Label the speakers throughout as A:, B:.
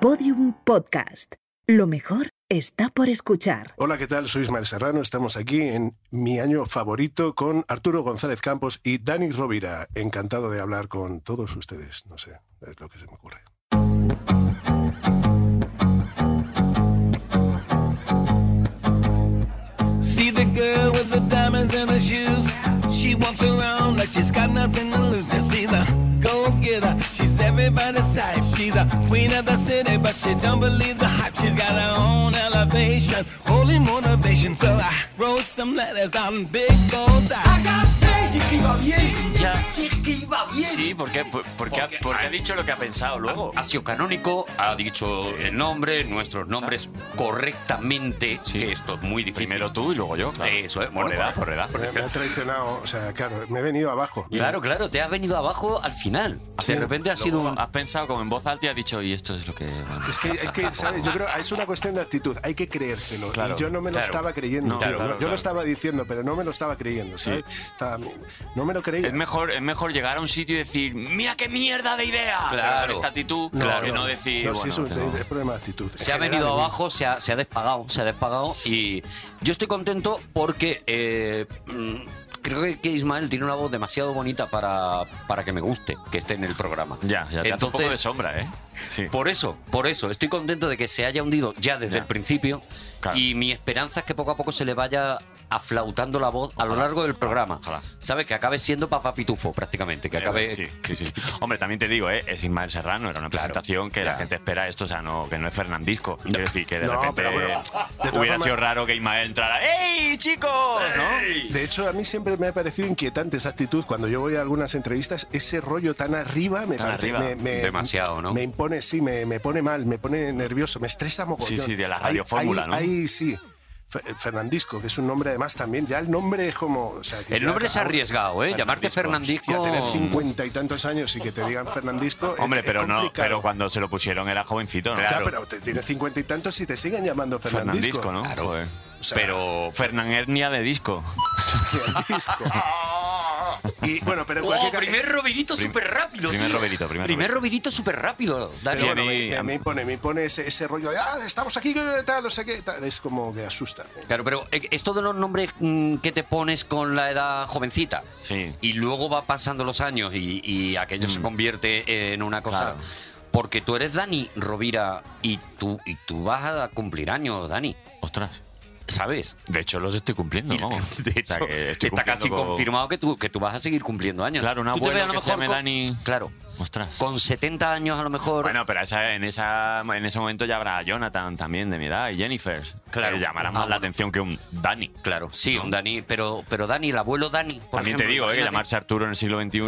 A: Podium Podcast. Lo mejor está por escuchar.
B: Hola, ¿qué tal? Soy Ismael Serrano. Estamos aquí en mi año favorito con Arturo González Campos y Dani Rovira. Encantado de hablar con todos ustedes. No sé, es lo que se me ocurre.
C: See the girl with the diamonds in her shoes. She walks around like she's got nothing to lose. Just she's a go getter. She's everybody's type. She's a queen of the city, but she don't believe the hype. She's got her own elevation, holy motivation. So I wrote some letters on big goals. I got faith. She keep up, yeah.
D: Ya.
C: She keep up, yeah.
D: Sí, porque, por- porque, ha,
E: Porque
D: porque
E: ha-
D: ha dicho lo que ha pensado luego.
E: Ha sido canónico, ha dicho el nombre, nuestros nombres correctamente,
D: Sí.
E: que esto es muy difícil.
D: Primero tú y luego yo. claro.
E: Eso, eh,
D: Por
E: bueno,
D: edad,
E: por-
D: por edad.
B: Me, me ha traicionado, o sea, claro, me he venido abajo.
E: Claro, claro, te has venido abajo al final.
B: Sí.
E: De repente has sido
D: Luego
E: un...
D: has pensado Ah, como en voz alta y has dicho, y esto es lo que... bueno,
B: Es que, es que, ¿sabes? Yo creo es una cuestión de actitud. Hay que creérselo.
D: Claro,
B: y yo no me lo
E: claro.
B: estaba creyendo.
D: No,
B: tío.
D: claro,
B: yo
D: claro,
B: lo
D: claro.
B: estaba diciendo, pero no me lo estaba creyendo. ¿sabes? Estaba- no me lo creía.
D: Es mejor, es mejor llegar a un sitio y decir, mira qué mierda de idea. Pero
E: Claro.
D: con Ah, esta actitud,
B: No,
D: que
B: no.
D: no decir...
B: No, sí,
D: bueno,
B: es, un,
D: tengo-
B: es problema de actitud. En
E: Se ha
B: general,
E: venido
B: ¿no?
E: abajo, se ha, se ha despagado, se ha despagado. Y yo estoy contento porque eh, mm, creo que, que Ismael tiene una voz demasiado bonita para, para que me guste que esté en el programa.
D: Ya, ya te hace un poco de
E: Entonces, Pues,
D: sombra, ¿eh? Sí.
E: Por eso, por eso, estoy contento de que se haya hundido ya desde
D: Ya.
E: el principio
D: Claro.
E: y mi esperanza es que poco a poco se le vaya aflautando la voz a lo largo del programa.
D: ojalá.
E: ¿Sabes? Que acabe siendo papá pitufo prácticamente, que acabe...
D: Sí, Eh, sí, sí. Hombre, también te digo, ¿eh? es Ismael Serrano, era una
E: Claro.
D: presentación que la
E: Ya.
D: gente espera esto, o sea, no, que no es Fernandisco. Quiero decir que de
B: No,
D: repente
B: pero bueno, de todas
D: hubiera
B: formas-
D: sido raro que Ismael entrara, ¡Ey, chicos! ¿no?
B: De hecho, a mí siempre me ha parecido inquietante esa actitud. Cuando yo voy a algunas entrevistas, ese rollo tan arriba me
D: Tan
B: parece.
D: arriba,
B: me- me-
E: demasiado, ¿no?
B: Me impone, sí, me, me pone mal, me pone nervioso, me estresa mogollón.
D: Sí, sí, de la
B: Ahí-
D: radiofórmula,
B: ahí-
D: ¿no?
B: Ahí sí. Fe- Fernandisco, que es un nombre además también. Ya el nombre es como. o sea, que
E: El
B: ya
E: nombre es
B: ahora-
E: arriesgado, ¿eh? Llamarte
B: Hostia,
E: Fernandisco...
B: tener cincuenta y tantos años y que te digan Fernandisco. es-
D: Hombre,
B: es
D: pero no,
B: complicado.
D: pero cuando se lo pusieron era jovencito, ¿no?
B: Ya, pero te tienes cincuenta y tantos y te siguen llamando Fernandisco.
D: Fernandisco, ¿no?
E: Claro.
D: Joder.
B: O sea,
E: Pero...
D: Fernán Hernia de disco.
B: Fernandisco. Y bueno, pero en
E: ¡Oh,
B: cualquier ca-
E: primer robinito
D: Prim-
E: súper rápido!
D: primer Roberito, primer Roberito.
E: robinito súper rápido. Dani.
B: Pero bueno,
D: Jenny,
B: me,
D: am-
B: me impone, me impone ese, ese rollo de, ah, estamos aquí, eh, tal, no sé qué, tal. Es como que asusta.
E: Claro, pero eh, esto de los nombres mm, que te pones con la edad jovencita
D: Sí.
E: y luego va pasando los años y, y aquello se convierte en una cosa.
D: Mm. Claro.
E: Porque tú eres Dani Rovira y tú, y tú vas a cumplir años, Dani.
D: Ostras.
E: ¿Sabes?
D: De hecho, los estoy cumpliendo, vamos.
E: De
D: O sea,
E: hecho,
D: que estoy
E: está casi
D: cumpliendo con-
E: confirmado que tú, que tú vas a seguir cumpliendo años.
D: Claro, un
E: Tú te
D: abuelo
E: ves a lo
D: que se
E: mejor
D: llame
E: con-
D: Dani.
E: Claro,
D: Ostras.
E: con 70 años a lo mejor.
D: Bueno, pero esa- en, esa, en ese momento ya habrá Jonathan también de mi edad y Jennifer.
E: Claro.
D: Que llamará
E: Ah,
D: más la
E: bueno.
D: atención que un Dani.
E: claro, sí, un Dani, pero, pero Dani, el abuelo Dani. por
D: también te
E: ejemplo,
D: digo, eh, que
E: imagínate.
D: llamarse Arturo en el siglo XXI.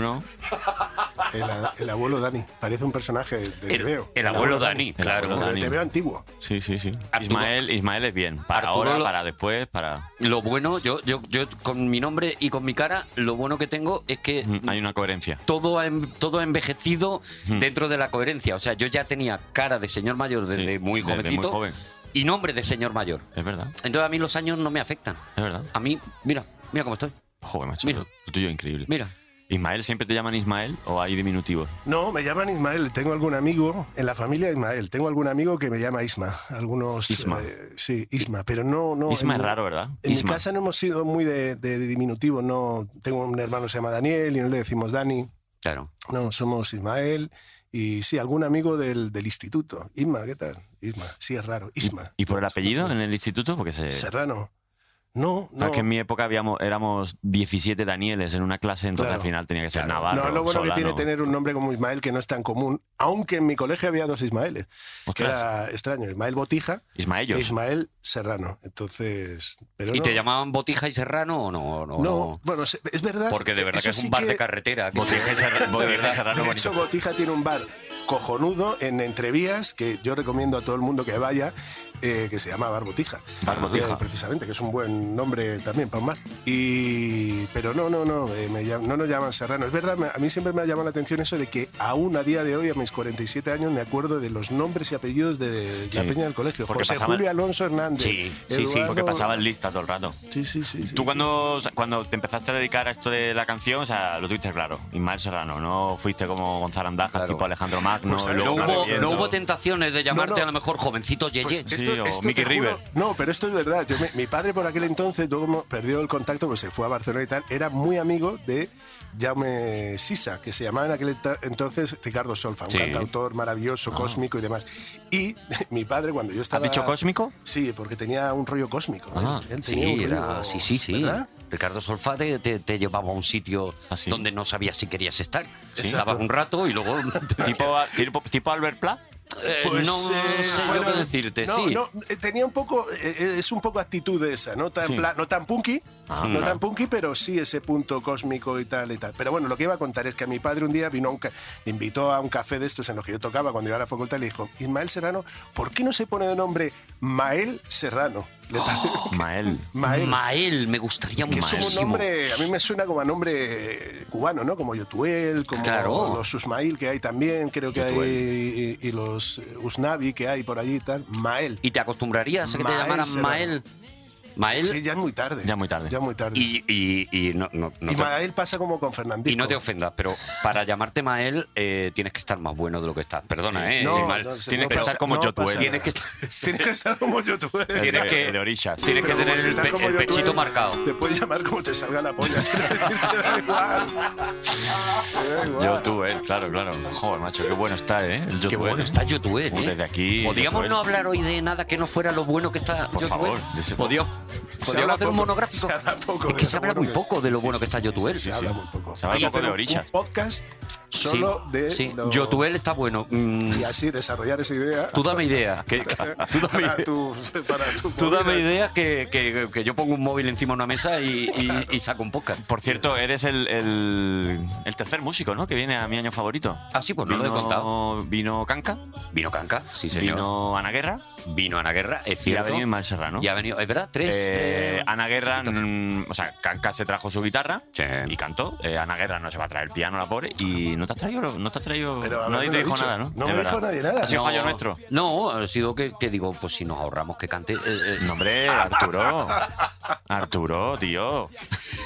B: El, a- el abuelo Dani, parece un personaje de Te
E: El,
B: veo.
E: el abuelo Dani,
D: El
E: claro.
D: abuelo
B: Pero
D: Dani.
B: Te veo antiguo.
D: Sí, sí, sí.
E: Arturo-
D: Ismael, Ismael es bien. Para
E: Arturo
D: ahora,
E: lo-
D: para después, para.
E: Lo bueno, yo, yo, yo con mi nombre y con mi cara, lo bueno que tengo es que
D: Mm, Hay una coherencia.
E: todo ha, en- todo ha envejecido dentro de la coherencia. O sea, yo ya tenía cara de señor mayor desde
D: Sí,
E: muy
D: desde muy
E: jovencito
D: joven.
E: y nombre de señor mayor.
D: Es verdad,
E: Entonces a mí los años no me afectan.
D: es verdad.
E: A mí, mira, mira cómo estoy.
D: Joder, macho.
E: Mira.
D: Lo tuyo es increíble.
E: Mira.
D: ¿Ismael siempre te llaman Ismael o hay diminutivos?
B: No, me llaman Ismael. Tengo algún amigo en la familia Ismael. Tengo algún amigo que me llama Isma. Algunos.
D: Isma.
B: eh, sí, Isma. Pero no. no
D: Isma
B: en-
D: es raro, ¿verdad?
B: En
D: Isma.
B: mi casa no hemos sido muy de, de- de diminutivo. No, tengo un hermano que se llama Daniel y no le decimos Dani.
E: Claro.
B: No, somos Ismael y sí, algún amigo del, del instituto. Isma, ¿qué tal? Isma, sí, es raro. Isma.
D: ¿Y por el apellido en el instituto? Porque
E: eh.
D: se.
B: Serrano. No,
D: Ah,
B: pues, no.
D: es que en mi época habíamos, éramos 17 Danieles en una clase, entonces
B: Claro.
D: al final tenía que ser
E: Claro.
D: Navarro.
B: no, lo bueno que
D: Solano.
B: tiene tener un nombre como Ismael que no es tan común, aunque en mi colegio había dos Ismaeles, que
D: Ostras,
B: era extraño, Ismael Botija
D: Ismaellos.
B: e Ismael Serrano. Entonces, pero
E: ¿Y
B: no,
E: te llamaban Botija y Serrano o no? no,
B: no,
E: no?
B: bueno, se- es verdad. eh,
E: Porque de verdad
B: eso
E: que es un
B: sí
E: bar de carretera. que-
D: Botija y Serrano, Botija y Serrano
B: De
D: bonito.
B: hecho, Botija tiene un bar cojonudo en Entrevías, que yo recomiendo a todo el mundo que vaya, eh, que se llama Barbotija.
E: Barbotija.
B: Eh, precisamente, que es un buen nombre también para un bar. Y, pero no, no, no, eh, me llam- no nos llaman serrano. Es verdad, me- a mí siempre me ha llamado la atención eso de que aún a día de hoy, a mis 47 años, me acuerdo de los nombres y apellidos de la
D: Sí.
B: peña del colegio.
D: Porque
B: José
D: pasaban-
B: Julio Alonso Hernández.
D: Sí, sí, sí, porque
B: Eduardo-
D: pasaban listas todo el rato.
B: Sí, sí, sí. sí.
D: Tú cuando, o sea, cuando te empezaste a dedicar a esto de la canción, o sea, lo tuviste claro, Ismael Serrano, no fuiste como Gonzalo Andajas,
E: Claro.
D: tipo Alejandro Magno,
B: Pues,
E: No
D: luego
E: hubo,
D: Marviento.
E: no hubo tentaciones de llamarte
B: no.
E: a lo mejor jovencito Yeye.
B: Pues
D: Sí, o
B: te
D: Mickey
B: juro-
D: River.
B: No, pero esto es verdad. Yo me- mi padre por aquel entonces, luego mo- perdió el contacto, pues se fue a Barcelona y tal. Era muy amigo de Jaume Sisa, que se llamaba en aquel enta- entonces Ricardo Solfa, un
D: Sí. Ah.
B: cantautor maravilloso, cósmico y demás. Y mi padre, cuando yo
D: ¿Has
B: estaba.
D: dicho cósmico?
B: Sí, porque tenía un rollo cósmico. ¿eh?
D: Ah,
B: Él tenía un
E: Sí, era-
B: rollo-
E: sí, sí, sí.
B: ¿verdad?
E: Ricardo Solfa te, te- te llevaba a un sitio
D: ¿Ah, sí?
E: donde no sabías si querías estar.
B: Sí.
E: Estabas un rato y luego...
D: ¿Tipo, tipo, tipo Albert Pla?
E: Eh,
B: Pues,
E: no
B: eh,
E: sé
B: bueno,
E: yo qué decirte,
B: no,
E: sí.
B: no, eh, tenía un poco, eh, eh, es un poco actitud de esa, no tan,
D: Sí.
B: pla- no tan punky,
D: Ah,
B: no
D: ah.
B: tan punky, pero sí ese punto cósmico y tal y tal. Pero bueno, lo que iba a contar es que a mi padre un día vino a un ca- me invitó a un café de estos en los que yo tocaba cuando iba a la facultad y le dijo, Ismael Serrano, ¿por qué no se pone de nombre Mael Serrano? Le parece-
D: Mael.
B: Mael.
E: Mael, me gustaría
B: Que es como un
E: muchísimo.
B: nombre, a mí me suena como a nombre eh, cubano, ¿no? Como Yotuel, como
E: Claro.
B: los Usmail que hay también, creo que
D: Yotuel.
B: hay, y, y los eh, Usnavi que hay por allí y tal. Mael.
E: ¿Y te acostumbrarías a que te
B: Mael
E: llamaran
B: será.
E: Mael? Mael
B: Sí, ya es muy tarde.
D: Ya muy tarde.
B: Ya muy tarde. Y,
E: y, y- y no, no- no te,
B: Mael pasa como con Fernandito.
E: y no te ofendas, pero para llamarte Mael eh, tienes que estar más bueno de lo que estás. Perdona, ¿eh?
B: No,
E: Mael,
B: no sé,
D: Tienes
B: no
D: que
B: pasa-
D: estar como
B: no
D: Yotuel.
B: pasa nada.
E: Tienes que estar...
B: Tienes que estar como Yotuel.
D: El
E: Tienes
D: de,
E: que-
D: el de Orishas.
E: tienes que
B: Pero
E: tener
B: si
E: el
B: estás
E: pe-
B: como
E: el
B: Yotuel,
E: pechito marcado.
B: Te puedes llamar como te salga la polla. Quiero decir, te da igual. Te da igual.
D: Yo tú, él, claro, claro. Joder, macho, qué bueno está, ¿eh? El
E: Qué
D: Yotuel.
E: bueno está YouTube,
D: Pues
E: ¿eh?
D: desde aquí,
E: Podríamos
D: Yotuel.
E: no hablar hoy de nada que no fuera lo bueno que está
D: Por
E: YouTube.
D: favor, de ese-
E: Podíamos,
B: Se habla
E: podríamos hacer un
B: poco,
E: monográfico.
B: se habla poco
E: es
B: de
E: que se
B: lo
E: habla
B: bueno
E: muy
B: que-
E: poco de lo
B: sí, sí,
E: bueno que está eh.
B: sí,
E: YouTube.
B: sí,
D: sí,
B: se
D: sí.
B: habla muy poco.
D: Se habla
B: Hay que
D: poco
B: hacer
D: de
B: un-
D: orillas.
B: Un podcast solo de.
E: Sí,
B: lo-
E: Yotuel está bueno. Mm,
B: Y así desarrollar esa idea.
E: tú dame idea. que- tú dame
B: para
E: idea.
B: tu, para tu
E: Tú dame
B: movida.
E: idea que, que- que yo pongo un móvil encima de una mesa y, y- y saco un podcast.
D: Por cierto, eres el, el, el tercer músico, ¿no? Que viene a mi año favorito.
E: Ah, sí, pues no lo he
D: Vino-
E: contado.
D: Vino Canca,
E: Vino Canca, sí señor. Vino,
D: vino Ana Guerra
E: a la guerra, es
D: y ha
E: cierto.
D: venido Ismael Serrano.
E: Y ha venido- es verdad, tres.
D: Eh,
E: tres-
D: Ana Guerra,
E: chiquitos.
D: mm, o sea, Canca se trajo su guitarra
E: Sí.
D: y cantó. Eh, Ana Guerra no se va a traer el piano, la pobre. Y no te has traído, lo- no te has traído,
B: Pero a ver,
D: nadie
B: me
D: te
B: lo
D: dijo
B: dicho.
D: nada, ¿no?
B: No
D: Es
B: me dijo
D: verdad.
B: nadie nada.
D: Ha sido
E: No,
D: fallo nuestro.
E: No, ha sido que, que digo, pues si nos ahorramos que cante. eh, eh,
D: No, hombre, Arturo. Arturo, tío.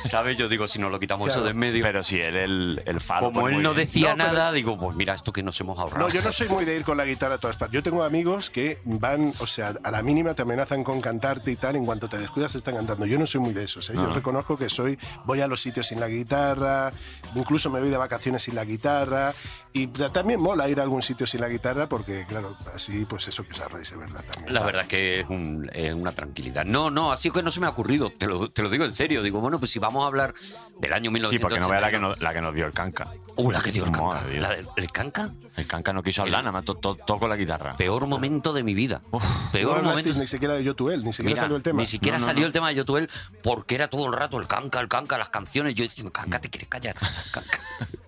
E: ¿Sabes? Yo digo, si nos lo quitamos
B: Claro.
E: eso de en medio.
D: Pero si él, el, el fado.
E: como
D: pues,
E: él
D: muy
E: no
D: bien.
E: decía
B: No, pero-
E: nada, digo, pues mira, esto que nos hemos ahorrado.
B: No, yo no soy muy de ir con la guitarra a todas partes. Yo tengo amigos que van, o sea, a la mínima te amenazan con cantarte y tal, en cuanto te descuidas te están cantando. Yo no soy muy de esos, ¿eh?
E: Ah.
B: Yo reconozco que soy, voy a los sitios sin la guitarra, incluso me voy de vacaciones sin la guitarra, y ta- también mola ir a algún sitio sin la guitarra porque, claro, así pues eso que os ahorréis de verdad también.
E: La verdad es que es, un- es una tranquilidad. No, no, así que no se me ha ocurrido. Te lo, te lo digo en serio. Digo, bueno, pues si vamos a hablar del año
D: Sí,
E: 1980.
D: porque no vea la que, nos- la que nos dio el Canca.
E: Uh, la que dio el canca.
D: Madre mía.
E: La del el canca.
D: El Canca no quiso hablar, nada más to- to- tocó la guitarra.
E: Peor momento de mi vida.
B: No
E: Peor
B: hablasteis
E: momento.
B: ni siquiera de Yotuel, ni siquiera
E: Mira,
B: salió el tema.
E: Ni siquiera
D: No, no,
E: salió
D: no.
E: el tema de Yotuel porque era todo el rato el canca, el canca, las canciones. Yo diciendo, canca, te quieres callar. Canca.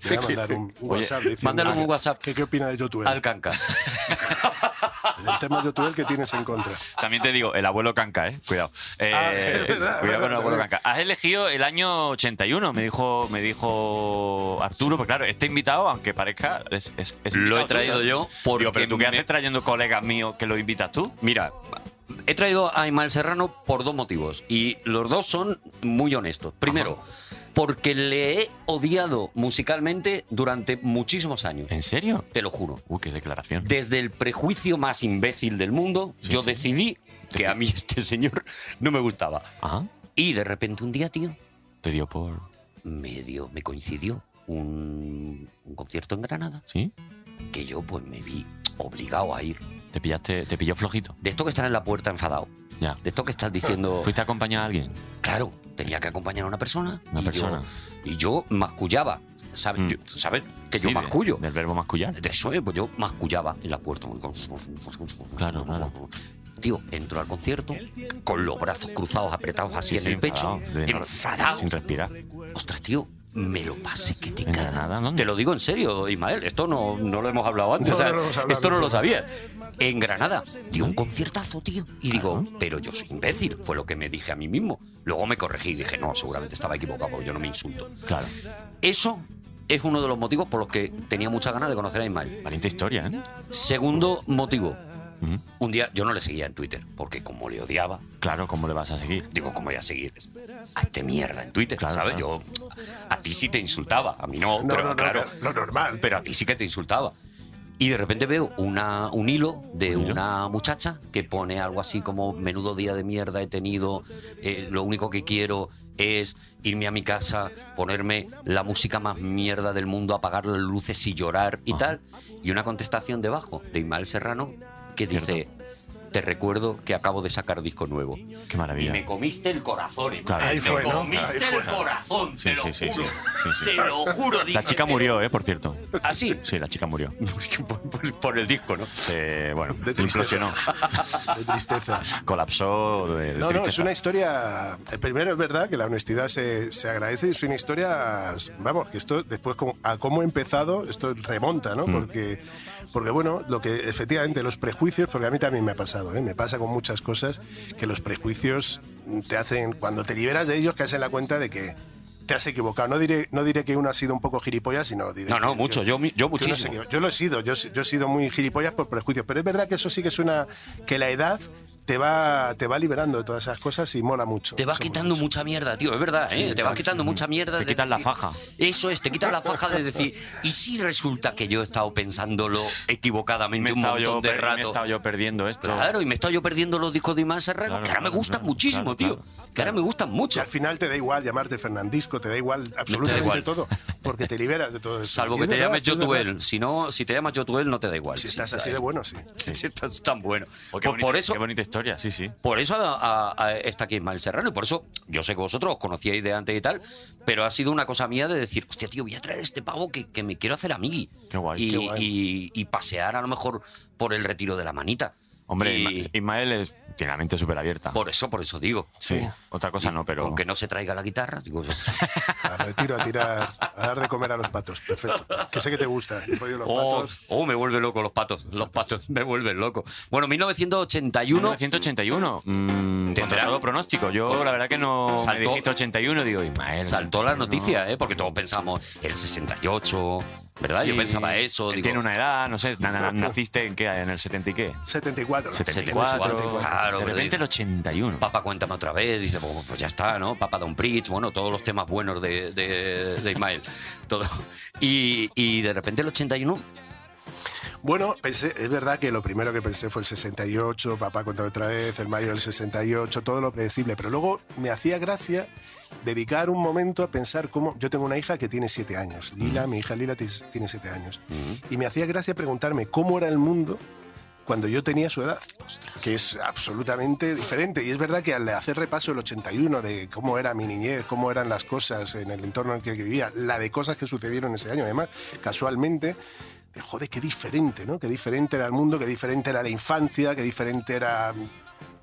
B: Te voy a mandar un, un
D: Oye,
B: WhatsApp. diciendo,
E: mándale un
B: "Ah,
E: WhatsApp".
B: ¿Qué, qué opina de Yotuel?
E: Al canca.
B: Del tema de Yotuel que tienes en contra.
D: También
E: ah,
D: te digo, el abuelo Canca, ¿eh? Cuidado. Eh,
B: Ah, es verdad,
D: cuidado con el
B: verdad,
D: abuelo
B: verdad.
D: Canca. Has elegido el año 81, me dijo, me dijo Arturo, pero claro, este invitado, aunque parezca, es, es- es
E: Lo
D: invitado
E: he
D: tú,
E: traído
D: ¿no?
E: yo porque
D: Digo, pero tú qué
E: me-
D: haces trayendo colegas míos que lo invitas tú.
E: Mira, he traído a Ismael Serrano por dos motivos y los dos son muy honestos. Primero, porque le he odiado musicalmente durante muchísimos años,
D: ¿En serio?
E: te lo juro.
D: Uy, qué declaración.
E: Desde el prejuicio más imbécil del mundo, yo decidí que a mí este señor no me gustaba.
D: Ajá.
E: Y de repente un día, tío,
D: Ah, Te dio por.
E: me, dio, me coincidió un, un concierto en Granada
D: ¿Sí?
E: que yo pues me vi obligado a ir.
D: Te pillaste, te pilló flojito.
E: De esto que estás en la puerta enfadado,
D: Ya.
E: de esto que estás diciendo...
D: ¿Fuiste a acompañar a alguien?
E: Claro, tenía que acompañar a una persona.
D: Una
E: y
D: persona.
E: Yo, y yo mascullaba. ¿Sabes?
D: Mm.
E: Yo- ¿sabes? Que yo
D: Sí, de-
E: mascullo.
D: Del verbo mascullar.
E: De eso, eh, pues yo mascullaba en la puerta.
D: Claro, claro.
E: Tío, entro al concierto con los brazos cruzados, apretados así
D: Sí,
E: en
D: sí,
E: el pecho,
D: enfadado, de-
E: enfadado.
D: Sin respirar.
E: Ostras, tío, me lo pase que te
D: ¿En
E: cagas.
D: Granada? ¿Dónde?
E: Te lo digo en serio, Ismael. Esto no, no lo hemos hablado antes.
B: No,
E: o sea,
B: no lo hemos hablado
E: esto no
B: nunca.
E: lo sabía. En Granada dio un conciertazo, tío. Y digo, pero yo soy imbécil. Fue lo que me dije a mí mismo. Luego me corregí y dije, no, seguramente estaba equivocado porque yo no me insulto.
D: Claro.
E: Eso es uno de los motivos por los que tenía muchas ganas de conocer a Ismael.
D: Valiente historia, ¿eh?
E: Segundo motivo.
B: ¿Mm?
D: Ujú.
E: Un día yo no le seguía en Twitter porque como le odiaba,
D: Claro, ¿cómo le vas a seguir?
E: digo, ¿cómo voy a seguir? A este mierda en Twitter,
D: Claro,
E: ¿sabes?
D: claro.
E: Yo, a ti sí te insultaba, a mí no,
B: No,
E: pero
B: no, no,
E: claro,
B: lo normal.
E: pero a ti sí que te insultaba. Y de repente veo una, un hilo de una muchacha que pone algo así como menudo día de mierda he tenido, eh, lo único que quiero es irme a mi casa, ponerme la música más mierda del mundo, apagar las luces y llorar y tal. Y una contestación debajo de Ismael Serrano que dice, te recuerdo que acabo de sacar disco nuevo.
D: Qué maravilla.
E: Y me comiste el corazón, Iván.
D: Claro.
B: Ahí
E: me
B: fue, ¿no?
E: comiste
B: Ahí fue.
E: el corazón,
D: Sí,
E: te lo
D: sí, sí,
E: juro.
D: sí, sí, sí.
E: Te lo juro.
D: La
E: dije,
D: chica
E: te lo-
D: murió, ¿eh? Por cierto.
E: ¿Ah, sí?
D: Sí, la chica murió.
E: por, por- por el disco, ¿no?
D: Se, bueno,
B: De tristeza.
D: implosionó.
B: De tristeza.
D: Colapsó de, de
B: No, no, es
D: tristeza.
B: una historia. eh, Primero es verdad que la honestidad se, se agradece y es una historia. Vamos, que esto después como- a cómo he empezado, esto remonta,
E: Mm.
B: ¿no? Porque, porque, bueno, lo que efectivamente los prejuicios, porque a mí también me ha pasado, ¿eh? me pasa con muchas cosas, que los prejuicios te hacen, cuando te liberas de ellos, caes en la cuenta de que te has equivocado. No diré, no diré que uno ha sido un poco gilipollas, sino diré.
E: No, no,
B: que-
E: mucho.
B: que-
E: Yo, mi- yo
B: yo, no sé
E: muchísimo.
B: qué- yo lo he sido, yo, he- yo he sido muy gilipollas por prejuicios, pero es verdad que eso sí que es una. que la edad te va, te va liberando de todas esas cosas y mola mucho.
E: Te vas
B: Eso
E: quitando
B: mola mucho.
E: mucha mierda, tío, es verdad, ¿eh? te vas quitando mucha mierda.
D: Te
E: de
D: quitas la
E: decir-
D: faja.
E: Eso es, te quitas la faja de decir, ¿y si resulta que yo he estado pensándolo
D: me,
E: equivocadamente
D: he
E: un
D: estado
E: montón
D: yo,
E: de
D: per- me he
E: rato?
D: estado yo perdiendo esto.
E: Claro, y me he estado yo perdiendo los discos de Imán Serrano,
D: Claro,
E: que ahora me
D: claro,
E: gustan
D: claro,
E: muchísimo,
D: claro,
E: tío.
D: claro.
E: que ahora me gustan
B: Y
E: mucho.
B: al final te da igual llamarte Fernandisco, te da igual absolutamente
E: igual.
B: todo, porque te liberas de todo eso.
E: Salvo
B: Y
E: que
B: es
E: te
B: verdad,
E: llames
B: es verdad.
E: Yotuel. Si no, si te llamas Yotuel no te da igual.
B: Si estás así
E: está-
B: de bueno, sí.
E: si estás tan bueno.
D: Oh,
E: Por,
B: Pues
D: qué bonita-
E: Pues por eso,
D: Qué bonita historia, sí, sí.
E: por eso a- a- a- está aquí Ismael Serrano. Y por eso yo sé que vosotros os conocíais de antes y tal. Pero ha sido una cosa mía de decir, hostia, tío, voy a traer este pavo que, que me quiero hacer amigui.
D: Qué guay,
E: y,
D: qué
E: Y, y pasear a lo mejor por el retiro de la manita.
D: Hombre,
E: Y
D: Isma- Ismael es, tiene la mente súper abierta.
E: por eso, por eso digo.
D: Sí. Otra cosa no, pero.
E: Aunque no se traiga la guitarra, digo, "Oh,
B: Al retiro a tirar, a dar de comer a los patos. Perfecto. Que sé que te gusta. He podido los
E: Oh,
B: patos.
E: oh, me vuelve loco los patos. Los patos me vuelven loco. Bueno, 1981.
D: 1981. Mm,
E: Tendrá-
D: contra todo pronóstico. Yo,
E: Con-
D: la verdad, que no.
E: Saltó-
D: Me dijiste 81, digo, Ismael.
E: Saltó la
D: 81.
E: noticia, ¿eh? Porque todos pensamos, el 68, ¿verdad? Yo
D: Sí,
E: pensaba eso. Digo,
D: Tiene una edad, no sé. na- na- ¿Naciste en qué? ¿En el 70 y qué?
B: 74.
E: 74,
D: 74.
E: claro, pues.
D: de
E: pero
D: repente el 81.
E: Papá, cuéntame otra vez. Dice, pues, pues ya está, ¿no? Papá Don Pritch, bueno, todos los temas buenos de, de, de Ismael. Todo. Y, y de repente el 81,
B: Bueno, pensé, es verdad que lo primero que pensé fue el 68, papá contaba otra vez, el mayo del 68, todo lo predecible, pero luego me hacía gracia dedicar un momento a pensar cómo... Yo tengo una hija que tiene siete años, Lila, mi hija Lila ti- tiene siete años, y me hacía gracia preguntarme cómo era el mundo cuando yo tenía su edad, que es absolutamente diferente. Y es verdad que al hacer repaso del 81, de cómo era mi niñez, cómo eran las cosas en el entorno en el que vivía, la de cosas que sucedieron ese año, además, casualmente, de, eh, joder, qué diferente, ¿no? Qué diferente era el mundo, qué diferente era la infancia, qué diferente era mm,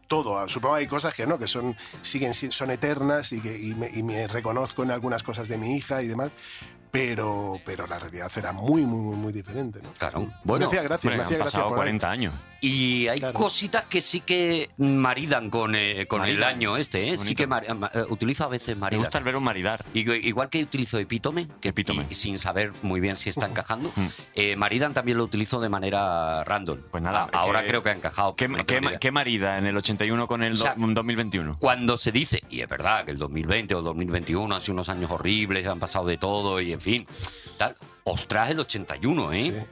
B: todo. Ah, Supongo que hay cosas que no, que son, siguen, si- son eternas y, que, y me, y me reconozco en algunas cosas de mi hija y demás. Pero, pero la realidad era muy, muy, muy, muy diferente. ¿no?
E: claro.
B: me
E: Bueno,
B: hacía gracia,
D: Hombre,
B: me hacía
D: han
B: gracia
D: pasado
B: por ahí.
D: 40 años.
E: y hay
B: Claro.
E: cositas que sí que maridan con, eh, con el
D: Maridan.
E: año este, ¿eh? Sí
D: Bonito.
E: que mar- ma- eh, utilizo a veces
D: Me
E: maridan.
D: gusta el verbo maridar.
E: Y- Igual que utilizo epítome, que
D: Epítome.
E: y sin saber muy bien si está encajando,
D: Mm.
E: eh, Maridan también lo utilizo de manera random.
D: Pues nada,
E: A- ahora
D: que-
E: creo que ha encajado.
D: ¿Qué,
E: pero no
D: qué-
E: tengo ni idea.
D: qué marida en el 81 con el
E: O sea,
D: do- 2021?
E: Cuando se dice, y es verdad que el 2020 o el 2021 han sido unos años horribles, han pasado de todo y en fin, tal, ostras el 81, ¿eh?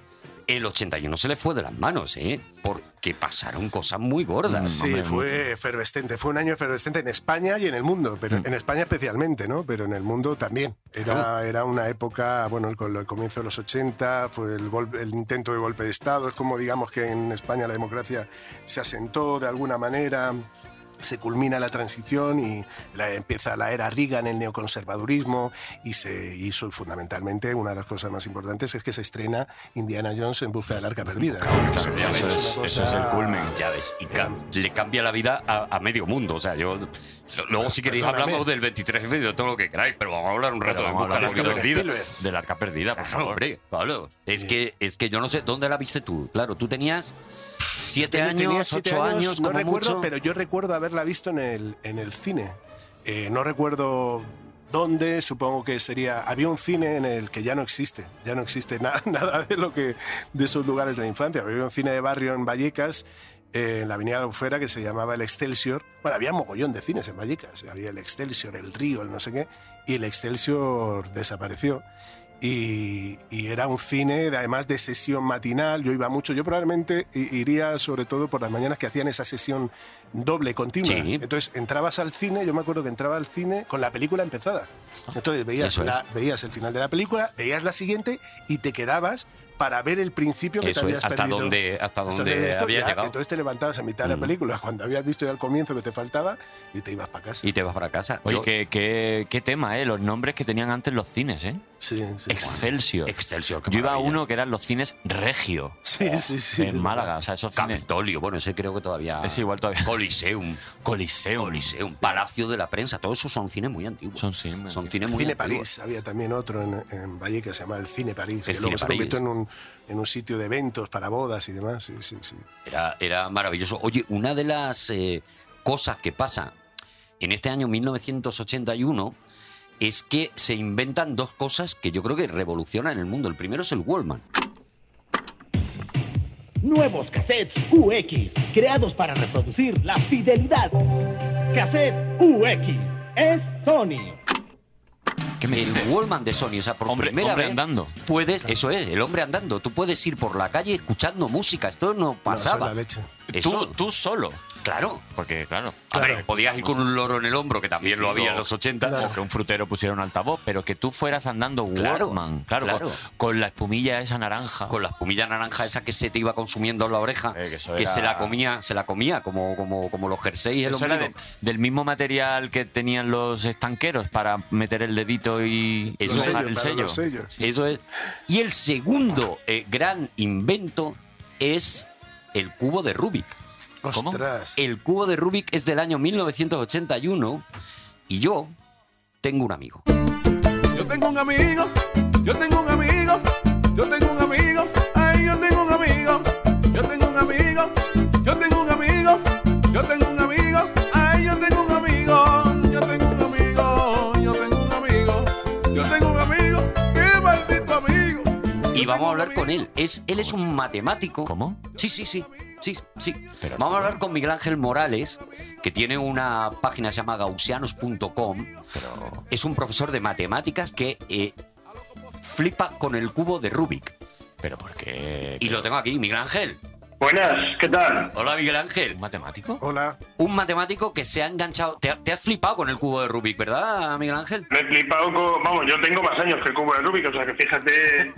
E: El 81 se le fue de las manos, ¿eh? Porque pasaron cosas muy gordas.
B: Sí,
D: Hombre,
E: mm.
B: fue efervescente. Fue un año efervescente en España y en el mundo, pero en España especialmente, ¿no? Pero en el mundo también. Era, era una época, bueno, el- con el comienzo de los 80, fue el, golpe, el intento de golpe de Estado. Es como, digamos, que en España la democracia se asentó de alguna manera. se culmina la transición y la- empieza la era Reagan, el neoconservadurismo y se hizo fundamentalmente una de las cosas más importantes es que se estrena Indiana Jones en busca del arca perdida. Eso
E: Claro, ya
B: es
E: ves,
B: una
E: eso, es,
B: cosa-
E: el culmen. Ya ves, y ca- le cambia la vida a, a medio mundo. O sea, yo. lo- Luego, si queréis,
B: Perdóname.
E: hablamos del 23 de febrero, de todo lo que queráis, pero vamos a hablar un rato
D: Pero
E: de
D: vamos a
E: Busca
D: hablar
E: la
B: de
E: vida
B: Steven
E: perdida.
B: Spielberg.
D: Del arca perdida, por
E: Claro,
D: favor.
E: hombre, Pablo. Es
B: Sí.
E: que, es que yo no sé, ¿dónde la viste tú? Claro, tú tenías siete
B: Tenía-
E: años,
B: tenía siete
E: Este ocho años,
B: no
E: como
B: recuerdo,
E: mucho.
B: pero yo recuerdo haberla visto en el, en el cine. Eh, no recuerdo dónde, supongo que sería. Había un cine en el que ya no existe, ya no existe nada, nada de lo que de esos lugares de la infancia. Había un cine de barrio en Vallecas. eh, en la avenida Albufera que se llamaba el Excelsior. Bueno, había mogollón de cines en Vallecas. Había el Excelsior, el Río, el no sé qué. Y el Excelsior desapareció y, y era un cine de- además de sesión matinal, yo iba mucho, yo probablemente i- iría sobre todo por las mañanas que hacían esa sesión doble continua.
E: Sí.
B: Entonces entrabas al cine, yo me acuerdo que entraba al cine con la película empezada. Entonces veías,
E: Eso es.
B: la- veías el final de la película, veías la siguiente y te quedabas para ver el principio que te
E: Eso es,
B: habías
E: hasta
B: perdido.
E: donde, hasta
B: Esto
E: donde
B: de esto,
E: habías
B: ya,
E: llegado.
B: Entonces te levantabas a mitad de la
E: Mm.
B: película, cuando habías visto ya el comienzo que te faltaba, y te ibas para casa.
E: Y te vas para casa.
D: Oye,
E: Yo-
D: qué, qué- qué tema, ¿eh? Los nombres que tenían antes los cines, ¿eh?
B: Sí, sí.
D: Excelsior.
E: Excelsior, qué
D: Yo iba a
E: maravilla.
D: uno que eran los cines Regio,
B: Sí,
E: Oh,
B: sí, sí.
D: en Málaga. O sea, esos cines.
E: Capitolio, bueno, ese creo que todavía.
D: Es igual todavía.
E: Coliseum.
D: Coliseum.
E: Coliseum. Palacio de la Prensa. Todos esos son cines muy antiguos.
D: Son cines.
E: Son cines muy
B: Cine
E: antiguos.
B: París, había también otro en, en Valle que se llamaba el Cine París,
E: El
B: que
E: Cine
B: luego se
E: París.
B: convirtió en un, en un sitio de eventos para bodas y demás. Sí, sí, sí.
E: Era, era maravilloso. Oye, una de las eh, cosas que pasa en este año 1981 es que se inventan dos cosas que yo creo que revolucionan el mundo. El primero es el Wallman.
F: Nuevos cassettes UX, creados para reproducir la fidelidad. Cassette UX es Sony.
E: El Wallman de Sony, o sea, por
D: Hombre-
E: primera
D: hombre
E: vez
D: andando.
E: puedes, eso es, el hombre andando. Tú puedes ir por la calle escuchando música. Esto no
B: No, eso es
E: pasaba.
B: la leche.
D: Tú,
E: Eso-
D: tú solo.
E: claro.
D: Porque, claro.
E: A ver, podías ir con un loro en el hombro, que también
D: Sí, sí,
E: lo había
D: o-
E: en los 80.
D: O que un frutero pusiera un altavoz, pero que tú fueras andando
E: Claro,
D: Walkman. Claro,
E: claro.
D: Con, con la espumilla esa naranja.
E: con la espumilla naranja esa que se te iba consumiendo en la oreja,
D: Eh, que
E: que,
D: eso era-
E: se la comía, se la comía como, como, como los jerseys, el
D: Eso era
E: ombligo.
D: de- del mismo material que tenían los estanqueros para meter el dedito y
E: Los
D: y
B: Los
E: sellos,
D: mojar
B: sellos, para los sellos.
E: Eso es. Y el segundo eh, gran invento es el cubo de Rubik.
D: ¿Cómo?
B: Ostras.
E: El cubo de Rubik es del año 1981 y yo tengo un amigo.
G: Yo tengo un amigo, yo tengo un amigo, yo tengo un amigo, ay, yo tengo un amigo, yo tengo un amigo, yo tengo un amigo, yo tengo un amigo, ay, yo tengo un amigo, yo tengo un amigo, yo tengo un amigo, yo tengo un amigo, qué maldito amigo.
E: Y
G: Yo
E: vamos
G: tengo
E: a
G: un
E: hablar con
G: amigo.
E: él. Es, él es un matemático.
D: ¿Cómo?
E: Sí, sí, sí. Sí, sí. Vamos a hablar con Miguel Ángel Morales, que tiene una página que se llama gaussianos.com. Es un profesor de matemáticas que eh, flipa con el cubo de Rubik.
D: Pero porque.
E: Y lo tengo aquí, Miguel Ángel.
H: Buenas, ¿qué tal?
E: Hola, Miguel Ángel.
D: ¿Un matemático?
B: Hola.
E: Un matemático que se ha enganchado. Te, ha- te has flipado con el cubo de Rubik, ¿verdad, Miguel Ángel?
H: Me he flipado con... Vamos, yo tengo más años que el cubo de Rubik, o sea que fíjate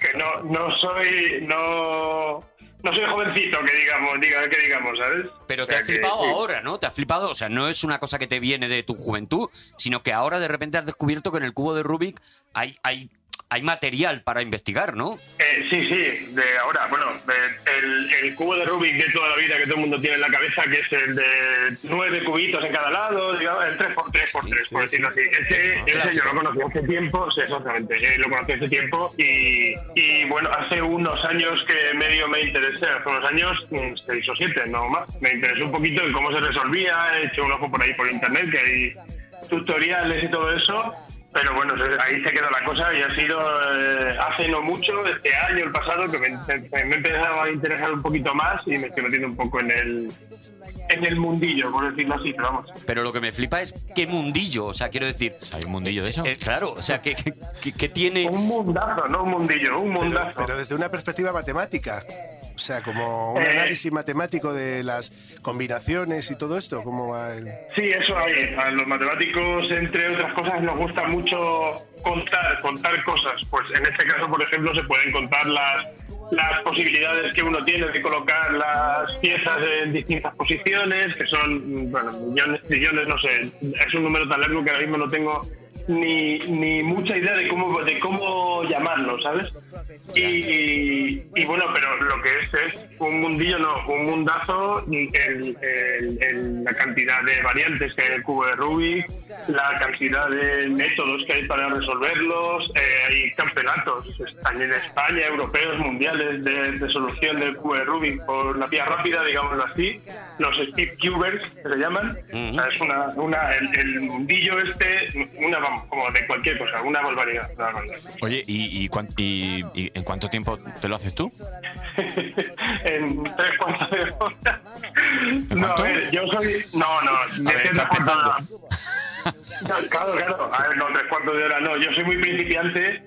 H: que no, no soy... No, no soy jovencito, que digamos, diga, que digamos, ¿sabes?
E: Pero
H: O
E: te
H: sea
E: has flipado
H: que-
E: ahora, ¿no? Te has flipado. O sea, no es una cosa que te viene de tu juventud, sino que ahora de repente has descubierto que en el cubo de Rubik hay, hay, hay material para investigar, ¿no?
H: Eh, sí, sí, de ahora, bueno, de- el, el cubo de Rubik de toda la vida que todo el mundo tiene en la cabeza, que es el de nueve cubitos en cada lado, digamos, el 3x3x3, por decirlo así. Ese,
B: Ah,
H: ese
E: Clásico.
H: yo lo conocí hace tiempo, sí, exactamente, eh, lo conocí hace tiempo y, y, bueno, hace unos años que medio me interesé, hace unos años, mm, seis o siete, no más, me interesé un poquito en cómo se resolvía, he hecho un ojo por ahí por internet, que hay tutoriales y todo eso, pero bueno, se- ahí se quedó la cosa y ha sido eh, hace no mucho, este año, el pasado, que me, me- me he empezado a interesar un poquito más y me estoy metiendo un poco en el, en el mundillo, por decirlo así, pero vamos.
E: Pero lo que me flipa es qué mundillo. O sea, quiero decir.
D: ¿Hay un mundillo de eso?
E: eh, claro, o sea, que, que- que- que tiene.
H: Un mundazo, no un mundillo, un
B: Pero,
H: mundazo.
B: pero desde una perspectiva matemática. O sea, como un
H: Eh.
B: análisis matemático de las combinaciones y todo esto. ¿Cómo va el-
H: Sí, eso hay. A los matemáticos, entre otras cosas, nos gusta mucho contar, contar cosas. Pues en este caso, por ejemplo, se pueden contar las las posibilidades que uno tiene de colocar las piezas en distintas posiciones, que son, bueno, millones, trillones, no sé, es un número tan largo que ahora mismo no tengo ni, ni mucha idea de cómo, de cómo llamarlo, ¿sabes? Y, y bueno, pero lo que es es un mundillo, no, un mundazo en, en- en la cantidad de variantes que hay en el cubo de Rubik, la cantidad de métodos que hay para resolverlos, eh, hay campeonatos están en España, europeos, mundiales de, de solución del cubo de Rubik por la vía rápida, digámoslo así, los Steve Cubers que se llaman,
E: Ujú.
H: O sea, es una, una el, el mundillo este, una vamos, como de cualquier cosa, una barbaridad, una barbaridad.
D: Oye, ¿y, y, cuán- y- y en cuánto tiempo te lo haces tú?
H: en tres cuartos de hora.
D: ¿En
H: No,
D: cuánto?
H: a ver, yo soy. No, no,
D: A ver,
H: depende
D: está
H: cuánto-
D: empezando.
H: No, Claro, claro. A ver, no, tres cuartos de hora no. Yo soy muy principiante.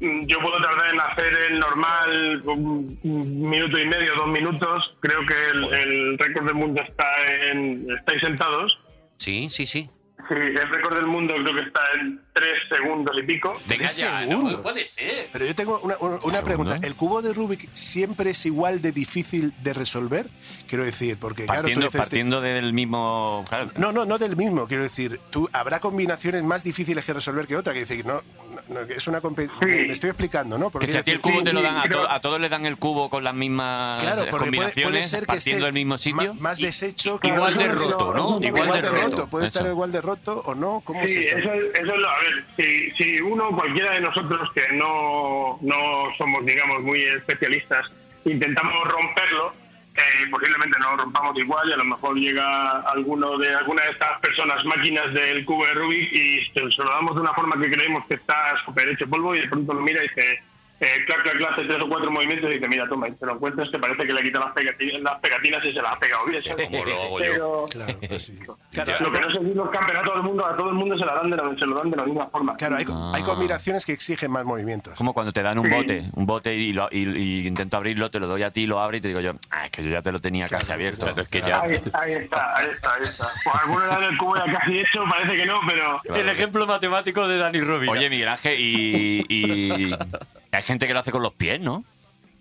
H: Mm, Yo puedo tardar en hacer el normal un un minuto y medio, dos minutos. Creo que el, el récord del mundo está en. Estáis sentados.
E: Sí, sí, sí.
H: Sí, el récord del mundo creo que está en tres segundos y pico.
E: Venga
B: ¿Tres
E: ya,
B: segundos?
E: no puede ser.
B: Pero yo tengo una, una- una
D: Segundo.
B: pregunta. ¿El cubo de Rubik siempre es igual de difícil de resolver? Quiero decir, porque claro, tú
D: Partiendo,
B: dices,
D: partiendo del mismo. Claro,
B: No, no, no del mismo. Quiero decir, tú habrá combinaciones más difíciles que resolver que otra. Que decir, no, no, no, que es una compe- me, me estoy explicando, ¿no?
D: que
B: Porque
D: si a ti el
B: decir,
D: cubo te lo dan, a,
H: sí,
D: to-
H: creo-
D: a todos les dan el cubo con las mismas
B: claro,
D: eh,
B: porque puede- puede,
D: combinaciones,
B: ser que esté
D: partiendo del mismo sitio.
B: ma- más
E: Y-
B: deshecho que
E: Igual de
B: otro.
E: roto, ¿no?
H: Igual
E: Igual de roto.
B: Puede estar
D: Eso.
B: igual de roto o no. ¿Cómo
H: Sí,
B: es esto?
H: eso, es- eso es lo. A ver, si, si uno, cualquiera de nosotros que no, no somos, digamos, muy especialistas, intentamos romperlo, eh, posiblemente no lo rompamos igual y a lo mejor llega alguno de alguna de estas personas, máquinas del cubo de Rubik, y se, se lo damos de una forma que creemos que está súper hecho polvo y de pronto lo mira y dice. Eh, clac, clac, clac, hace tres o cuatro movimientos y dice, mira, toma, y te lo encuentras que parece que le quita las pegatinas, las pegatinas y se las ha pegado bien. ¿sabes?
E: Como lo hago yo.
H: Pero-
B: Claro, pues sí. Claro,
H: lo que no sé si los campeonatos del mundo, a todo el mundo se, la dan de la, se lo dan de la misma forma.
B: claro, hay,
D: Ah.
B: hay combinaciones que exigen más movimientos.
D: Como cuando te dan un
H: Sí.
D: bote, un bote y, lo- y- y intento abrirlo, te lo doy a ti, lo abro y te digo yo, "Ah, es que yo ya te lo tenía
B: Claro,
D: casi abierto.
B: claro,
D: es que
B: claro.
H: Ahí, ahí está, ahí está, ahí está. Pues alguno era del cubo ya casi hecho, parece que no, pero...
D: El ejemplo matemático de Dani Rubin. Oye, Miguel Ángel, y, y- hay gente que lo hace con los pies, ¿no?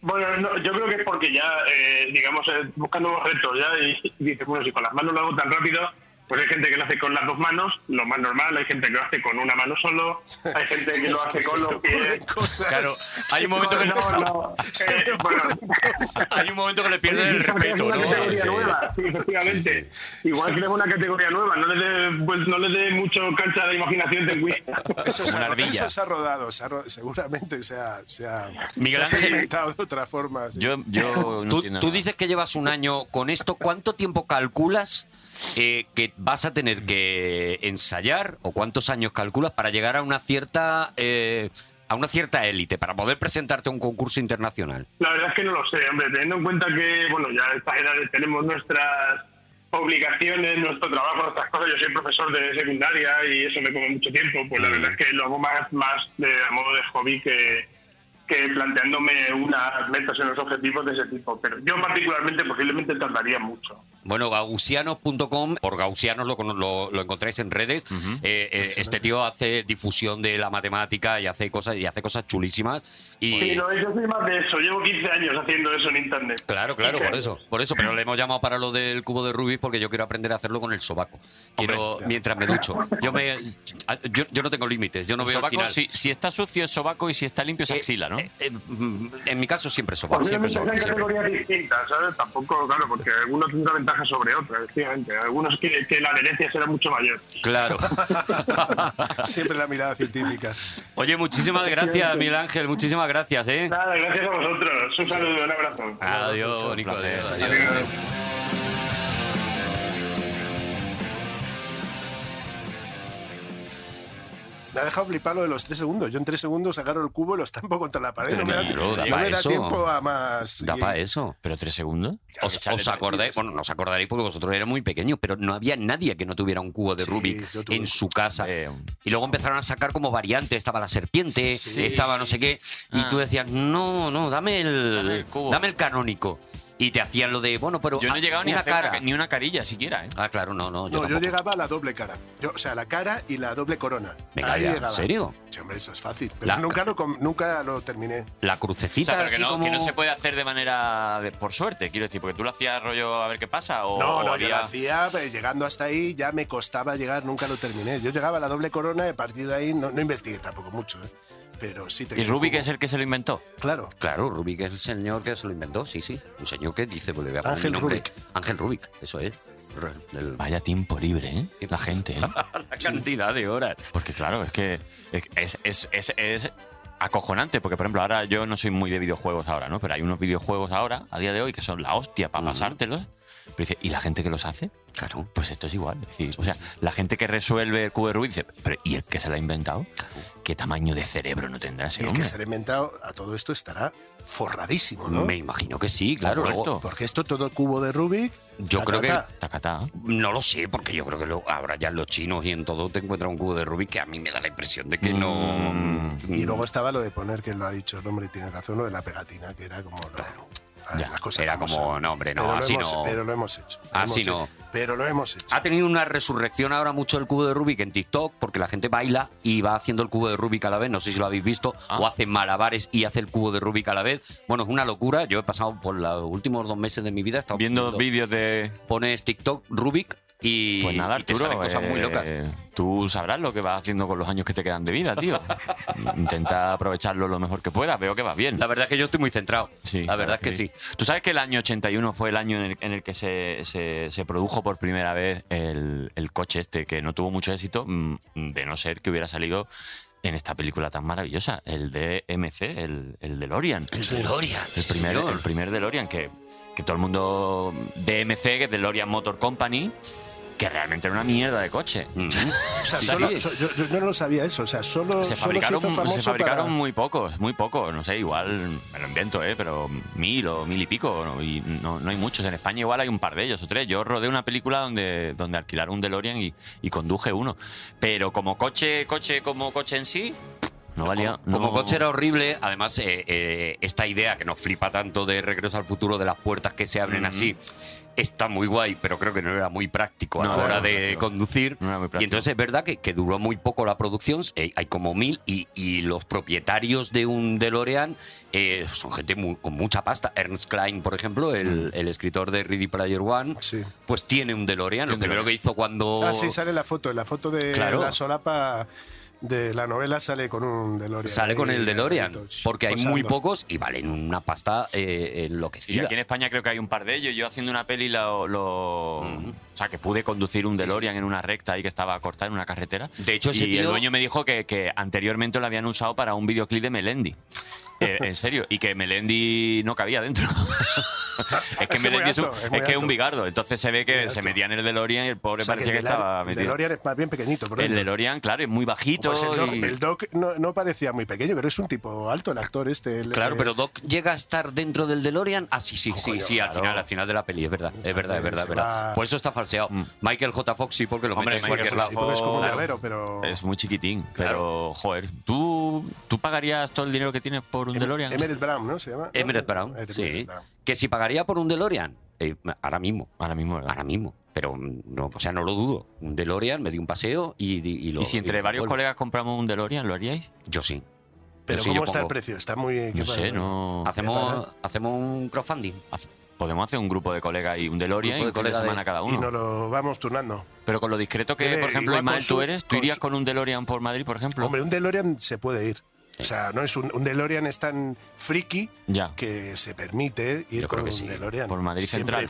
H: Bueno, no, yo creo que es porque ya, eh, digamos, eh, busca nuevos retos ya y, y dice, bueno, si con las manos lo hago tan rápido, pues hay gente que lo hace con las dos manos, lo más normal, hay gente que lo hace con una mano solo, hay gente que lo
B: Es que
H: hace
B: se
H: con
B: le
H: los
B: ocurren
H: pies...
B: cosas.
D: hay un momento que
H: No, no, no. Eh, bueno,
D: hay un momento que le pierden el
H: Es
D: respeto,
H: una categoría
D: ¿no?
H: nueva, sí, efectivamente. Igual que es una categoría nueva, no le dé pues, no le dé mucho cancha de imaginación de cuida.
B: Eso se,
D: Una
B: ha, ro-
D: ardilla.
B: eso se ha rodado, se ha ro- seguramente se ha, se ha,
D: Miguel
B: se ha
D: Ángel.
B: experimentado de otra forma. sí.
D: Yo, yo no
E: Tú,
D: entiendo
E: tú
D: nada.
E: dices que llevas un año con esto. ¿Cuánto tiempo calculas eh, que vas a tener que ensayar o cuántos años calculas para llegar a una cierta eh, a una cierta élite para poder presentarte a un concurso internacional?
H: La verdad es que no lo sé, hombre, teniendo en cuenta que, bueno, ya a estas edades tenemos nuestras obligaciones, nuestro trabajo, nuestras cosas. Yo soy profesor de secundaria y eso me come mucho tiempo. Pues la verdad es que lo hago más, más de a modo de hobby que, que planteándome unas metas y unos objetivos de ese tipo. Pero yo particularmente posiblemente tardaría mucho.
E: Bueno, gausianos.com, por gausianos lo, cono- lo, lo encontráis en redes. Eh, eh, este tío hace difusión de la matemática y hace cosas y hace cosas chulísimas. Y,
H: Sí, no, yo soy más de eso. Llevo 15 años haciendo eso en internet.
E: Claro, claro, por eso, por eso, pero le hemos llamado para lo del cubo de Rubik porque yo quiero aprender a hacerlo con el sobaco. Quiero mientras me ducho. Yo me yo, yo no tengo límites, yo no veo al
D: Sobaco,
E: final.
D: si, si está sucio es sobaco y si está limpio es
E: Eh,
D: axila, ¿no?
E: eh, eh, mm, en mi caso siempre sobaco, siempre sobaco.
H: Posiblemente sean
E: siempre.
H: categorías distintas, ¿sabes? Tampoco, claro, porque algunos tendrán ventaja sobre otros, efectivamente. Algunos que, que la adherencia será mucho mayor.
E: Claro.
B: Siempre la mirada científica.
E: Oye, muchísimas gracias, Miguel Ángel, muchísimas gracias, ¿eh?
H: Nada, gracias a vosotros. Un saludo, un abrazo.
E: Adiós, Nico,
D: placer.
E: adiós, adiós.
H: Adiós.
B: Me ha dejado flipar lo de los tres segundos. Yo en tres segundos agarro el cubo y lo estampo contra la pared. no
E: Pero
B: me da,
E: claro, da
B: no
E: pa'
B: me da
E: eso.
B: tiempo a más.
E: Da
B: Y-
E: para eso.
D: ¿Pero tres segundos?
E: Os, os acordáis, bueno, no os acordaréis porque vosotros erais muy pequeños, pero no había nadie que no tuviera un cubo de
B: Sí, yo
E: Rubik
B: tuve.
E: en su casa.
D: Eh,
E: Y luego empezaron a sacar como variantes, estaba la serpiente, estaba no sé qué, y
D: Ah.
E: tú decías, no, no, dame el,
D: Dame el cubo.
E: dame el canónico. y te hacían lo de, bueno, pero
D: Yo no he
E: ah,
D: llegado ni a
E: una
D: hacer una
E: cara.
D: ca- ni una carilla siquiera, ¿eh?
E: Ah, claro, no, no.
B: No,
E: Yo,
B: yo
E: tampoco.
B: llegaba a la doble cara. Yo, o sea, la cara y la doble corona.
E: Venga,
B: Ahí
E: ya, ¿en
B: llegaba.
E: serio?
B: Sí, hombre, eso es fácil. Pero
E: La-
B: nunca, lo, com- nunca lo terminé.
E: La
D: O
E: crucecita
D: sea, pero que
E: así
D: no, que
E: como...
D: no se puede hacer de manera de- por suerte, quiero decir, porque tú lo hacías rollo a ver qué pasa o
B: no, no,
D: o
B: yo lo
D: había-
B: hacía, pero llegando hasta ahí ya me costaba llegar, nunca lo terminé. Yo llegaba a la doble corona y a partir de ahí no, no investigué tampoco mucho, ¿eh? Pero sí te
D: Y Rubik es el que se lo inventó.
B: Claro.
E: Claro, Rubik es el señor que se lo inventó, sí, sí. Un señor que dice, pues le voy a poner
B: Ángel
E: mi nombre.
B: Rubik.
E: Ángel Rubik, eso es. Re- del-
D: Vaya tiempo libre, ¿eh? La gente, ¿eh?
E: la cantidad de horas.
D: Porque claro, es que es, es- es- es acojonante, porque por ejemplo, ahora yo no soy muy de videojuegos ahora, ¿no? Pero hay unos videojuegos ahora, a día de hoy, que son la hostia para pasártelos. Pero dice, ¿y la gente que los hace?
E: Claro.
D: Pues esto es igual. es decir, o sea, la gente que resuelve el cubo de Rubik dice, ¿pero y el que se lo ha inventado? ¿Qué tamaño de cerebro no tendrá
B: Y
D: ese
B: el
D: hombre?
B: que se ha inventado a todo esto estará forradísimo, ¿no?
E: Me imagino que sí, claro.
D: Correcto.
E: luego-
B: Porque esto todo cubo de Rubik.
E: Yo
B: ta,
E: creo
B: ta,
E: que-
B: ta.
D: Tacatá.
E: no lo sé, porque yo creo que lo, ahora ya en los chinos y en todo te encuentras un cubo de Rubik que a mí me da la impresión de que
D: Mm.
E: no...
B: Y luego estaba lo de poner, que lo ha dicho el hombre, y tiene razón, lo de la pegatina, que era como. lo- Ah,
E: Ya,
B: las cosas
E: era como,
B: son.
E: no, hombre, no,
B: pero lo
E: así
B: hemos,
E: no.
B: Pero lo hemos hecho. lo
E: Así
B: hemos
E: no. Ah,
B: hecho, pero lo hemos hecho.
E: Ha tenido una resurrección ahora mucho el cubo de Rubik en TikTok porque la gente baila y va haciendo el cubo de Rubik a la vez. No sé si lo habéis visto.
D: Ah.
E: O hace malabares y hace el cubo de Rubik a la vez. Bueno, es una locura. Yo he pasado por los últimos dos meses de mi vida. he estado
D: Viendo
E: viendo-
D: vídeos de...
E: Pones TikTok Rubik y,
D: Pues nada,
E: y te
D: Arturo,
E: salen cosas muy
D: eh,
E: locas.
D: Tú sabrás lo que vas haciendo con los años que te quedan de vida, tío. Intenta aprovecharlo lo mejor que puedas. Veo que vas bien.
E: La verdad es que yo estoy muy centrado.
D: Sí,
E: la verdad es que sí.
D: Tú sabes que el año 81 fue el año en el, en el que se, se- se produjo por primera vez el, el coche este, que no tuvo mucho éxito, mm, de no ser que hubiera salido en esta película tan maravillosa, el DMC, el, el DeLorean.
E: El DeLorean,
D: El
E: sí,
D: primer,
E: señor.
D: el primer DeLorean que, que todo el mundo. DMC, que es DeLorean Motor Company, que realmente era una mierda de coche.
B: o sea,
E: sí,
B: solo-
E: sí.
B: so- yo, yo- yo no lo sabía eso. O sea, solo.
D: Se
B: solo
D: fabricaron,
B: se, hizo famoso
D: se fabricaron
B: para-
D: muy pocos, muy pocos, no sé, igual me lo invento, ¿eh? pero mil o mil y pico, ¿no? y no, no hay muchos. En España igual hay un par de ellos o tres. Yo rodé una película donde, donde alquilaron un DeLorean y, y conduje uno, pero como coche, coche, como coche en sí, no valía.
E: Como, como
D: no-
E: coche era horrible, además eh, eh, esta idea que nos flipa tanto de Regreso al Futuro, de las puertas que se abren así, está muy guay, pero creo que no era muy práctico
D: No,
E: a
D: no
E: la hora
D: era muy
E: de
D: práctico.
E: conducir.
D: No era muy
E: y
D: práctico.
E: entonces es verdad que, que duró muy poco la producción, eh, hay como mil, y, y los propietarios de un DeLorean eh, son gente muy- con mucha pasta. Ernst Klein, por ejemplo,
D: Mm.
E: el, el escritor de Ready Player One,
B: Sí.
E: pues tiene un DeLorean. Lo
D: Tiene un
E: primero
D: DeLorean.
E: que hizo cuando...
B: Ah, sí, sale la foto. En la foto de
E: Claro.
B: la solapa de la novela sale con un DeLorean.
E: Sale con
B: ahí,
E: el DeLorean,
B: ahí,
E: porque hay muy
B: posando.
E: pocos y valen una pasta eh,
D: Sí,
E: enloquecida.
D: aquí en España creo que hay un par de ellos. Yo haciendo una peli lo. lo- O sea, que pude conducir un DeLorean en una recta ahí que estaba cortada en una carretera.
E: De hecho, ese
D: y el
E: tío-
D: dueño me dijo que, que anteriormente lo habían usado para un videoclip de Melendi. Eh, en serio. Y que Melendi no cabía dentro. es que
B: Es muy
D: Melendi es, un-
B: alto, es
D: es
B: muy
D: que es
B: alto.
D: un bigardo. Entonces se ve
B: Muy
D: que se
B: alto.
D: metía en el DeLorean y el pobre
B: O sea, que
D: parecía
B: el
D: que estaba
B: DeLorean, el
D: metido.
B: DeLorean es más bien pequeñito. por
D: El
B: dentro.
D: DeLorean, claro, es muy bajito.
B: Pues el Doc,
D: y-
B: el Doc no, no parecía muy pequeño, pero es un tipo alto el actor este. el-
E: Claro,
B: eh,
E: pero Doc llega a estar dentro del DeLorean. Ah, sí, sí, sí,
B: Coño,
E: sí, al
B: claro.
E: final, al final de la peli, es verdad, es verdad, es verdad, es
B: Se
E: verdad.
B: va-
E: Por eso está falseado. Michael J. Fox sí, porque lo
D: Hombre,
E: mete en
B: sí,
E: cualquier
B: sí,
E: lado.
B: sí, porque es como un
D: Claro.
B: llavero, pero.
D: Es muy chiquitín,
E: Claro.
D: pero joder, ¿tú, ¿tú pagarías todo el dinero que tienes por un DeLorean?
B: Emmett Em- Brown, ¿no? Se llama.
E: Emmett Brown,
B: Emmett
E: sí.
B: Brown.
E: Que si pagaría por un DeLorean, eh, ahora mismo,
D: Ahora mismo, ¿verdad?
E: ahora mismo. Pero, mm, no, o sea, no lo dudo. Un DeLorean, me di un paseo y, y- y lo.
D: ¿Y si entre
E: lo
D: varios
E: devuelvo.
D: colegas compramos un DeLorean, lo haríais?
E: Yo sí.
B: Pero
E: sí, yo
B: ¿cómo está el
E: pongo-
B: precio? ¿Eh? Está muy.
D: No
B: ¿qué
D: sé,
B: pasa?
D: no.
B: Ah.
E: Hacemos, hacemos un crowdfunding.
D: Haz- Podemos hacer un grupo de colegas y un DeLorean
E: Grupo de
D: y un fin de
E: colegas de-
D: semana cada
B: Y
D: uno.
B: nos lo vamos turnando.
D: Pero con lo discreto que,
B: Debe-
D: por ejemplo,
B: igual con
D: Ismael,
B: su-
D: tú eres, ¿tú
B: con
D: irías
B: su-
D: con un DeLorean por Madrid, por ejemplo?
B: Hombre, un DeLorean se puede ir. O sea, no es un, un DeLorean es tan friki
D: ya.
B: que se permite ir
E: Yo creo
B: con un
E: que sí.
B: DeLorean.
D: Por Madrid Central.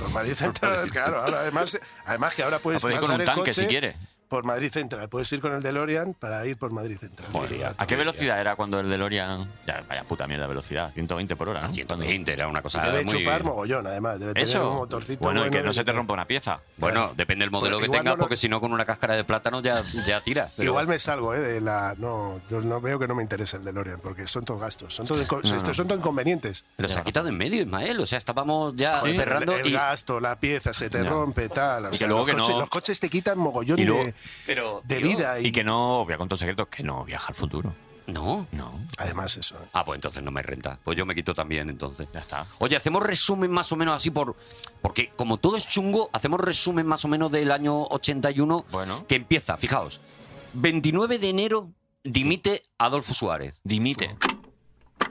B: Por Madrid Central, claro. Ahora, además, además que ahora puedes
D: puedes ir con
B: pasar
D: un
B: el
D: tanque
B: coche
D: si quieres.
B: Por Madrid Central. Puedes ir con el DeLorean para ir por Madrid Central.
E: Joder,
D: ¿A qué velocidad era cuando el DeLorean.? Ya, vaya puta mierda de velocidad, 120 por hora.
E: A
D: ¿no?
E: 120 era una cosa
B: Debe
E: muy.
B: chupar mogollón, además. Debe tener un
D: Ah, Eso.
B: motorcito
D: Bueno,
B: bueno.
D: y que no se te rompa una pieza.
E: Bueno, depende del
B: Pero
E: modelo que
B: igual
E: tengas,
B: no lo-
E: porque si no, con una cáscara de plátano ya, ya tiras. pero-
B: Igual me salgo, ¿eh? De la, no, yo no veo que no me interesa el DeLorean, porque son todos gastos. Son todos, inco-
D: No, no.
B: estos son todos inconvenientes.
E: Pero se ha quitado en medio, Ismael. O sea, estábamos ya
B: Joder,
E: cerrando
B: el, el
E: Ah, y.
B: gasto, la pieza se te
D: Ya.
B: rompe, tal. o
D: Y que
B: sea,
D: luego
B: los,
D: que
B: coches,
D: no-
B: los coches te quitan mogollón
D: Y luego-
B: de,
E: pero,
B: de
E: tío,
B: vida. Y,
D: Y que no, voy a contar secretos, que no viaja al futuro.
E: No.
D: No.
B: Además, eso.
E: Ah, pues entonces no me renta. Pues yo me quito también, entonces.
D: Ya está.
E: Oye, hacemos resumen más o menos así por. Porque como todo es chungo, hacemos resumen más o menos del año 81
D: Bueno.
E: que empieza, fijaos. 29 de enero dimite Adolfo Suárez.
D: Dimite.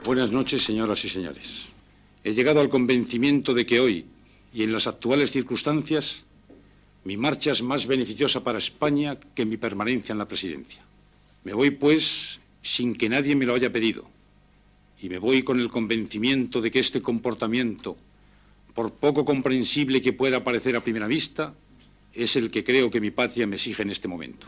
I: Buenas noches, señoras y señores. He llegado al convencimiento de que hoy, y en las actuales circunstancias, mi marcha es más beneficiosa para España que mi permanencia en la presidencia. Me voy, pues, sin que nadie me lo haya pedido, y me voy con el convencimiento de que este comportamiento, por poco comprensible que pueda parecer a primera vista, es el que creo que mi patria me exige en este momento.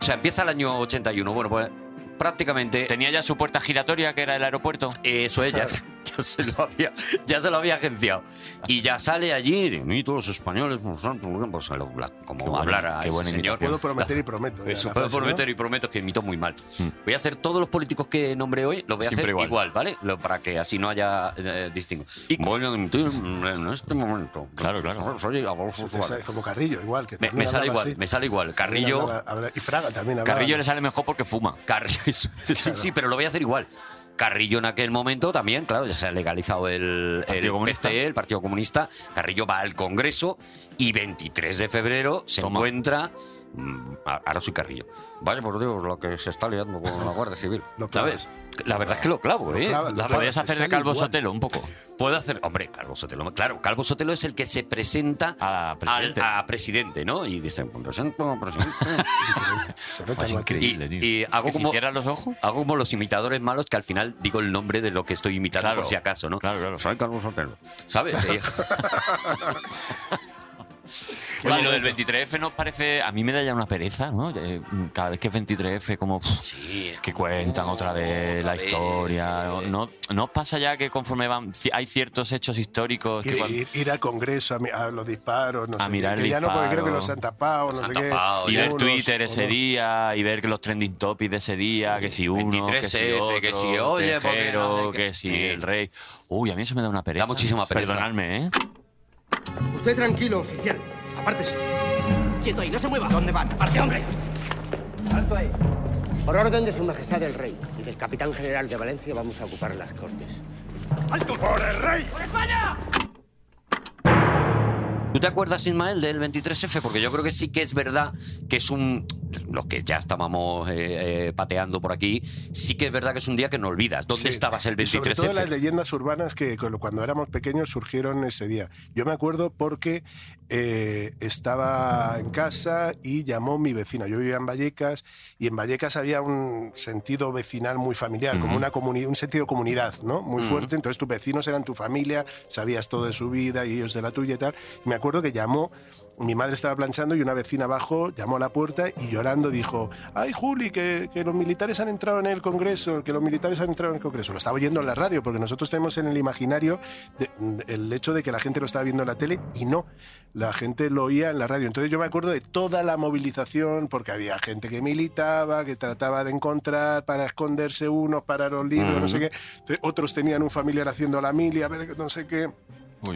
E: O sea, empieza el año 81. Bueno, pues prácticamente.
D: Tenía ya su puerta giratoria, que era el aeropuerto.
E: Eso es, ya, ya se lo había, ya se lo había agenciado. Y ya sale allí, de mí todos los españoles, por santo, pues, lo- la- como
D: Qué buena-
E: hablar a
D: qué
E: ese
D: buena
E: señor.
D: imitación.
B: Puedo prometer y prometo. era
E: Eso
B: la
E: puedo
B: frase, ¿no?
E: prometer y prometo que imito muy mal.
D: Mm.
E: Voy a hacer todos los políticos que nombré hoy, los voy a
D: Siempre
E: hacer
D: igual.
E: igual, ¿vale? Lo- para que así no haya eh, distingo.
D: Y-
E: Voy a dimitir en este momento.
D: Claro, claro.
E: Soy Adolfo
B: Se te sale
E: Suárez.
B: Como Carrillo, igual. Que
E: Me, me
B: también
E: sale
B: hablaba
E: igual,
B: así.
E: me sale igual.
B: También
E: Carrillo,
B: hablaba- hablaba- y Fraga también hablaba.
D: Carrillo le sale mejor porque fuma.
E: Carrillo, sí, sí, pero lo voy a hacer igual. Carrillo en aquel momento también, claro, ya se ha legalizado el, el
D: Partido Comunista.
E: PCE, el Partido Comunista. Carrillo va al Congreso y 23 de febrero se
D: Toma.
E: encuentra. mm, a- Ahora soy Carrillo. Vaya por Dios, lo que se está liando con la Guardia Civil.
B: Lo clavas.
E: ¿Sabes? La verdad es que lo clavo, ¿eh?
B: clavas, lo
E: La verdad-
D: Podrías
B: te
D: hacer de
B: sale
D: Calvo
B: igual.
D: Sotelo un poco.
E: Puedo hacer. Hombre, Calvo Sotelo. Claro, Calvo Sotelo es el que se presenta
D: A presidente.
E: al- a presidente, ¿no? Y dicen, "Pues, presento, presidente.
B: Se nota
D: Pues
B: algo aquí.
D: increíble,
E: Y-
D: tío.
E: y hago
D: Que si
E: como-
D: cierras los ojos.
E: Hago como los imitadores malos que al final digo el nombre de lo que estoy imitando
D: Claro.
E: por si acaso, ¿no?
D: Claro, claro.
E: Soy Carlos Sotelo. ¿Sabes? Eh,
D: Oye, lo del 23F nos parece. A mí me da ya una pereza, ¿no? Eh, Cada vez que es 23F, como. pff,
E: sí, es
D: que cuentan
E: no,
D: otra vez la
E: vez.
D: historia. ¿No, no, ¿no os pasa ya que conforme van. ci- Hay ciertos hechos históricos. que
B: Ir,
D: cuando-
B: ir- ir al Congreso a, mi- a los disparos, no
D: A
B: sé
D: mirar
B: qué,
D: el
B: que ya no, porque
D: disparo.
B: creo que los han tapado, no
E: han
B: sé qué.
E: tapado,
D: y
E: ya.
D: ver
B: unos,
D: Twitter
B: o
D: ese
B: no.
D: día y ver que los trending topics de ese día, que si uno, que si
E: 23F,
D: otro,
E: que si, oye, ¿por qué no?
D: Tejero,
E: Que-
D: que si
E: Sí.
D: el rey. Uy, a mí eso me da una pereza.
E: Da muchísima pereza.
D: Perdonadme, ¿eh?
J: Usted tranquilo, oficial. Apártese. Quieto ahí, no se mueva. ¿Dónde van? Aparte, hombre. Alto ahí. Por orden de su majestad el rey y del capitán general de Valencia vamos a ocupar las cortes.
E: ¿Tú te acuerdas, Ismael, del 23F? Porque yo creo que sí que es verdad que es un. Los que ya estábamos eh, eh, pateando por aquí, sí que es verdad que es un día que no olvidas. ¿Dónde
B: Sí.
E: estabas el
B: Y
E: 23F?
B: Sobre todo las leyendas urbanas que cu- cuando éramos pequeños surgieron ese día. Yo me acuerdo porque eh, estaba en casa y llamó mi vecina. Yo vivía en Vallecas y en Vallecas había un sentido vecinal muy familiar, como una comunidad, un sentido comunidad, ¿no? Muy fuerte. Entonces tus vecinos eran tu familia, sabías todo de su vida y ellos de la tuya y tal. Y me acuerdo que llamó. Mi madre estaba planchando y una vecina abajo llamó a la puerta y llorando dijo, ay Juli, que, que los militares han entrado en el Congreso, que los militares han entrado en el Congreso. Lo estaba oyendo en la radio porque nosotros tenemos en el imaginario de- mm, el hecho de que la gente lo estaba viendo en la tele y no, la gente lo oía en la radio. Entonces yo me acuerdo de toda la movilización porque había gente que militaba, que trataba de encontrar para esconderse unos, para los libros, no sé qué. Te- Otros tenían un familiar haciendo la mili, a ver, no sé qué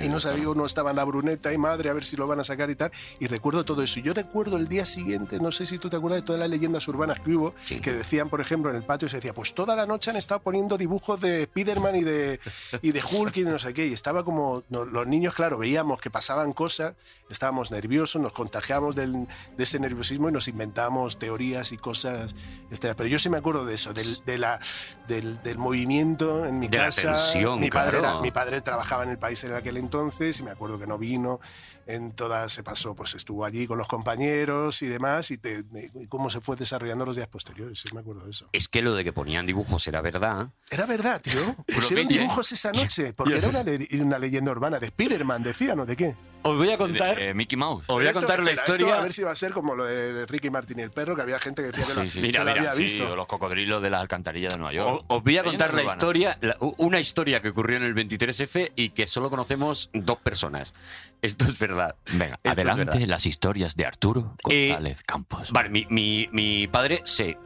B: y no sabía, uno estaba en la bruneta y madre, a ver si lo van a sacar y tal. Y recuerdo todo eso. Y Yo recuerdo el día siguiente, no sé si tú te acuerdas de todas las leyendas urbanas que hubo, que decían, por ejemplo, en el patio se decía, pues toda la noche han estado poniendo dibujos de Spiderman y de, y de Hulk y de no sé qué. Y estaba como, no- los niños, claro, veíamos que pasaban cosas, estábamos nerviosos, nos contagiamos del- de ese nerviosismo y nos inventábamos teorías y cosas. extrañas. Pero yo sí me acuerdo de eso, del, de la, del, del movimiento en mi
E: De la
B: casa.
E: tensión,
B: mi padre,
E: claro.
B: era- mi padre trabajaba en el país en aquel entonces y me acuerdo que no vino. En todas se pasó, pues estuvo allí con los compañeros y demás y, te- y cómo se fue desarrollando los días posteriores. Sí, me acuerdo de eso.
E: Es que lo de que ponían dibujos era verdad.
B: Era verdad, tío. Pusieron
D: piña, ¿eh?
B: dibujos esa noche porque era una, le- una leyenda urbana de Spiderman, decía, ¿no? ¿De qué?
E: Os voy a
D: Eh, eh, Mickey Mouse.
E: os voy a
B: Esto-
E: contar la
B: espera, esto
E: historia.
B: a ver si va a ser como lo de Ricky Martin y el perro, que había gente que decía que lo,
D: Sí, sí,
B: que
E: mira,
B: lo
E: mira,
B: había
D: sí,
B: visto.
D: o los cocodrilos de las alcantarillas de Nueva York.
E: O- Os voy a contar la
D: Leyenda urbana.
E: historia, la- u- una historia que ocurrió en el 23F y que solo conocemos dos personas. Esto es verdad.
D: Venga,
E: Esto es
D: adelante
E: verdad.
D: las historias de Arturo
E: Eh,
D: González Campos.
E: Vale, mi, mi- mi padre se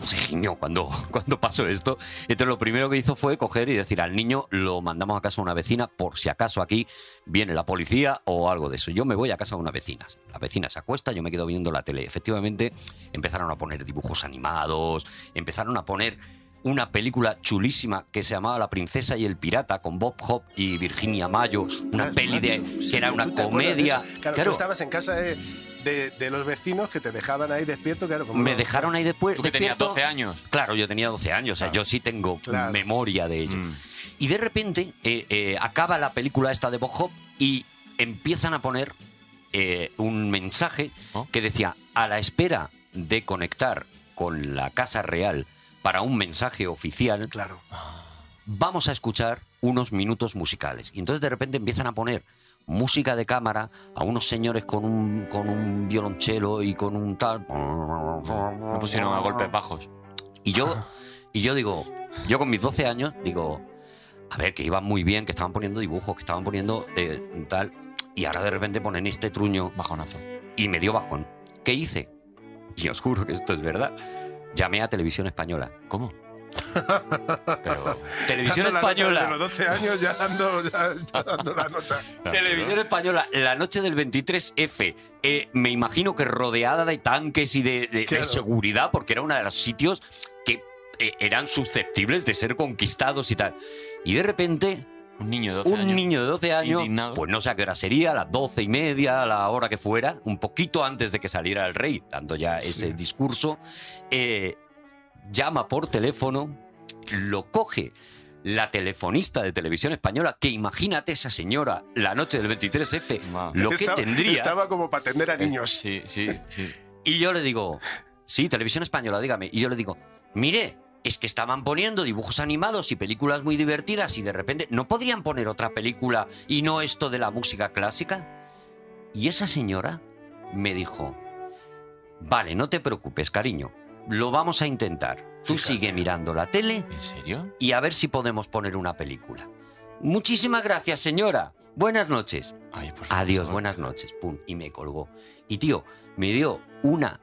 E: se giñó cuando, cuando pasó esto. Entonces lo primero que hizo fue coger y decir al niño, lo mandamos a casa de una vecina por si acaso aquí viene la policía o algo de eso. Yo me voy a casa de una vecina. La vecina se acuesta, yo me quedo viendo la tele. Efectivamente, empezaron a poner dibujos animados, empezaron a poner una película chulísima que se llamaba La princesa y el pirata con Bob Hope y Virginia Mayo, una
B: Ah,
E: peli de,
B: macho, sí,
E: que era una
B: ¿tú te acuerdas de
E: comedia.
B: eso? Claro, tú estabas en casa de, de- de los vecinos que te dejaban ahí despierto, claro. como-
E: Me dejaron ahí después.
D: Tú que tenías
E: despierto.
D: 12 años.
E: Claro, yo tenía 12 años, o sea, yo sí tengo
B: Claro. Mm.
E: memoria de ello.
D: Mm.
E: Y de repente eh, eh, acaba la película esta de Bob Hope y empiezan a poner eh, un mensaje
B: Oh.
E: que decía, a la espera de conectar con la Casa Real para un mensaje oficial,
B: Claro.
E: vamos a escuchar unos minutos musicales. Y entonces de repente empiezan a poner música de cámara a unos señores con un, con un violonchelo y con un tal...
D: Me pusieron a golpes bajos.
E: Y yo, y yo digo, yo con mis 12 años, digo, a ver, que iban muy bien, que estaban poniendo dibujos, que estaban poniendo eh, tal, y ahora de repente ponen este truño
D: Bajonazo.
E: y me dio bajón. ¿Qué hice? Y os juro que esto es verdad. Llamé a Televisión Española.
D: ¿Cómo?
E: Pero, Televisión
B: Dando la nota desde
E: Española.
B: los 12 años ya dando, ya- ya dando la nota.
E: Televisión Española, la noche del 23F, eh, me imagino que rodeada de tanques y de, de- de
B: Claro.
E: seguridad, porque era uno de los sitios que eh, eran susceptibles de ser conquistados y tal. Y de repente
D: Un niño de 12
E: un
D: años.
E: niño de 12 años,
D: Indignado.
E: pues no sé a qué hora sería, a las 12 y media, a la hora que fuera, un poquito antes de que saliera el rey, dando ya ese discurso, eh, llama por teléfono, lo coge la telefonista de televisión española, que imagínate esa señora la noche del 23F,
D: Wow.
E: lo que
B: Estaba-
E: tendría.
B: Estaba como para atender a niños.
D: Sí, sí, sí.
E: Y yo le digo, sí, televisión española, dígame. Y yo le digo, mire, es que estaban poniendo dibujos animados y películas muy divertidas y de repente, ¿no podrían poner otra película y no esto de la música clásica? Y esa señora me dijo, vale, no te preocupes, cariño, lo vamos a intentar. Tú sigue mirando la tele
D: ¿En serio?
E: y a ver si podemos poner una película. Muchísimas gracias, señora. Buenas noches.
D: Ay, por favor.
E: Adiós, buenas noches. Pum, y me colgó. Y tío, me dio una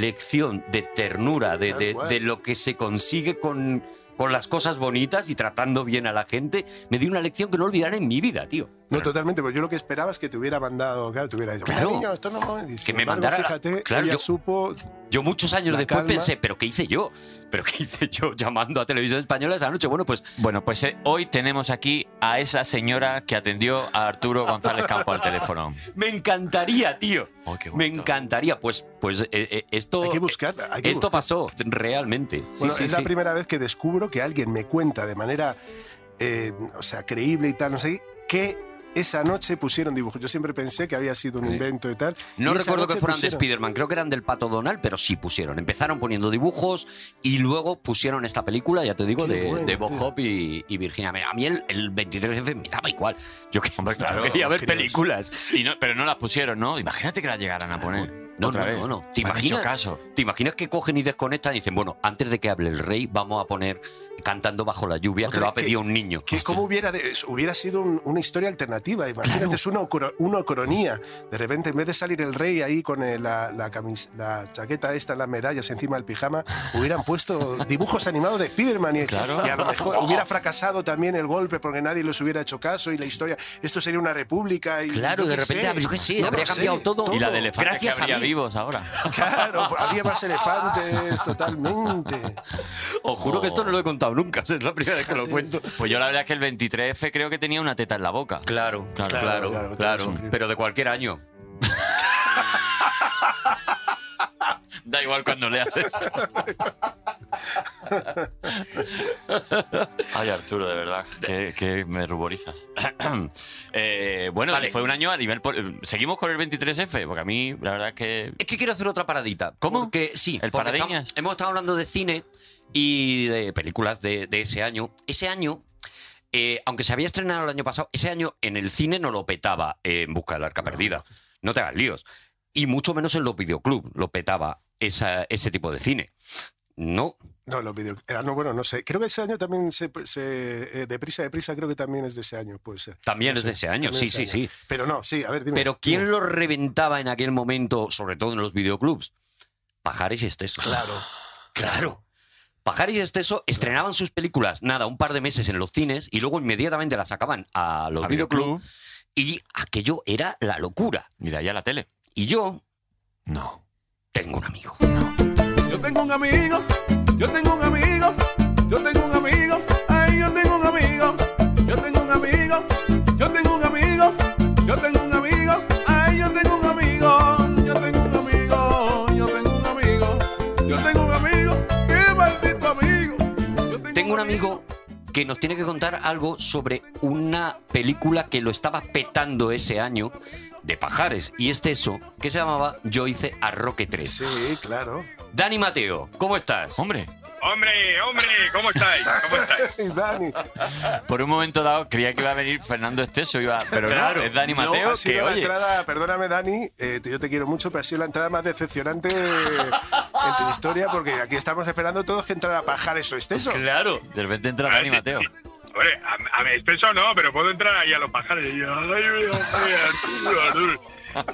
E: lección de ternura, de,
B: Tal
E: de-
B: cual.
E: de lo que se consigue con, con las cosas bonitas y tratando bien a la gente. Me dio una lección que no olvidaré en mi vida, tío.
B: No, totalmente, pues yo lo que esperaba es que te hubiera mandado, claro, te hubiera dicho,
E: Claro.
B: "Cariño, esto no... y sin
E: Que me
B: embargo,
E: mandara la-
B: Fíjate,
E: claro,
B: ella
E: yo-
B: supo...
E: Yo muchos años
B: La
E: después
B: calma.
E: pensé, ¿pero qué hice yo? ¿Pero qué hice yo llamando a Televisión Española esa noche? Bueno, pues
D: Bueno, pues eh, hoy tenemos aquí a esa señora que atendió a Arturo González Campo al teléfono.
E: me encantaría, tío.
D: Oh, qué
E: me
D: bonito.
E: encantaría. Pues, pues eh, eh, esto,
B: Hay que buscar, hay que
E: esto
B: buscar.
E: pasó realmente. Sí,
B: Bueno,
E: sí,
B: es la
E: sí.
B: primera vez que descubro que alguien me cuenta de manera, eh, o sea, creíble y tal, no sé, qué, que esa noche pusieron dibujos. Yo siempre pensé que había sido un invento y tal.
E: No
B: y esa
E: recuerdo que
B: noche
E: fueran de
B: pusieron-
E: Spider-Man, creo que eran del Pato Donald, pero sí pusieron. Empezaron poniendo dibujos y luego pusieron esta película, ya te digo,
B: Qué
E: de,
B: bueno,
E: de Bob
B: tío.
E: Hope y, y Virginia. May. A mí el, el 23F me daba igual. Yo que- yo
D: claro,
E: quería ver
B: querías.
E: películas.
D: Y no, pero no las pusieron, ¿no? Imagínate que las llegaran a poner.
E: No,
D: otra
E: no,
D: vez.
E: no, no. ¿Te
D: Me has hecho
E: imaginas?
D: caso.
E: ¿Te imaginas que cogen y desconectan y dicen, bueno, antes de que hable el rey, vamos a poner cantando bajo la lluvia, que
B: Otra
E: lo ha
B: vez que-
E: pedido un niño?
B: Que ¿Cómo hubiera, de- es- hubiera sido un- una historia alternativa? Imagínate, es una, ocro- una cronía. De repente, en vez de salir el rey ahí con eh, la, la camis- la chaqueta esta, las medallas encima del pijama, hubieran puesto dibujos animados de Spider-Man y,
D: Claro.
B: y a lo mejor hubiera fracasado también el golpe porque nadie les hubiera hecho caso y la historia, esto sería una república. Y
E: Claro,
B: yo
E: de
B: qué
E: repente,
B: sé.
E: yo qué sé,
B: No lo
E: habría
B: sé,
E: cambiado todo.
D: Y la de elefantes
E: Gracias
D: que
E: a
D: habría
E: mí.
D: vivos ahora.
B: Claro, pues habría más elefantes, totalmente.
E: Os
B: Oh.
E: juro que esto no lo he contado nunca, es la primera vez que lo cuento.
D: Pues yo la verdad es que el 23F creo que tenía una teta en la boca.
E: Claro, claro,
D: Claro,
E: claro,
B: claro,
E: claro,
B: claro.
E: pero de cualquier año.
D: Da igual cuando leas esto. Ay, Arturo, de verdad, que, que me ruborizas. Eh, bueno,
E: Vale.
D: y fue un año a nivel... pol- Seguimos con el 23F, porque a mí la verdad es que...
E: Es que quiero hacer otra paradita.
D: ¿Cómo?
E: Porque sí,
D: ¿El
E: porque
D: paradiñas?
E: estamos- hemos estado hablando de cine y de películas de, de ese año. Ese año, eh, aunque se había estrenado el año pasado, ese año en el cine no lo petaba eh, en busca del arca perdida. No te hagas líos. Y mucho menos en los videoclubs lo petaba esa- ese tipo de cine. No,
B: No, los video... ah, no, bueno, no sé. Creo que ese año también se... se eh, deprisa, deprisa, creo que también es de ese año, puede ser.
E: también
B: No
E: es
B: sé,
E: de ese año, sí,
B: también es
E: sí,
B: ese año.
E: sí.
B: Pero no, sí, a ver, dime.
E: Pero ¿quién
B: Dime.
E: lo reventaba en aquel momento, sobre todo en los videoclubs? Pajares y Esteso. Claro. Claro. Pajar y Esteso estrenaban sus películas, nada, un par de meses en los cines y luego inmediatamente las sacaban a los
D: A
E: videoclub.
D: videoclub.
E: Y aquello era la locura.
D: Y de ahí a la tele.
E: Y yo
D: No.
E: tengo un amigo.
G: Yo tengo un amigo, yo tengo un amigo, yo tengo un amigo, ay, yo tengo un amigo, yo tengo un amigo, yo tengo un amigo, yo tengo un amigo, ay, yo tengo un amigo, yo tengo un amigo, yo tengo un amigo, yo tengo un amigo, qué maldito amigo. Yo
E: Tengo un amigo que nos tiene que contar algo sobre una película que lo estaba petando ese año de Pajares y Esteso, que se llamaba Yo hice a Roque 3.
B: Sí, claro.
E: Dani Mateo, ¿cómo estás?
D: Hombre,
H: Hombre, hombre, ¿cómo estáis? ¿Cómo estáis?
B: Y Dani,
D: por un momento dado creía que iba a venir Fernando Esteso, iba, pero
E: Claro,
D: no, es Dani
E: no,
D: Mateo,
B: ha sido
D: que
B: la
D: oye,
B: entrada, perdóname Dani, eh, yo te quiero mucho, pero ha sido la entrada más decepcionante en tu historia porque aquí estamos esperando todos que entrara a pajar eso exceso.
E: Claro.
D: de repente entra
H: A ver,
D: Dani
H: eh, sí,
D: Mateo.
H: sí. Hombre, a, a mi expenso no, pero puedo entrar ahí a los pajares. Y yo, ay, mira, Arturo, Arturo.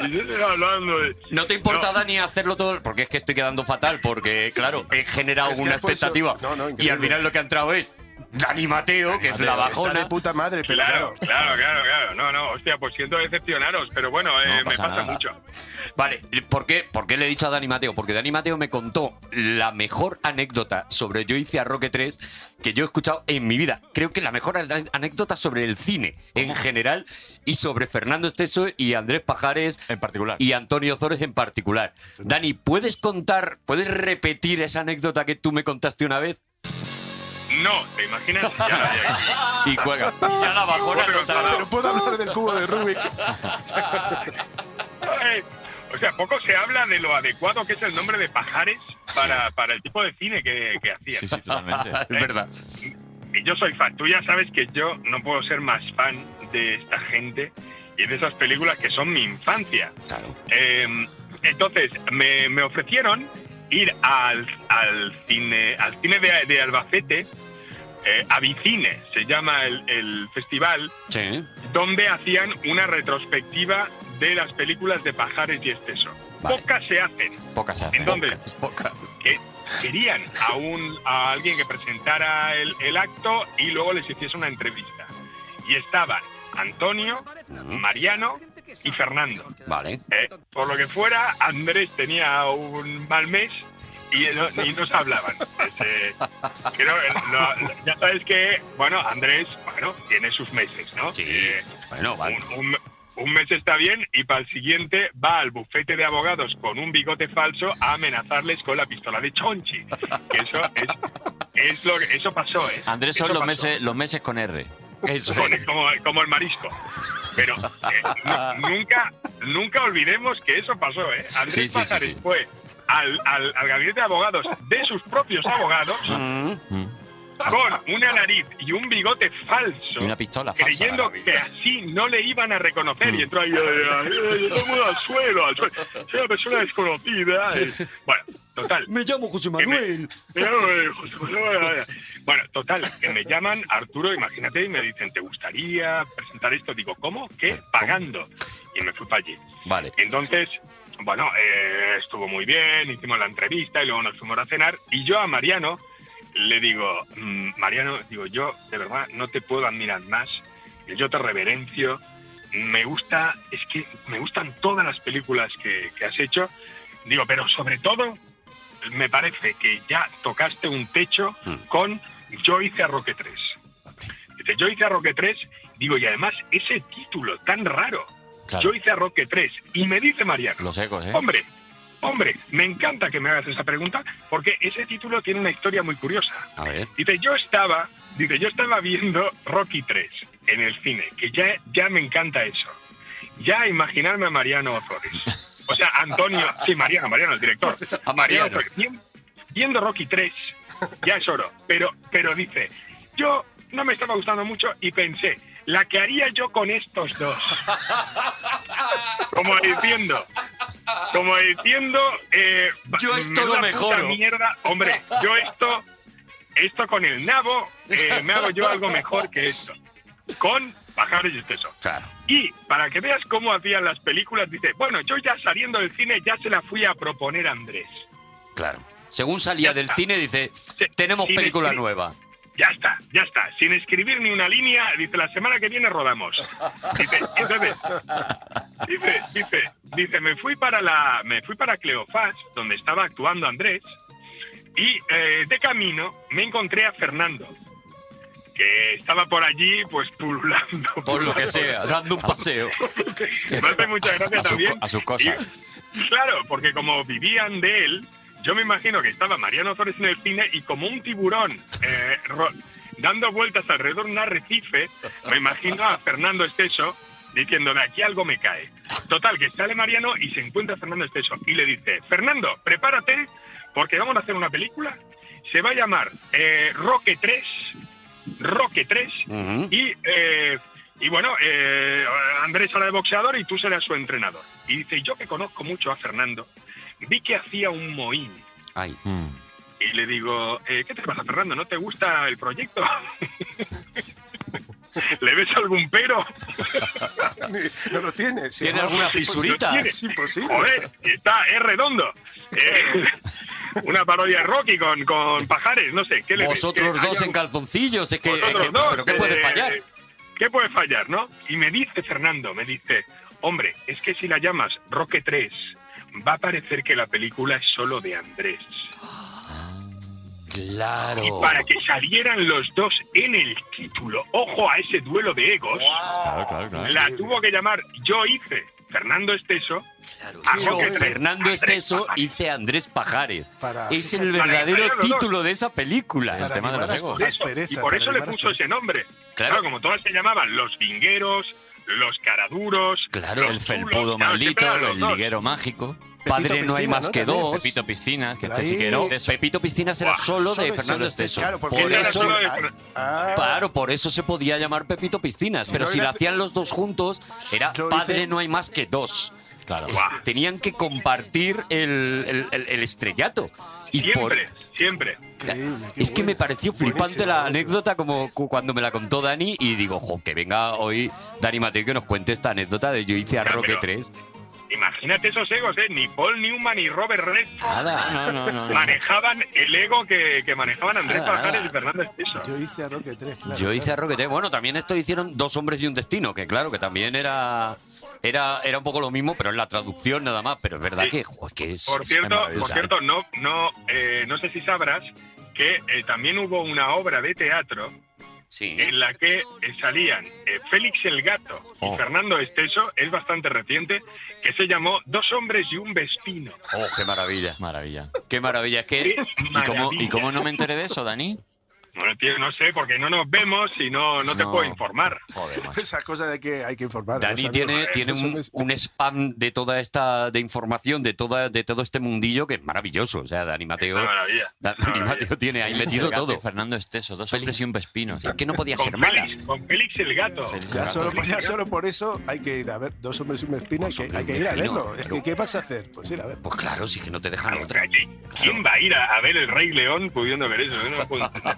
H: Y yo estoy hablando de...
E: No te importa,
H: No.
E: Dani, hacerlo todo, porque es que estoy quedando fatal, porque, claro, he generado
B: Es que
E: una
B: has puesto-
E: expectativa.
B: No, no,
E: y al
B: increíble.
E: final lo que ha entrado es Dani Mateo, que es la
B: Está de
E: bajona.
B: puta madre, pero
H: Claro,
B: claro.
H: claro, claro, claro. No, no, hostia, pues siento decepcionaros, pero bueno, eh, me
D: pasa
H: pasa
D: nada.
H: mucho.
E: Vale, ¿por qué, ¿por qué le he dicho a Dani Mateo? Porque Dani Mateo me contó la mejor anécdota sobre Yo hice a Roque 3 que yo he escuchado en mi vida. Creo que la mejor ane- anécdota sobre el cine en general y sobre Fernando Esteso y Andrés Pajares
D: En particular.
E: y Antonio Zores en particular. Dani, ¿puedes contar, puedes repetir esa anécdota que tú me contaste una vez?
H: No, ¿te imaginas? Ya, ya,
D: Y cuelga.
E: Ya la bajona
H: Bueno,
E: no está-
H: claro.
B: Pero puedo hablar del cubo de Rubik.
H: ya. Eh, O sea, poco se habla de lo adecuado que es el nombre de pajares para, para el tipo de cine que, que hacía.
D: Sí, sí, totalmente.
E: Es verdad.
H: Y yo soy fan. Tú ya sabes que yo no puedo ser más fan de esta gente y de esas películas que son mi infancia.
E: Claro.
H: Eh, entonces, me, me ofrecieron ir al, al cine, al cine de, de Albacete, eh, Avicine, se llama el, el festival,
E: Sí.
H: donde hacían una retrospectiva de las películas de Pajares y Esteso.
E: Vale.
H: Pocas se hacen.
D: Pocas se hacen.
H: Entonces,
E: Pocas.
H: que querían a, un, a alguien que presentara el, el acto y luego les hiciese una entrevista. Y estaban Antonio, Mariano y Fernando.
E: Vale.
H: Eh, por lo que fuera, Andrés tenía un mal mes y no, y no se hablaban. Ese- creo, eh, lo- ya sabes que, bueno, Andrés, bueno, tiene sus meses, ¿no?
E: Sí.
H: Eh,
E: Bueno, vale.
H: un, un- un mes está bien y para el siguiente va al bufete de abogados con un bigote falso a amenazarles con la pistola de Chonchi. Que eso es, es lo que eso pasó, ¿eh?
D: Andrés
H: Eso
D: son los
H: pasó.
D: meses, los meses con R.
E: Eso
H: Con-
E: es.
H: como, como el marisco. Pero eh, nu- nunca, nunca olvidemos que eso pasó, ¿eh? Andrés
D: Sí, sí, sí,
H: Pajares
D: sí.
H: fue al, al- al gabinete de abogados de sus propios abogados
E: Mm.
D: Mm.
H: con una nariz y un bigote falso
D: Y una pistola falsa.
H: creyendo
D: claro.
H: que así no le iban a reconocer y entró ahí, eh, ay, ay, ay, yo me voy al suelo, al suelo, soy una persona desconocida. Es- Bueno, total.
E: Me llamo José
H: que me- eh, Bueno, total, que me llaman Arturo, imagínate, y me dicen, ¿te gustaría presentar esto? Digo, ¿cómo? ¿Qué? Pagando. Y me fui para allí.
E: Vale.
H: Entonces, bueno, eh, estuvo muy bien, hicimos la entrevista y luego nos fuimos a cenar. Y yo a Mariano le digo, "Mm, Mariano, digo, yo de verdad no te puedo admirar más, yo te reverencio, me gusta, es que me gustan todas las películas que, que has hecho, digo, pero sobre todo me parece que ya tocaste un techo
E: Mm.
H: con Yo hice a Roque 3. Dice, Yo hice a Roque 3, digo, y además ese título tan raro,
D: Claro.
H: yo hice a Roque 3 y me dice Mariano,
D: Los ecos, ¿eh?
H: hombre, hombre, me encanta que me hagas esa pregunta porque ese título tiene una historia muy curiosa.
E: A ver.
H: Dice, yo estaba, dice, yo estaba viendo Rocky 3 en el cine, que ya, ya me encanta eso. Ya imaginarme a Mariano Ozores. O sea, Antonio, sí, Mariano, Mariano, el director.
E: A Mariano.
H: Ozores. Vien- Viendo Rocky 3, ya es oro. Pero, pero dice, yo no me estaba gustando mucho y pensé, la que haría yo con estos dos. Como diciendo, como diciendo, eh,
E: Yo esto
H: menuda
E: lo
H: puta
E: mejoro.
H: Mierda, hombre, yo esto, esto con el nabo, eh, me hago yo algo mejor que esto. Con pajares y exceso.
E: Claro.
H: Y para que veas cómo hacían las películas, dice, bueno, yo ya saliendo del cine ya se la fui a proponer a Andrés.
E: Claro. Según salía del cine, dice, tenemos
H: Sin
E: película
H: escri-
E: nueva.
H: Ya está, ya está. Sin escribir ni una línea, dice, la semana que viene rodamos. Dice, entonces, dice, dice, dice, me fui para la, me fui para Cleofás, donde estaba actuando Andrés, y eh, de camino me encontré a Fernando, que estaba por allí, pues pululando.
D: Por lo que sea, dando un paseo.
H: Me hace mucha gracia
D: A sus
H: también.
D: co- a sus cosas.
H: Y- claro, porque como vivían de él, yo me imagino que estaba Mariano Torres en el cine y como un tiburón eh, ro- dando vueltas alrededor de un arrecife, me imagino a Fernando Esteso diciendo, de aquí algo me cae. Total, que sale Mariano y se encuentra Fernando Esteso y le dice, Fernando, prepárate porque vamos a hacer una película. Se va a llamar eh, Roque 3, Roque 3, y, eh, y bueno, eh, Andrés era de boxeador y tú serás su entrenador. Y dice, yo que conozco mucho a Fernando, vi que hacía un mohín.
E: Ay.
H: Y le digo, eh, ¿qué te pasa, Fernando? ¿No te gusta el proyecto? ¿Le ves algún pero?
B: no lo tiene. sí.
H: ¿Tiene
B: No,
H: alguna
B: es imposible.
H: fisurita?
B: Es imposible.
H: Joder, está, es redondo. Eh, una parodia de Rocky con, con pajares, no sé. ¿qué le ves?
E: Vosotros
H: Eh, hay
E: dos en
H: algún-
E: calzoncillos, es que, es
H: vosotros
E: que-
H: dos,
E: pero ¿qué puede
H: eh,
E: fallar?
H: ¿Qué puede fallar, no? Y me dice Fernando, me dice, hombre, es que si la llamas Roque 3, va a parecer que la película es solo de Andrés.
E: Claro.
H: Y para que salieran los dos en el título, ojo a ese duelo de egos,
D: Claro, claro, claro.
H: la tuvo que llamar Yo hice Fernando Esteso. a
E: Pero
H: Roque 3.
E: Fernando
H: Andrés
E: Esteso
H: Pajares.
E: hice Andrés Pajares.
B: Para-
E: es el
H: Para
E: verdadero
H: animar a los dos.
E: título de esa película.
D: El
B: Para
D: tema de
B: animar
D: los
B: a-
D: egos.
B: Las
H: Eso,
B: perezas,
H: y por eso
B: para
H: le
B: animar
H: puso
B: las
H: ese nombre.
E: Claro.
H: Claro. como todas se llamaban los vingueros, los caraduros.
E: Claro,
H: los
D: El
H: chulos,
D: felpudo
H: claro, siempre
D: maldito,
H: eran los
D: el
H: dos.
D: liguero mágico,
E: Padre no hay
B: Piscina,
E: más
B: ¿no?
E: que
B: También.
E: dos.
D: Pepito Piscinas, que
B: Pero
D: este sí
B: ahí-
D: que
E: No,
D: no.
E: eso. Pepito Piscinas era
H: Buah,
E: solo de
B: Solo este,
E: Fernando Esteso.
B: Claro, porque
E: por
H: era
E: eso,
H: solo de-
B: Ah,
E: claro, por eso se podía llamar Pepito Piscinas. Pero
B: Yo
E: si lo
B: hice-
E: hacían los dos juntos, era
B: Yo
E: Padre
B: hice-
E: no hay más que dos.
D: Claro.
E: Eh,
H: Guau.
E: Tenían que compartir el, el- el- el estrellato. Y por,
H: Siempre, siempre.
B: increíble, qué
E: es que me
B: bueno.
E: pareció flipante
B: Buenísimo,
E: la
B: buenísimo.
E: anécdota como cu- cuando me la contó Dani y digo, jo, que venga hoy Dani Mateo que nos cuente esta anécdota de yo hice a
H: Ya,
E: Roque
H: pero-
E: 3.
H: Imagínate esos egos, ¿eh? Ni Paul Newman ni Robert Redford
E: Nada.
D: No, no, no, no.
H: manejaban el ego que, que manejaban Andrés
E: Nada,
H: Pajares
E: nada.
H: y Fernando Esteso.
B: Yo hice a Roque 3, claro.
E: Yo hice a Roque 3. Bueno, también esto hicieron dos hombres y un destino, que claro, que también era era, era un poco lo mismo, pero en la traducción nada más. Pero es verdad
H: Sí.
E: que, jo, es que es.
H: Por
E: es
H: cierto,
E: maravilloso.
H: por cierto no, no, eh, no sé si sabrás que eh, también hubo una obra de teatro
E: Sí.
H: en la que eh, salían eh, Félix el Gato
D: Oh.
H: y Fernando Esteso, es bastante reciente, que se llamó Dos hombres y un vecino.
E: Oh, qué maravilla.
D: Maravilla.
E: Qué maravilla. Es que.
D: ¿Y cómo, ¿Y cómo no me enteré de eso, Dani?
H: Bueno, tío, no sé, porque no nos vemos y no, no te
D: No.
H: puedo informar.
D: Joder, macho.
B: Esa cosa de que hay que informar.
E: Dani tiene, tiene
B: ¿eh?
E: un, un spam de toda esta de información, de toda, de todo este mundillo que es maravilloso. O sea, Dani Mateo,
H: Una maravilla.
E: Dani
H: una maravilla.
E: Mateo tiene ahí metido
D: Gato
E: todo.
D: y Fernando Esteso, dos
E: Feliz.
D: hombres y un vespino.
E: Es que no podía ser
H: Con
E: mala.
H: Félix, con Félix el Gato.
D: Félix
B: Ya
D: Gato.
B: solo, por- ya solo por eso hay que ir a ver dos hombres y una espina y
E: Dos
B: que
E: hombres
B: hay
E: y
B: que
E: un
B: ir a
E: espino,
B: verlo. Es
E: claro.
B: que, ¿qué vas a hacer? Pues ir a ver.
E: Pues claro, sí que no te dejan otra.
H: ¿Quién va a ir a, a ver el Rey León pudiendo ver eso? Yo no lo puedo entender.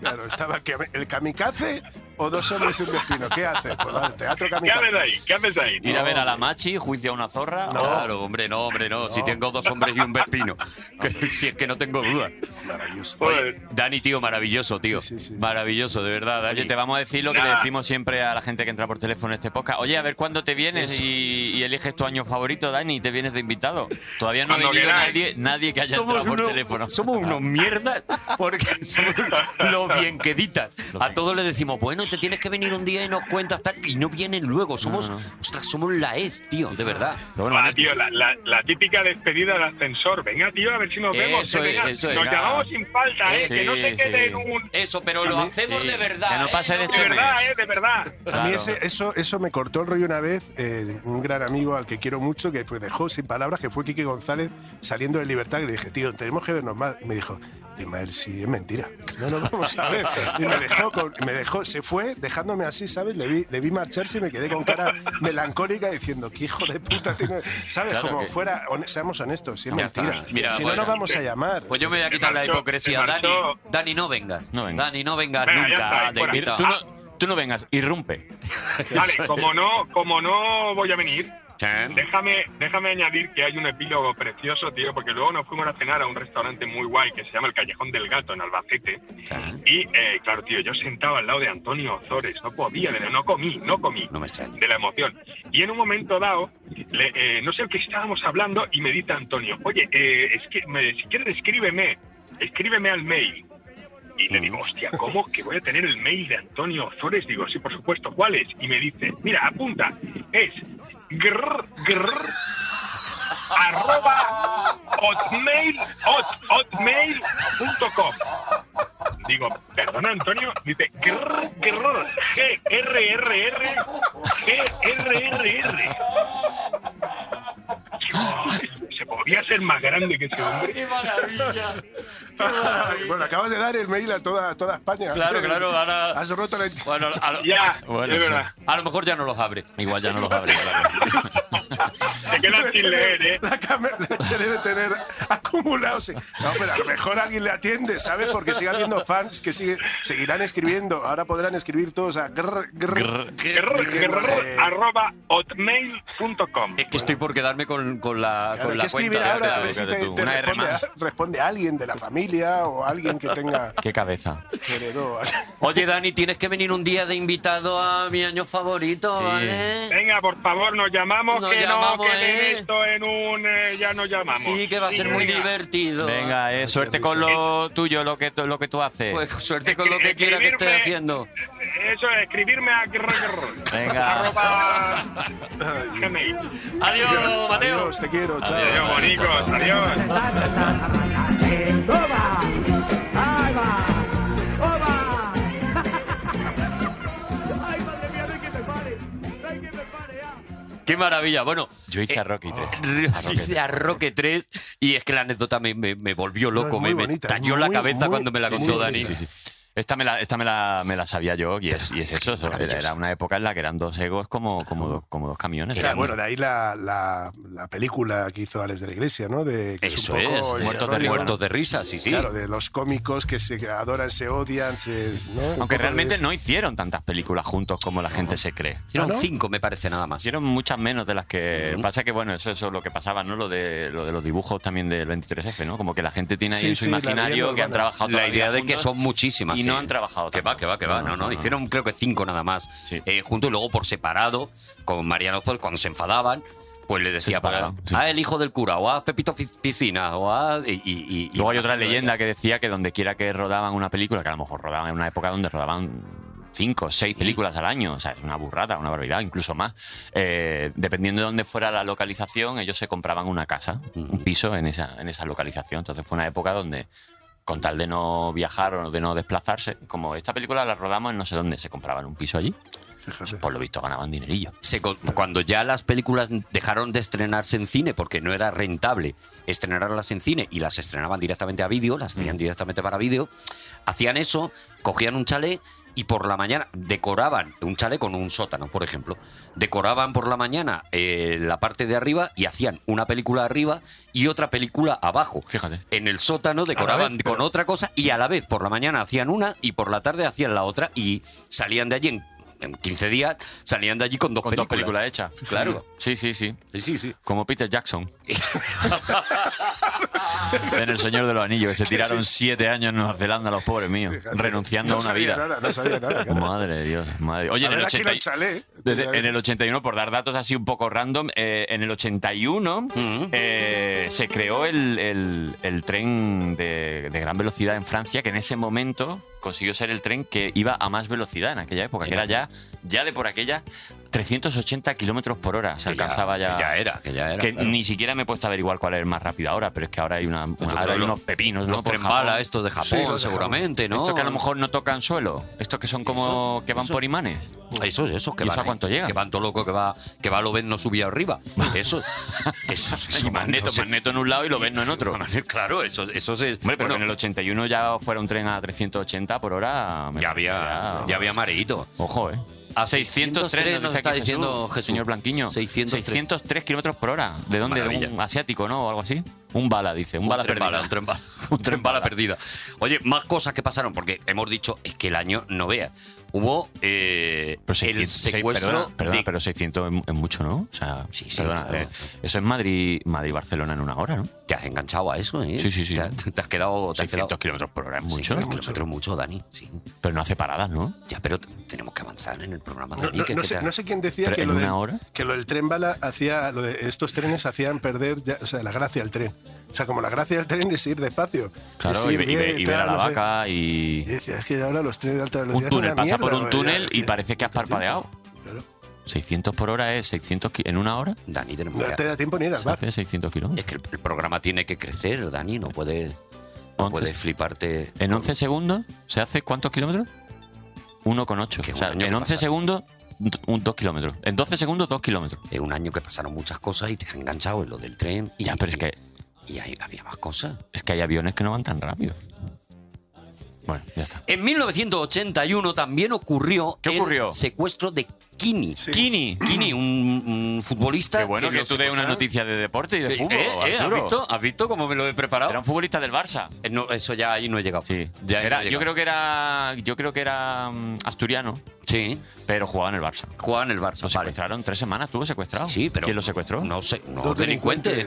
B: Claro, estaba que- el kamikaze o dos hombres y un vecino. ¿Qué haces? Pues vale, teatro
H: ¿Qué haces
B: kamikaze.
H: ahí? ¿Qué haces ahí?
D: Ir a ver a la machi, juicio a una zorra.
E: Claro, hombre, no, hombre, no. Si tengo dos hombres y un vespino. Que- si es que no tengo duda.
B: Maravilloso.
H: Joder.
E: Dani, tío, maravilloso, tío.
B: Sí, sí, sí.
E: Maravilloso, de verdad, Dani.
D: Oye, te vamos a decir lo que le
H: Nada.
D: decimos siempre a la gente que entra por teléfono en este podcast. Oye, a ver cuándo te vienes y, y eliges tu año favorito, Dani, y te vienes de invitado. Todavía no ha
H: Cuando
D: venido
H: queráis.
D: nadie, nadie que haya
E: somos
D: entrado por
E: unos,
D: teléfono.
E: somos unos mierdas porque somos los bienqueditas. A todos les decimos, bueno, te tienes que venir un día y nos cuentas tal, y no vienen luego. Somos, ostras, somos la EZ, tío, de verdad.
D: Pero bueno,
H: Va,
D: Dani,
H: tío, la, la- la típica despedida del ascensor. Venga, tío, a ver si nos vemos.
E: Eso
H: eh,
E: es,
H: venga.
E: eso es,
H: Nos
E: venga.
H: llamamos sin falta, ¿eh?
D: Sí,
H: que no se
D: sí.
H: quede en un...
E: Eso, pero lo hacemos
D: sí.
E: de verdad.
D: Que no
E: ¿eh?
D: pase de
H: De
D: este
H: verdad,
D: mes.
H: ¿eh? De verdad.
B: A mí
D: Claro.
B: ese- eso, eso me cortó el rollo una vez, eh, un gran amigo al que quiero mucho, que fue, dejó sin palabras, que fue Quique González saliendo de libertad, que le dije, tío, tenemos que vernos más. Y me dijo, Ismael, sí, es mentira. No nos vamos a ver. Y me dejó, con- me dejó, se fue dejándome así, ¿sabes? Le vi, le vi marcharse y me quedé con cara melancólica diciendo, qué hijo de puta tiene. ¿Sabes?
D: Claro
B: Como
D: que-
B: fuera, hon- seamos honestos, si es
E: Ya
B: mentira.
E: está. Mira,
B: si
E: bueno.
B: no nos vamos a llamar.
E: Pues yo me voy a quitar la
H: marchó,
E: hipocresía.
H: se
E: Dani,
H: marchó.
E: Dani, no vengas.
D: No venga.
E: Dani, no vengas
H: Venga, ya está,
E: nunca
H: ahí
E: de
H: fuera.
D: Ir-
E: invitado.
D: tú, no, tú no vengas, irrumpe.
H: Vale, como no, como no voy a venir,
D: Eh,
K: Déjame, déjame añadir que hay un epílogo precioso, tío, porque luego nos fuimos a cenar a un restaurante muy guay que se llama el Callejón del Gato en
H: Este,
K: Albacete. Y eh, claro, tío, yo sentaba al lado de Antonio Ozores, no podía, de la- no comí, no comí.
E: No me extraña.
K: De la emoción. Y en un momento dado, le- eh, no sé qué estábamos hablando y me dice Antonio, oye, eh, es que me- si quieres escríbeme, escríbeme al mail. Y le digo, hostia, ¿cómo que voy a tener el mail de Antonio Ozores? Digo, sí, por supuesto, ¿cuál es? Y me dice, mira, apunta, es grrr, grrr, arroba hotmail, hot, hotmail.com. Digo, perdona, Antonio, dice grrr, grrr, g r r r g r r r Se podía ser más grande que ese hombre.
E: ¡Qué maravilla!
B: bueno, acabas de dar el mail a toda, a toda España.
E: Claro, claro, ahora-
B: Has roto la...
E: Bueno, a lo,
K: Ya,
E: bueno,
K: es verdad.
E: a lo mejor ya no los abre.
D: Igual Ah, ya no los abre. claro.
K: Te quedas sin leer, ¿eh?
B: La cámara se debe tener acumulado. sí. No, pero a lo mejor alguien le atiende, ¿sabes? Porque sigue habiendo fans que sigue- seguirán escribiendo. Ahora podrán escribir todos a grr, grr,
K: Grrr,
B: diciendo,
K: grrr,
B: eh,
K: arroba hotmail.com.
E: Es que estoy por quedarme con, con la,
B: claro,
E: con
B: hay
E: la
B: que escribir
E: cuenta.
B: ahora a ver
E: Fíjate
B: si
E: tú,
B: te, te
E: una R
B: responde,
E: más.
B: a, responde a alguien de la familia o alguien que tenga
D: Qué cabeza.
B: que heredó.
E: Oye, Dani, tienes que venir un día de invitado a mi año favorito,
D: Sí.
E: ¿vale?
K: Venga, por favor, nos llamamos,
E: Nos
K: que
E: llamamos,
K: no, que
E: ¿eh?
K: en esto en un... eh, ya nos llamamos.
E: Sí, que va a ser muy
K: venga.
E: divertido.
D: Venga, eh, suerte con lo tuyo, lo que, tú- lo que tú haces.
E: Pues suerte con lo que quiera que estés
K: Escribirme-
E: haciendo.
K: Eso es, escribirme a grrr, grrr,
D: Venga.
K: arroba gmail.
E: Adiós, Mateo.
B: Adiós, te quiero, chao.
K: Adiós, bonicos, adiós.
E: Qué maravilla. Bueno,
D: Yo hice
E: eh,
D: a Rocky 3.
B: Ah.
E: hice a Roque 3 y es que la anécdota me, me- me volvió
B: No, es
E: loco,
B: muy
E: me, me
B: bonita, es
E: talló la
B: muy,
E: cabeza
B: muy-
E: cuando me la
B: sí,
E: contó
B: sí, sí,
E: Dani.
B: sí,
D: Esta, me la, esta me, la, me la sabía yo y es, y es eso. eso, Era, era una época en la que eran dos egos como, como, dos, como dos camiones.
B: Era,
D: Era
B: bueno, de ahí la, la, la película que hizo Alex de la Iglesia, ¿no? De, que
E: Eso
B: un
E: es,
B: poco ese
E: muertos de,
B: rollo,
E: muertos de risa, sí, sí.
B: Claro, de los cómicos que se adoran, se odian, se, ¿no? Un poco
D: Aunque
B: de
D: realmente
B: eso.
D: no hicieron tantas películas juntos como la gente se cree.
E: Hicieron
B: ¿Ah, no?
E: cinco, me parece, nada más.
D: Hicieron muchas menos de las que. Pasa que, bueno, eso, eso es lo que pasaba, ¿no? Lo de, lo de los dibujos también del 23F, ¿no? Como que la gente tiene ahí
B: Sí,
D: en su
B: sí, la
D: imaginario
B: leyenda
D: que han
B: urbana.
D: trabajado toda
E: La idea
D: vida
E: de que
D: juntos.
E: son muchísimas.
D: y
E: sí.
D: no han trabajado
E: Que va,
D: tampoco.
E: que va, que va. No, no. Hicieron creo que cinco nada más.
D: Sí.
E: Eh, junto y luego por separado, con Mariano Zol, cuando se enfadaban, pues le decía,
D: separaban,
E: pues,
D: sí.
E: ah, el hijo del cura, o a Pepito Piz- Piscina, o a... Y, y- y- y-
D: Luego hay otra leyenda que decía que donde quiera que rodaban una película, que a lo mejor rodaban en una época donde rodaban cinco o seis películas al año, o sea, es una burrada, una barbaridad, incluso más. Eh, dependiendo de dónde fuera la localización, ellos se compraban una casa, un piso en esa, en esa localización. Entonces fue una época donde, con tal de no viajar o de no desplazarse, como esta película la rodamos en no sé dónde, se compraban un piso allí,
B: Fíjate.
D: por lo visto ganaban dinerillo.
E: se co- cuando ya las películas dejaron de estrenarse en cine porque no era rentable estrenarlas en cine y las estrenaban directamente a vídeo, las tenían directamente para vídeo, hacían eso, cogían un chalet y por la mañana decoraban un chalet con un sótano, por ejemplo. Decoraban por la mañana eh, la parte de arriba y hacían una película arriba y otra película abajo.
D: Fíjate.
E: En el sótano decoraban
B: vez,
E: con
B: pero-
E: otra cosa y a la vez por la mañana hacían una y por la tarde hacían la otra y salían de allí en, en 15 días, salían de allí con dos
D: Con dos películas hechas.
E: Claro.
D: Sí, sí, sí.
E: Sí, sí.
D: Como Peter Jackson. en El Señor de los Anillos, que se tiraron siete años en Nueva Zelanda, los pobres míos,
B: Fíjate.
D: renunciando
B: no
D: a una
B: sabía
D: vida.
B: Nada, no sabía nada. claro.
D: Madre de Dios, madre. Oye,
B: A
D: en el,
B: ver, aquí en
D: 80 y-
B: el chalet.
D: desde- en el 81, por dar datos así un poco random, eh, en el 81
B: Mm.
E: Mm.
D: eh, se creó el, el- el tren de, de gran velocidad en Francia, que en ese momento consiguió ser el tren que iba a más velocidad en aquella época, que era ya, ya de por aquella 380 kilómetros por hora. Se alcanzaba
E: Que ya era, que ya era.
D: que
E: claro. Pues
D: ni siquiera me he puesto a averiguar cuál es el más rápido ahora, pero es que ahora hay, una, ahora
E: pero
D: hay
E: lo-
D: unos pepinos, ¿no?
E: Los
D: Por
E: tren
D: Japón.
E: bala estos de Japón,
B: Sí, los de
E: seguramente, ¿no?
D: Estos que a lo mejor no tocan suelo. Estos que son como que van
E: eso.
D: por imanes.
E: Eso, eso, que
D: ¿Y
E: van.
D: eso a cuánto
E: ahí,
D: llega?
E: Que van todo loco, que va, que va lo ven, no subía arriba. Eso. eso, eso
D: Y magneto,
E: no sé.
D: magneto en un lado y lo ven no en otro. Hombre,
E: Claro, eso, eso se.
D: pero
E: bueno,
D: en el 81 ya fuera un tren a 380 por hora. me
E: ya
D: parece
E: había, ya había mareíto.
D: Ojo, ¿eh?
E: A
D: 603 nos
E: nos
D: dice
E: está
D: aquí Jesús,
E: diciendo Jesús.
D: Señor Blanquiño.
E: 603.
D: 603 kilómetros por hora. ¿De dónde?
E: Maravilla.
D: ¿Un asiático, no? ¿O algo así? Un bala, dice. Un,
E: Un
D: bala
E: tren
D: perdida.
E: bala, un tren bala, un tren bala perdida. Oye, más cosas que pasaron, porque hemos dicho, es que el año no vea. Hubo eh, el
D: 600, seis-
E: secuestro
D: perdona, perdona,
E: de-
D: pero 600 es, es mucho, ¿no? O sea,
E: sí,
D: perdona,
E: claro.
D: eh, eso es Madrid, Madrid Barcelona en una hora, ¿no?
E: Te has enganchado a eso, ¿eh?
D: Sí, sí, sí.
E: Te, has- te has quedado... Te has
D: 600
E: quedado
D: kilómetros por hora es mucho.
E: 600 kilómetros mucho, Dani. Sí.
D: Pero no hace paradas, ¿no?
E: Ya, pero t- tenemos que avanzar en el programa,
B: No,
E: Dani.
B: no-
E: que-
B: no
E: que
B: sé,
E: te-
B: no sé quién decía
D: ¿Pero
B: que
D: en
B: lo, del,
D: una hora?
B: que lo del tren bala hacía, lo de estos trenes hacían perder ya- o sea, la gracia al tren. O sea, como la gracia del tren es ir despacio. es
D: Claro, y,
B: ir
D: ve- y ve-
B: bien,
D: y ver a
B: tal,
D: la
B: no sé.
D: vaca y...
B: Y decía, es que ahora los trenes de alta velocidad. son
D: Un túnel,
B: una
D: pasa
B: mierda,
D: por un
B: ¿no? Ya,
D: túnel y
B: ya.
D: parece que has parpadeado.
B: Claro.
D: 600 por hora es 600 ki- en una hora.
E: Dani, tenemos
B: No te
E: que...
B: da tiempo ni ir al bar.
D: Hace 600 kilómetros.
E: Es que el, el programa tiene que crecer, Dani. No puedes, no
D: Once-
E: puedes fliparte...
D: En
E: con-
D: 11 segundos se hace ¿cuántos kilómetros? 1,8.
E: Qué
D: O sea,
E: bueno,
D: en
E: qué
D: 11
E: pasada.
D: segundos, 2 kilómetros. En 12 segundos, 2 kilómetros.
E: Es un año que pasaron muchas cosas y te has enganchado en lo del tren. Y,
D: Ya, pero es que,
E: Y ahí había más cosas.
D: es que hay aviones que no van tan rápido. Bueno, ya está.
E: En 1981 también ocurrió
D: ¿Qué
E: el
D: ocurrió?
E: secuestro de Kini.
D: Kini.
E: Kini, un, un futbolista.
D: Qué bueno que
E: lo
D: tú des una
E: secuestraron.
D: noticia de deporte y de
E: Eh,
D: fútbol.
E: eh, eh, ¿has,
D: Arturo.
E: visto? ¿Has visto cómo me lo he preparado?
D: Era un futbolista del Barça.
E: Eh, no, eso ya ahí no he llegado.
D: Sí.
E: Ya ahí
D: Era-
E: no he
D: yo
E: llegado.
D: creo que era. Yo creo que era mm, asturiano,
E: Sí,
D: pero jugaba en el Barça.
E: jugaba en el Barça.
D: Lo
E: vale.
D: secuestraron tres semanas, estuvo secuestrado.
E: Sí, pero.
D: ¿Quién lo secuestró?
E: No sé, no,
B: Dos
E: delincuentes,
B: delincuentes.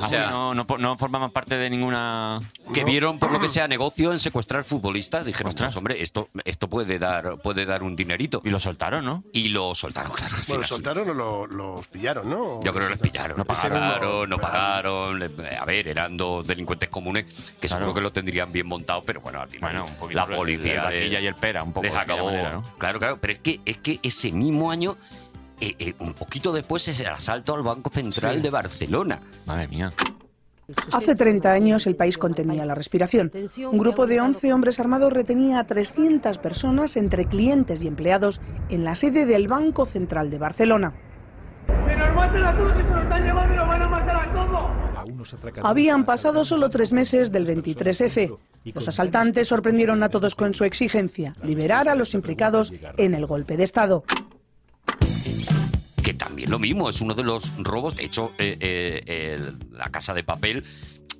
E: comunes. O
D: Ah,
E: sea,
D: sí, no, no, po- no formaban parte de ninguna.
E: que vieron por lo que sea negocio en secuestrar futbolistas. Dijeron,
D: Ostras.
E: "Pues, hombre, esto, esto puede, dar, puede dar un dinerito.
D: Y lo soltaron, ¿no?
E: Y lo soltaron, claro. al
B: Bueno,
E: final.
B: soltaron o lo- los pillaron, ¿no?
E: Yo creo que les pillaron, no
B: Ese mismo-
E: pagaron, no pagaron. le- A ver, eran dos delincuentes comunes que seguro
D: Claro.
E: que lo tendrían bien montado, pero bueno, al final
D: Bueno, un poquito.
E: la
D: el-
E: policía
D: El, vaquilla
E: les-
D: y el pera, un poco.
E: les
D: de aquella
E: acabó.
D: manera, ¿no?
E: Claro, claro, pero es que, es que ese mismo año, eh, eh, un poquito después, es el asalto al Banco Central de Barcelona.
D: Madre mía.
L: Hace 30 años el país contenía la respiración. Un grupo de 11 hombres armados retenía a 300 personas entre clientes y empleados en la sede del Banco Central de Barcelona. Habían pasado solo tres meses del 23F. Los asaltantes sorprendieron a todos con su exigencia, liberar a los implicados en el golpe de Estado.
E: que también lo mismo, es uno de los robos. De hecho, eh, eh, el- la casa de papel,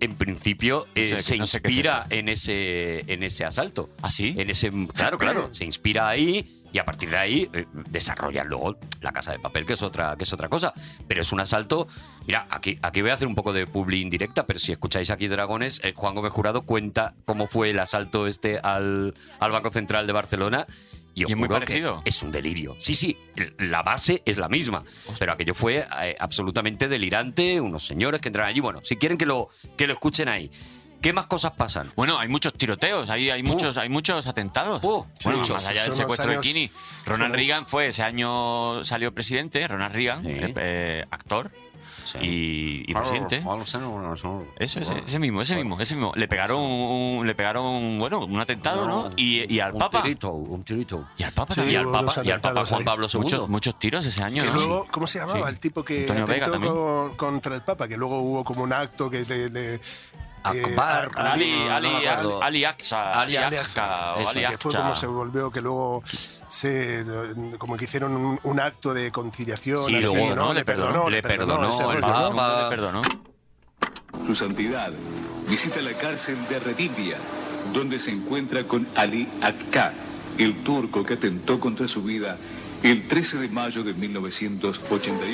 E: en principio, eh,
D: sé qué-
E: se
D: no sé qué
E: inspira en ese, en ese asalto.
D: ¿Ah, sí?
E: En ese, claro, claro. se inspira ahí y a partir de ahí eh, desarrollan luego la casa de papel, que es otra, que es otra cosa. Pero es un asalto. Mira, aquí, aquí voy a hacer un poco de publi indirecta, pero si escucháis aquí Dragones, eh, Juan Gómez Jurado cuenta cómo fue el asalto este al, al Banco Central de Barcelona. Y, os
D: Y es muy
E: juro que
D: parecido.
E: es un delirio. Sí, sí, la base es la misma, pero aquello fue eh, absolutamente delirante. Unos señores que entran allí, bueno, si quieren que lo, que lo escuchen ahí. ¿Qué más cosas pasan?
D: Bueno, hay muchos tiroteos, hay, hay, muchos, hay muchos atentados.
E: Uh,
D: bueno,
E: muchos.
D: más allá del
B: Son
D: secuestro de
B: unos
D: Kini.
B: años-
D: Ronald
B: son-
D: Reagan fue, ese año salió presidente, Ronald Reagan,
E: Sí.
D: eh, eh, actor y, y presidente. Eso, ese, ese mismo, ese mismo, ese mismo. Le pegaron, un- le pegaron bueno, un atentado, ¿no? Y, y al Papa.
E: Un tirito, un tirito.
D: Y al Papa
B: Sí,
E: y,
D: también.
E: al
B: hubo
E: Papa,
B: unos
E: y al Papa
B: atentados
E: Juan
B: ahí.
E: Pablo II.
D: Muchos, muchos tiros ese año,
B: Que
D: ¿no?
B: luego, ¿Cómo se llamaba
D: Sí.
B: el tipo que
D: Antonio Vega
B: atentó
D: también.
B: con- contra el Papa? Que luego hubo como un acto que le... le-
E: Akbar,
B: a- a-
D: Ali,
E: No, no
D: Ali,
E: me acuerdo.
D: Ali Aksa,
E: Ali
D: Ali
E: Aksa,
D: Aksa, o
E: esa,
D: Ali
B: que fue
D: Aksa.
B: como se volvió que luego se eh, como que hicieron un, un acto de conciliación
E: Sí,
B: así,
E: luego,
D: ¿no? Le perdonó,
E: le perdonó,
B: ese
E: el
B: rollo,
E: Papa.
B: ¿no?
D: Segundo le perdonó.
M: Su Santidad visita la cárcel de Redivia, donde se encuentra con Ali Akka, el turco que atentó contra su vida el 13 de mayo de 1981.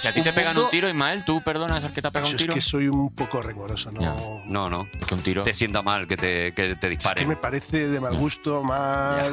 D: Si a ti
E: Un
D: te pegan
E: mundo-
D: un tiro, Ismael, tú perdonas al que te ha pegado
B: Yo
D: un
B: es
D: tiro.
B: que soy un poco rengoroso, ¿no?
D: Ya.
E: No, no.
D: Es que un tiro.
E: Te sienta mal que te, que te
B: Es que
E: disparen.
B: me parece de mal gusto, mal.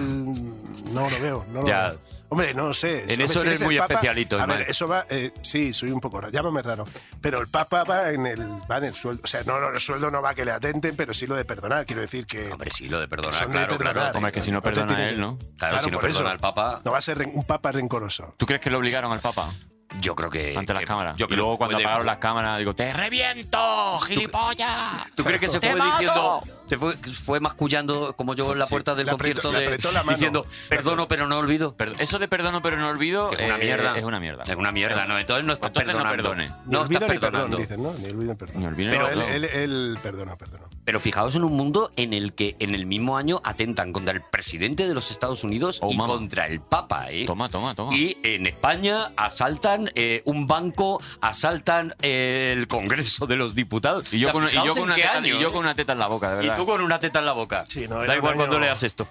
B: No lo veo, no lo
E: Ya.
B: veo. Hombre, no sé. Hombre,
E: eso eres
B: el
E: muy especialito,
B: A ver,
E: Ismael.
B: eso va. eh, sí, soy un poco raro. Llámame raro. Pero el Papa va en el, va en el sueldo. O sea, no, no, el sueldo no va que le atenten, pero sí lo de perdonar. Quiero decir que.
E: Hombre, sí, lo de perdonar,
B: son de
E: claro,
B: perdonar. eh.
E: claro.
D: Hombre, que si no
B: te
D: perdona
B: tiene
D: a él,
B: que-
D: ¿no?
E: Claro, si no
B: por
E: perdona al Papa-
B: No va a ser ren- un Papa rencoroso.
D: ¿Tú crees que lo obligaron al Papa
E: Yo creo que.
D: ante las
E: que-
D: cámaras?
E: Yo
D: y
E: creo
D: luego
E: que
D: cuando
E: puede-
D: apagaron las cámaras, digo, ¡te reviento, gilipollas!
E: ¿Tú crees que se
D: ¡Te
E: fue
D: mato!
E: diciendo, te fue, fue mascullando como yo en la puerta del
B: le apretó-
E: concierto
B: le
E: de,
B: apretó la mano.
E: diciendo, perdono pero no olvido?
D: Per- Eso de perdono pero no olvido
E: Que es una
D: eh,
E: mierda.
D: Es una mierda.
E: Es una mierda, no. Entonces no estás
D: Entonces no
E: perdonando.
D: perdone.
B: Ni
E: No estás
B: olvido ni perdón,
E: perdonando.
B: dicen, ¿no? Ni olvido ni perdón.
D: Ni olvido ni
B: Pero él,
D: perdón.
B: él, él perdonó, perdonó.
E: Pero fijaos en un mundo en el que en el mismo año atentan contra el presidente de los Estados Unidos
D: Oh,
E: y
D: mamá.
E: contra el Papa, ¿eh?
D: Toma, toma, toma.
E: Y en España asaltan eh, un banco, asaltan eh, el Congreso de los Diputados.
D: Y yo,
E: O sea,
D: con, y yo
E: fijaos
D: con
E: en
D: una
E: qué
D: teta,
E: año,
D: y yo
E: ¿eh?
D: con una teta en la boca, de
E: Y
D: verdad.
E: tú con una teta en la boca.
B: Sí, no, era
E: da
B: un
E: igual
B: año-
E: cuando leas esto.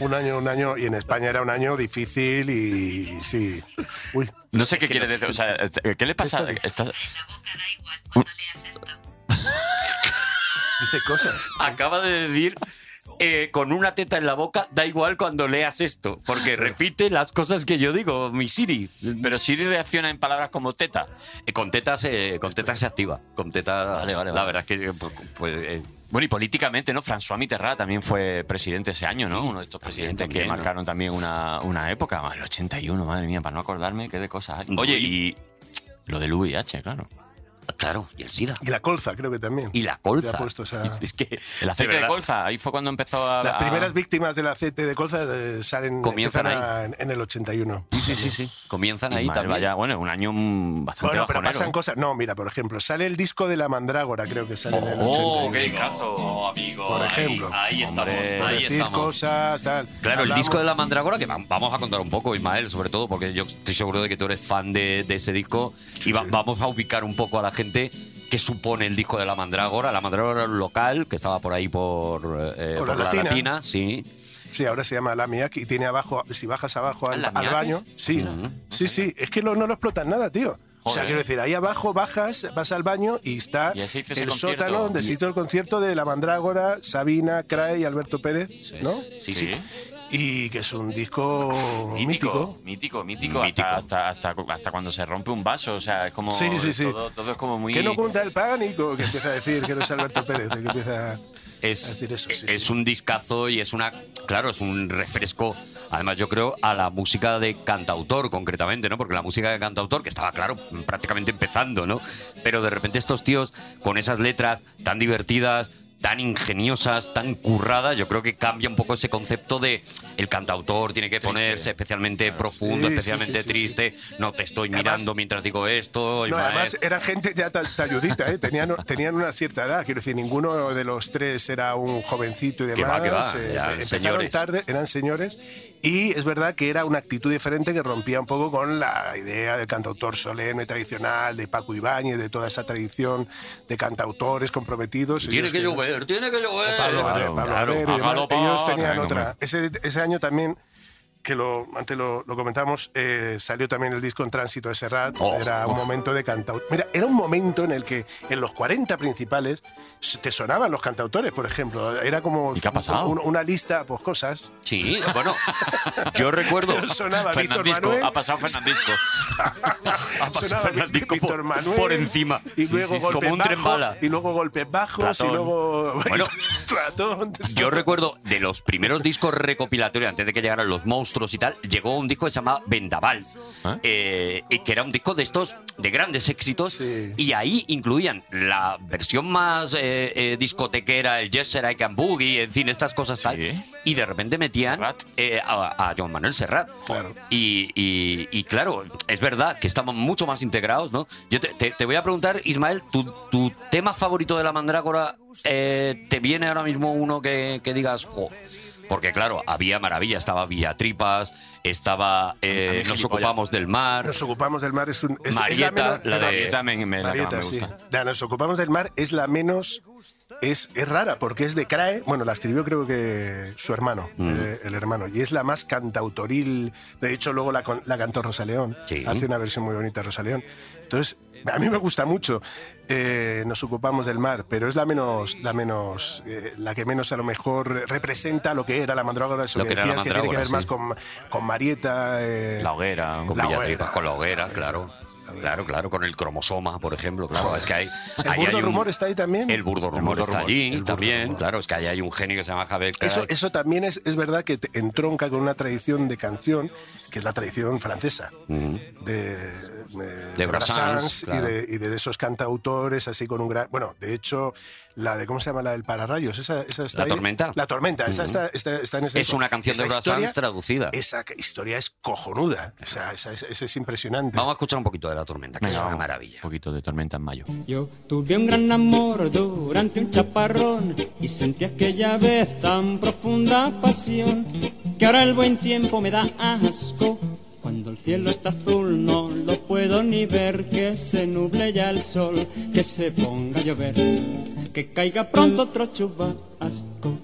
B: Un año, un año, y en España era un año difícil y, y sí. Uy.
D: No sé qué quiere decir. O sea, ¿qué le pasa? Está-
B: Dice cosas.
E: Acaba de decir. eh, con una teta en la boca, da igual cuando leas esto, porque repite las cosas que yo digo, mi Siri.
D: Pero Siri reacciona en palabras como teta.
E: Eh, con tetas, eh, con tetas se activa. Con tetas, la verdad es que eh, pues, pues, eh,
D: Bueno, y políticamente, ¿no? François Mitterrand también fue presidente ese año, ¿no? Uno de estos presidentes
E: también,
D: que
E: ¿no?
D: marcaron también una, una época. El 81, madre mía, para no acordarme, qué de cosas. hay. Oye, y lo del VIH, claro.
E: Claro, y el SIDA.
B: Y la colza, creo que también.
E: Y la
B: Le
E: colza.
B: ha puesto esa-
E: Es que
D: El aceite de,
E: verdad.
D: colza, ahí fue cuando empezó a...
B: Las
D: a-
B: primeras víctimas del aceite de colza eh, salen
D: Ah. Comienzan
B: empiezan a- en el 81.
E: Sí, sí, sí, sí. Comienzan ahí
D: Ismael
E: también.
D: Valla, bueno, un año mm, bastante
B: Bueno, pero
D: bajonero,
B: pasan
D: ¿eh?
B: cosas. No, mira, por ejemplo, sale el disco de la mandrágora, creo que sale en el 81.
E: ¡Oh, qué discazo! amigo.
B: Por
E: ahí-
B: ejemplo.
E: Ahí, estamos.
B: Por
E: ahí
B: decir
E: estamos.
B: cosas, tal.
E: Claro, el
B: Hablamos-
E: disco de la Mandrágora, que vam- vamos a contar un poco, Ismael, sobre todo, porque yo estoy seguro de que tú eres fan de, de ese disco y va- vamos a ubicar un poco a la gente que supone el disco de la Mandrágora. La Mandrágora era un local que estaba por ahí por, eh,
B: Por
E: por
B: la
E: la,
B: Latina.
E: latina. sí.
B: Sí, ahora se llama Lamiak y tiene abajo, si bajas abajo al,
E: ¿Ah,
B: al
E: Lamiak
B: baño.
E: es?
B: Sí,
E: Ujú.
B: sí, sí. Es que lo- no lo explotan nada, tío. O sea,
D: Joder.
B: quiero decir, ahí abajo bajas, vas al baño y está
D: Y ahí se hizo ese
B: el
D: concierto.
B: sótano donde se hizo el concierto de La Mandrágora, Sabina, Cray y Alberto Pérez, ¿no?
D: Sí, sí.
B: Y que es un disco mítico.
D: Mítico, mítico, mítico, Hasta, hasta, hasta, hasta cuando se rompe un vaso. O sea, es como.
B: Sí, sí, sí.
D: Todo, todo es como muy.
B: Que no cuenta el pánico, que empieza a decir que no es Alberto Pérez, que empieza...
E: Es,
B: decir eso, sí,
E: es un discazo y es una. Claro, es un refresco. Además, yo creo a la música de cantautor, concretamente, ¿no? Porque la música de cantautor, que estaba, claro, prácticamente empezando, ¿no? Pero de repente estos tíos, con esas letras tan divertidas, tan ingeniosas, tan curradas, yo creo que cambia un poco ese concepto de el cantautor tiene que ponerse especialmente
B: Sí,
E: profundo,
B: sí,
E: especialmente
B: sí, sí, sí.
E: triste, no te estoy
B: Además-
E: mirando mientras digo esto.
B: No,
E: Ismael.
B: además era gente ya ta- talludita, ¿eh? tenían, tenían una cierta edad, quiero decir, ninguno de los tres era un jovencito y demás.
E: Que va, que va,
B: eh,
E: eran
B: empezaron
E: señores.
B: tarde, eran señores, y es verdad que era una actitud diferente que rompía un poco con la idea del cantautor solemne, tradicional, de Paco Ibáñez, de toda esa tradición de cantautores comprometidos.
E: Tiene
B: Ellos
E: que
B: tenían-
E: llover, tiene que llover.
B: Pablo Barrera,
E: Claro,
B: Pablo
E: claro,
B: Barrera y demás,
E: hágalo,
B: ellos
E: padre,
B: tenían
E: hombre.
B: otra. Ese, ese año también, que lo, antes lo, lo comentamos, eh, salió también el disco En Tránsito de Serrat.
E: Oh.
B: era un momento de cantautor. Mira, era un momento en el que en los 40 principales s- te sonaban los cantautores, por ejemplo. Era como
E: qué ha pasado?
B: un- una lista, pues cosas.
E: Sí, bueno, yo recuerdo.
B: Pero sonaba Víctor
E: Fernandisco,
B: Manuel.
E: ha pasado Fernandisco. ha pasado
B: Sonaba
E: Fernandisco por,
B: Manuel,
E: por encima.
B: Y
E: Sí,
B: luego
E: sí, sí.
B: golpes
E: como un tren
B: bajos,
E: bala.
B: Y luego golpes bajos, y
E: Platón.
B: luego.
E: Bueno.
B: Platón.
E: Yo recuerdo de los primeros discos recopilatorios, antes de que llegaran los monstruos y tal, llegó un disco que se llamaba Vendaval, eh, y que era un disco de estos, de grandes éxitos, y ahí incluían la versión más eh, eh, discotequera, el Yes, Sir, I Can Boogie, en fin, estas cosas tal, y de repente metían eh, a, a Joan Manuel Serrat.
B: Claro.
E: Y, y- y claro, es verdad que estamos mucho más integrados, ¿no? Yo te, te- te voy a preguntar, Ismael, ¿tu, tu tema favorito de la mandrágora eh, te viene ahora mismo uno que, que digas, "Jo"? Porque claro, había maravilla, estaba Villa Tripas, estaba
B: A
E: eh,
B: mí
E: Nos
B: gilipollas.
E: ocupamos del mar.
B: Nos ocupamos del mar es un. es- es
E: Marieta,
B: menos-
E: la de-
D: Marieta me- me- la que más me
B: sí.
D: gusta.
B: La Nos ocupamos del mar es la menos. Es, es rara porque es de Crae, bueno, la escribió creo que su hermano,
E: Mm.
B: eh, el, hermano, y es la más cantautoril. De hecho, luego la, con- la cantó Rosaleón, hace una versión muy bonita Rosaleón. Entonces, a mí me gusta mucho. eh, nos ocupamos del mar, pero es la menos, la menos, eh, la que menos a lo mejor representa lo que era la mandrágora, eso
E: Lo
B: que,
E: que era la
B: decías, que tiene que ver más
E: mandrágora,
B: con, con Marieta. eh,
E: La hoguera. Con
B: La
E: Villa
B: hoguera.
E: Tripas, con la hoguera, claro. Claro, claro, con el cromosoma, por ejemplo, claro, es que hay...
B: El
E: ahí
B: burdo
E: hay un-
B: rumor está ahí también.
E: El burdo rumor está allí también, claro, es que ahí hay un genio que se llama Javier
B: Eso,
E: Craig.
B: eso también es, es verdad que te entronca con una tradición de canción, que es la tradición francesa,
E: Mm.
B: de, de,
E: De Brassens,
B: y,
E: claro.
B: de, y de esos cantautores así con un gran... Bueno, de hecho, la de, ¿cómo se llama? La del pararrayos, esa, esa está
E: ¿La
B: ahí.
E: tormenta?
B: La tormenta, esa
E: Mm.
B: está, está- está en ese...
E: Es una canción de
B: esa
E: Brassens
B: historia-
E: traducida.
B: Esa historia es cojonuda, esa, esa- esa- esa es impresionante.
E: Vamos a escuchar un poquito de la tormenta, que
D: Venga,
E: es una
D: vamos.
E: maravilla.
D: Un poquito de tormenta en mayo.
N: Yo tuve un gran amor durante un chaparrón y sentí aquella vez tan profunda pasión que ahora el buen tiempo me da asco. Cuando el cielo está azul no lo puedo ni ver, que se nuble ya el sol, que se ponga a llover, que caiga pronto otro chubasco.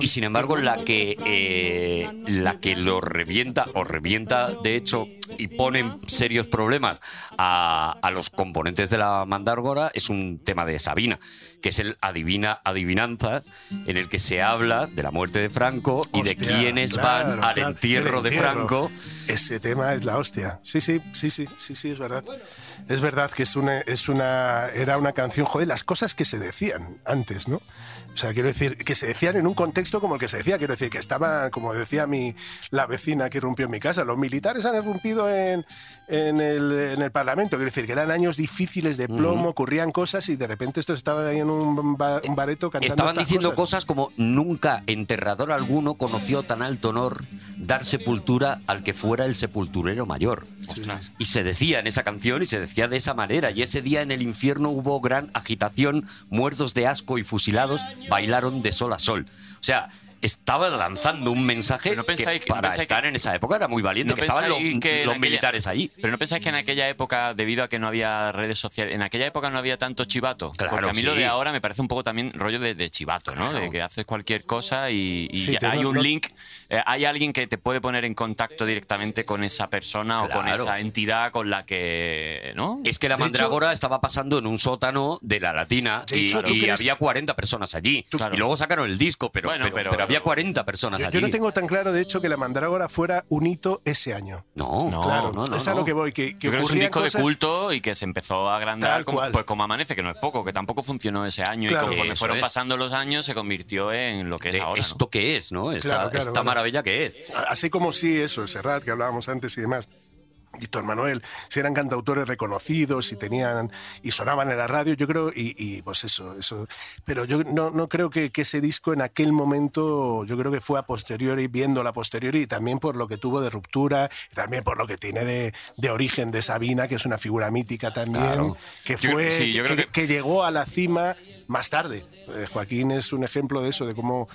E: Y sin embargo, la que, eh, la que lo revienta, o revienta de hecho, y pone en serios problemas a, a los componentes de la mandárgora, es un tema de Sabina, que es el Adivina Adivinanza, en el que se habla de la muerte de Franco y de
B: Hostia,
E: quiénes
B: claro,
E: van al
B: claro,
E: entierro
B: el
E: de
B: entierro.
E: Franco.
B: Ese tema es la hostia. Sí, sí, sí, sí, sí, sí, es verdad. Es verdad que es una, es una, era una canción, joder, las cosas que se decían antes, ¿no? O sea, quiero decir, que se decían en un contexto como el que se decía, quiero decir, que estaban, como decía mi, la vecina que irrumpió en mi casa, los militares han irrumpido en, en, el, en el Parlamento, quiero decir, que eran años difíciles de plomo,
E: Ujú.
B: ocurrían cosas y de repente esto estaba ahí en un, ba- un bareto cantando
E: Estaban
B: estas
E: diciendo
B: cosas.
E: cosas. como nunca enterrador alguno conoció tan alto honor dar sepultura al que fuera el sepulturero mayor. Y se decía en esa canción y se decía de esa manera. Y ese día en el infierno hubo gran agitación, muertos de asco y fusilados bailaron de sol a sol. O sea, estaba lanzando un mensaje
D: Pero no pensáis
E: que
D: que- no
E: para
D: pensáis
E: estar en esa época era muy valiente, que estaban los,
D: pensáis que en
E: los
D: aquella-
E: militares ahí.
D: Pero no pensáis que en aquella época, debido a que no había redes sociales, en aquella época no había tanto chivato. porque a mí lo
E: sí.
D: de ahora me parece un poco también rollo de, de chivato, ¿no? De que haces cualquier cosa y, y
B: Sí,
D: ya
B: te
D: hay
B: no-
D: un
B: no-
D: link, eh, hay alguien que te puede poner en contacto directamente con esa persona o con
E: Claro.
D: esa entidad con la que, ¿no?
E: Es que la
D: De hecho-
E: mandrágora estaba pasando en un sótano de la latina
D: De
E: y,
D: hecho, ¿tú
E: y
D: crees-
E: había 40 personas allí.
D: Claro.
E: Y luego sacaron el disco, pero,
D: Bueno,
E: pero,
D: pero-
E: pero había 40 personas
B: Yo,
E: allí.
B: yo no tengo tan claro, de hecho, que la mandrágora fuera un hito ese año.
E: No, no,
B: claro,
E: no, no,
B: es a
E: no.
B: lo que voy, que, que
D: Yo creo es un
B: ocurrían
D: disco de
B: cosas-
D: culto y que se empezó a agrandar
B: Tal
D: como,
B: cual.
D: pues como amanece, que no es poco, que tampoco funcionó ese año
B: Claro.
D: y conforme
B: Eso
D: fueron
B: es.
D: pasando los años se convirtió en lo que es ahora.
E: Esto que es, ¿no? Esta,
B: Claro, claro,
E: esta
B: claro.
E: maravilla que es.
B: Así como sí, eso, Serrat, que hablábamos antes y demás. Víctor Manuel, si eran cantautores reconocidos y tenían y sonaban en la radio, yo creo, y, y, pues eso, eso. Pero yo no, no creo que, que ese disco en aquel momento, yo creo que fue a posteriori, viendo la posteriori, y también por lo que tuvo de ruptura, y también por lo que tiene de, de origen de Sabina, que es una figura mítica también,
D: Claro.
B: que
D: Yo-
B: fue,
D: sí, yo creo
B: que-
D: que-
B: que llegó a la cima más tarde. Eh, Joaquín es un ejemplo de eso, de cómo,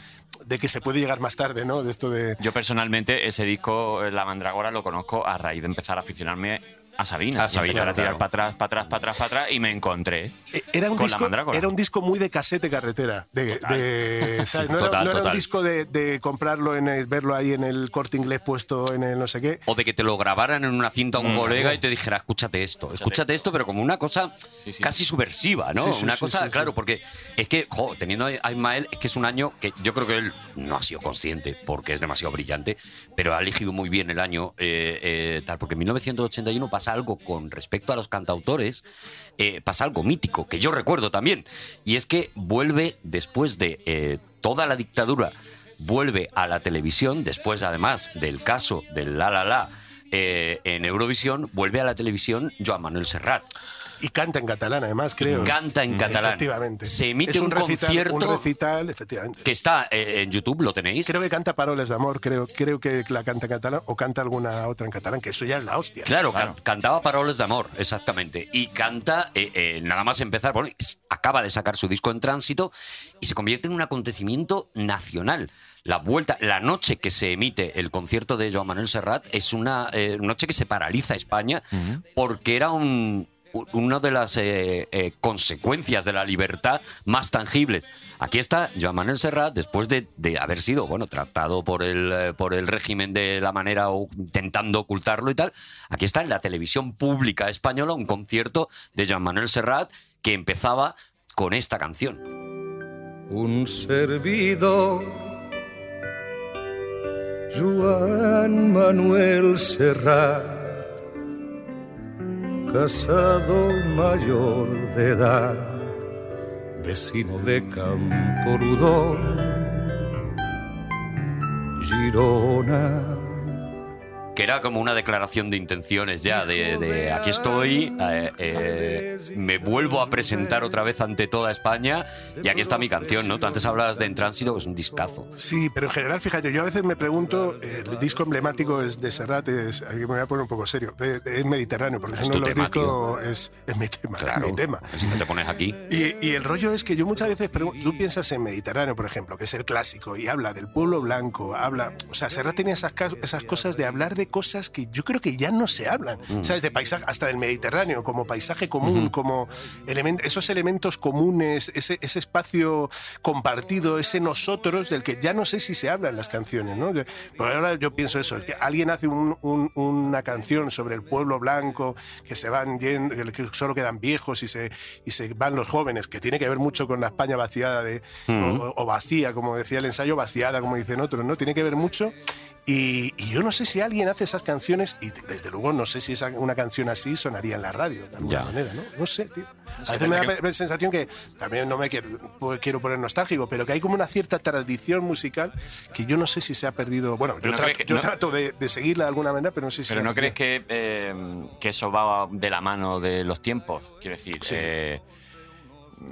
B: de que se puede llegar más tarde, ¿no? De esto de,
D: Yo personalmente ese disco, eh, La Mandragora, lo conozco a raíz de empezar a aficionarme a Sabina.
E: A
D: y
E: Sabina,
D: empezar a tirar
E: claro.
D: para atrás, para atrás, para atrás, para atrás y me encontré.
B: Eh, Era un,
D: Con la
B: disco,
D: mandrágora.
B: era un disco muy de casete carretera. De, de- ¿sabes?
E: Sí,
B: no,
E: total,
B: era, no era
E: total.
B: un disco de, de comprarlo, en el- verlo ahí en el corte inglés puesto en el no sé qué.
E: O de que te lo grabaran en una cinta a un
B: Mm,
E: colega
B: claro.
E: y te dijera, escúchate esto, escúchate esto, pero como una cosa casi subversiva, ¿no?
B: Sí, sí,
E: una
B: sí,
E: cosa,
B: sí, sí.
E: claro, porque es que, jo, teniendo a Ismael, es que es un año que yo creo que él no ha sido consciente porque es demasiado brillante, pero ha elegido muy bien el año, eh, eh, tal, porque en 1981 pasa algo con respecto a los cantautores, eh, pasa algo mítico, que yo recuerdo también, y es que vuelve después de eh, toda la dictadura vuelve a la televisión, después además del caso del La La La eh, en Eurovisión, vuelve a la televisión Joan Manuel Serrat.
B: Y canta en catalán, además, creo.
E: Canta en catalán.
B: Efectivamente.
E: Se emite
B: Es
E: un,
B: recital,
E: concierto
B: Un recital, efectivamente.
E: que está eh, en YouTube, ¿lo tenéis?
B: Creo que canta Paroles de Amor, creo, creo que la canta en catalán o canta alguna otra en catalán, que eso ya es la hostia.
E: Claro, can- cantaba Paroles de Amor, exactamente. Y canta, eh, eh, nada más empezar, bueno, es- acaba de sacar su disco en tránsito y se convierte en un acontecimiento nacional. La vuelta, la noche que se emite el concierto de Joan Manuel Serrat es una eh, noche que se paraliza España porque era un, u- una de las eh, eh, consecuencias de la libertad más tangibles. Aquí está Joan Manuel Serrat, después de, de haber sido bueno tratado por el, eh, por el régimen de la manera o intentando ocultarlo y tal. Aquí está en la televisión pública española un concierto de Joan Manuel Serrat que empezaba con esta canción.
O: un servidor. Juan Manuel Serrat, casado mayor de edad, vecino de Camporudón, Girona.
E: Que era como una declaración de intenciones ya, de, de aquí estoy, eh, eh, me vuelvo a presentar otra vez ante toda España y aquí está mi canción, ¿no? Tú antes hablabas de En Tránsito, que es un discazo.
B: Sí, pero en general, fíjate, yo a veces me pregunto, eh, el disco emblemático es de Serrat, es, aquí me voy a poner un poco serio, de- de- es Mediterráneo, porque
E: Es
B: es uno
E: tu
B: de los
E: tema, tío.
B: discos, es, es mi tema, es
E: Claro.
B: mi tema.
E: Si no te pones aquí.
B: Y, y el rollo es que yo muchas veces pregun- tú piensas en Mediterráneo, por ejemplo, que es el clásico, y habla del pueblo blanco, habla. O sea, Serrat tenía esas, cas- esas cosas de hablar de cosas que yo creo que ya no se hablan, ¿sabes? De paisaje, hasta del Mediterráneo, como paisaje común,
P: Ujú.
B: como element- esos elementos comunes, ese, ese espacio compartido, ese nosotros del que ya no sé si se habla en las canciones, ¿no? Que- Por ahora yo pienso eso, que alguien hace un- un- una canción sobre el pueblo blanco, que se van yendo, que- que solo quedan viejos y se, y se van los jóvenes, que tiene que ver mucho con la España vaciada de,
E: Ujú.
B: o, o vacía, como decía el ensayo, vaciada, como dicen otros, ¿no? Tiene que ver mucho. Y, y yo no sé si alguien hace esas canciones, y desde luego no sé si esa- una canción así sonaría en la radio, de alguna
E: Ya.
B: manera, ¿no? No sé, tío.
E: sé,
B: A veces me da
E: parece
B: la sensación que, también no me quiero, pues, quiero poner nostálgico, pero que hay como una cierta tradición musical que yo no sé si se ha perdido. Bueno, yo,
D: Pero no
B: tra-
D: crees que-
B: yo
D: no-
B: trato de, de seguirla de alguna manera, pero no sé si.
D: Pero
B: se ha
D: ¿no
B: perdido.
D: crees que, eh, que eso va de la mano de los tiempos? Quiero decir, eh,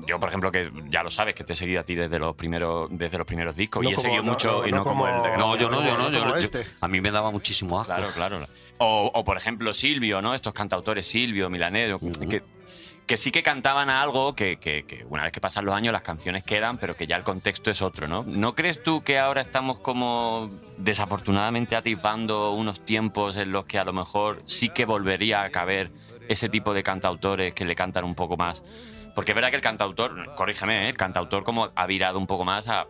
D: yo, por ejemplo, que ya lo sabes, que te he seguido a ti desde los primeros, desde los primeros discos
E: No
D: y he
E: como-
D: seguido
E: no,
D: mucho
E: no,
D: y
E: no
D: no como,
E: como-
D: el de-
E: No, yo no, yo no, yo no, yo-
D: este.
E: a mí me daba muchísimo asco.
D: Claro, claro. O, o, por ejemplo, Silvio, ¿no? Estos cantautores Silvio, Milanero, que, que sí que cantaban a algo que, que- que una vez que pasan los años las canciones quedan, pero que ya el contexto es otro, ¿no? ¿No crees tú que ahora estamos como desafortunadamente atisbando unos tiempos en los que a lo mejor sí que volvería a caber ese tipo de cantautores que le cantan un poco más? Porque es verdad que el cantautor, corrígeme, ¿eh? el cantautor como ha virado un poco más a,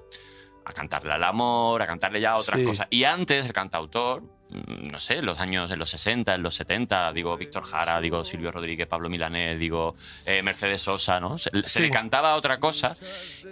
D: a cantarle al amor, a cantarle ya a otras
B: Sí.
D: cosas. Y antes el cantautor, mm, no sé, en los años, en los 60, en los 70, digo Víctor Jara, digo Silvio Rodríguez, Pablo Milanés, digo eh, Mercedes Sosa, ¿no? Se, se le cantaba otra cosa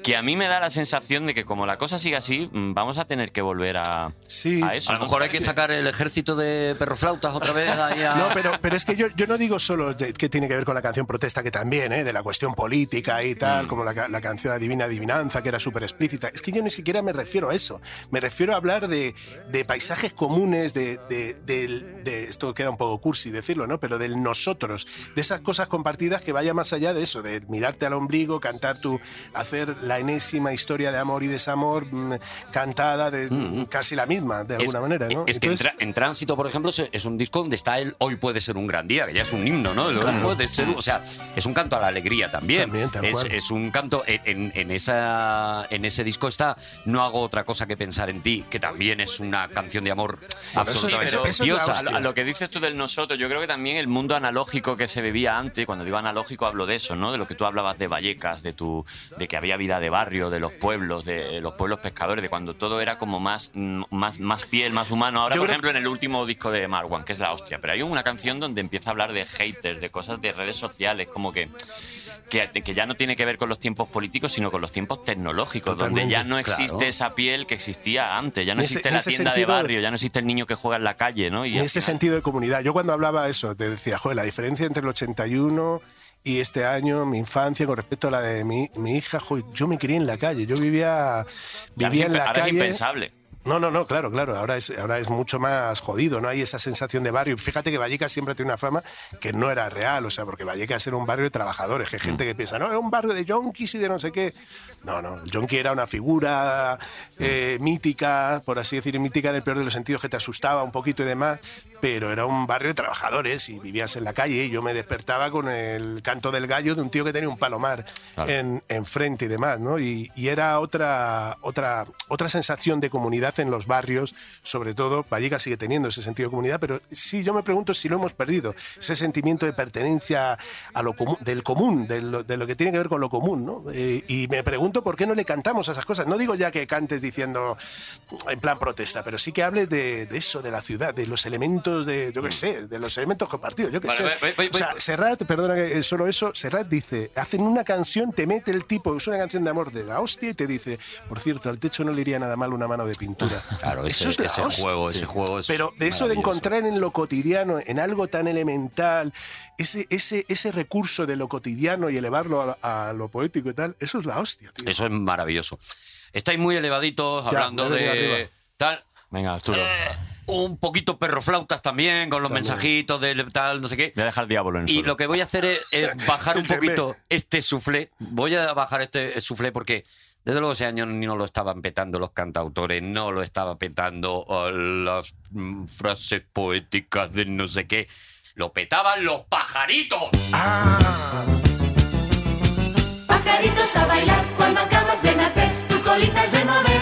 D: que a mí me da la sensación de que como la cosa sigue así, mm, vamos a tener que volver a, a eso.
E: A lo
D: ¿no?
E: mejor hay que
D: Sí.
E: sacar el ejército de perroflautas otra vez ahí a-
B: No, pero, pero es que yo, yo no digo solo de- que tiene que ver con la canción protesta, que también, ¿eh? de la cuestión política y tal,
E: Mm.
B: como la, ca- la canción Adivina Adivinanza, que era súper explícita. Es que yo ni siquiera me refiero a eso. Me refiero a hablar de, de paisajes comunes, de, de- del- de- Esto queda un poco cursi decirlo, ¿no? Pero del nosotros, de esas cosas compartidas que vaya más allá de eso, de mirarte al ombligo, cantar tu. hacer la enésima historia de amor y desamor mm, cantada de casi la misma, de alguna manera, ¿no?
E: Mm. Es que en,
B: Entonces-
E: tra- en Tránsito, por ejemplo, se- es un disco donde está el Hoy puede ser un gran día, que ya es un himno, ¿no? El Hoy
B: Claro.
E: puede ser, un- o sea, es un canto a la alegría también.
B: También, tal
E: es,
B: cual.
E: es un canto en, en- en esa en ese disco está No hago otra cosa que pensar en ti, que también es una canción de amor absolutamente
D: Sí, pero
E: preciosa.
D: a lo- a, lo que dices tú del nosotros, yo creo que también el mundo analógico que se bebía antes, cuando digo analógico hablo de eso, ¿no? De lo que tú hablabas de Vallecas, de tu de que había vida de barrio, de los pueblos, de los pueblos pescadores, de cuando todo era como más mm, más más piel, más humano. Ahora,
B: Yo
D: por
B: creo-
D: ejemplo, en el último disco de Marwan, que es la hostia, pero hay una canción donde empieza a hablar de haters, de cosas de redes sociales, como que que, que ya no tiene que ver con los tiempos políticos, sino con los tiempos tecnológicos, donde
E: Totalmente.
D: ya no existe
E: Claro.
D: esa piel que existía antes, ya no
B: En ese-
D: existe
B: en
D: la
B: ese
D: tienda de
B: sentido-
D: barrio, ya no existe el niño que juega en la calle, ¿no? Y
B: en
D: al
B: ese
D: final-
B: sentido de comunidad. Yo cuando hablaba eso, te decía, joder, la diferencia entre el 81 y este año, mi infancia, con respecto a la de mi, mi hija, joder, yo me crié en la calle, yo vivía,
D: ahora
B: vivía
D: es
B: en
D: impe-
B: la
D: ahora es
B: calle.
D: impensable.
B: No, no, no, claro, claro. Ahora es, ahora es mucho más jodido, ¿no? Hay esa sensación de barrio. Fíjate que Vallecas siempre tiene una fama que no era real, o sea, porque Vallecas era un barrio de trabajadores, que hay gente que piensa, no, es un barrio de yonkis y de no sé qué. No, no, el yonki era una figura eh, mítica, por así decir, mítica en el peor de los sentidos, que te asustaba un poquito y demás, pero era un barrio de trabajadores y vivías en la calle y yo me despertaba con el canto del gallo de un tío que tenía un palomar
D: Claro.
B: en, enfrente y demás, ¿no? Y, y era otra, otra, otra sensación de comunidad en los barrios, sobre todo. Vallecas sigue teniendo ese sentido de comunidad, pero sí, yo me pregunto si lo hemos perdido, ese sentimiento de pertenencia a lo común, del común, de lo, de lo que tiene que ver con lo común, ¿no? Eh, y me pregunto por qué no le cantamos a esas cosas. No digo ya que cantes diciendo en plan protesta, pero sí que hables de, de eso, de la ciudad, de los elementos, de, yo qué sé, de los elementos compartidos, yo qué
E: Mm. Vale,
B: sé.
E: voy- voy- voy-
B: O sea,
E: voy-
B: Serrat, perdona que eh, solo eso, Serrat dice, hacen una canción, te mete el tipo, es una canción de amor de la hostia y te dice, por cierto, al techo no le iría nada mal una mano de pintura.
E: Claro, ese,
B: Eso es la
E: ese
B: hostia.
E: juego, ese juego es
B: Pero de eso de
E: maravilloso.
B: encontrar en lo cotidiano, en algo tan elemental, ese, ese, ese recurso de lo cotidiano y elevarlo a, lo- a lo poético y tal, eso es la hostia.
E: Eso es maravilloso. Estáis muy elevaditos
B: Ya,
E: hablando
B: me he venido
E: de
B: arriba.
E: tal. Eh,
D: Venga, Arturo.
E: un poquito perroflautas también, con los mensajitos del tal, no sé qué.
D: Voy a dejar el diablo en el
E: Y
D: suelo.
E: lo que voy a hacer es, es bajar un
D: El temé.
E: poquito este suflé. Voy a bajar este suflé porque desde luego ese año ni no lo estaban petando los cantautores, no lo estaba petando eh, las mm, frases poéticas de no sé qué. Lo petaban los pajaritos.
B: Ah.
Q: Pajaritos a bailar cuando acabas de nacer, tu colita es de mover.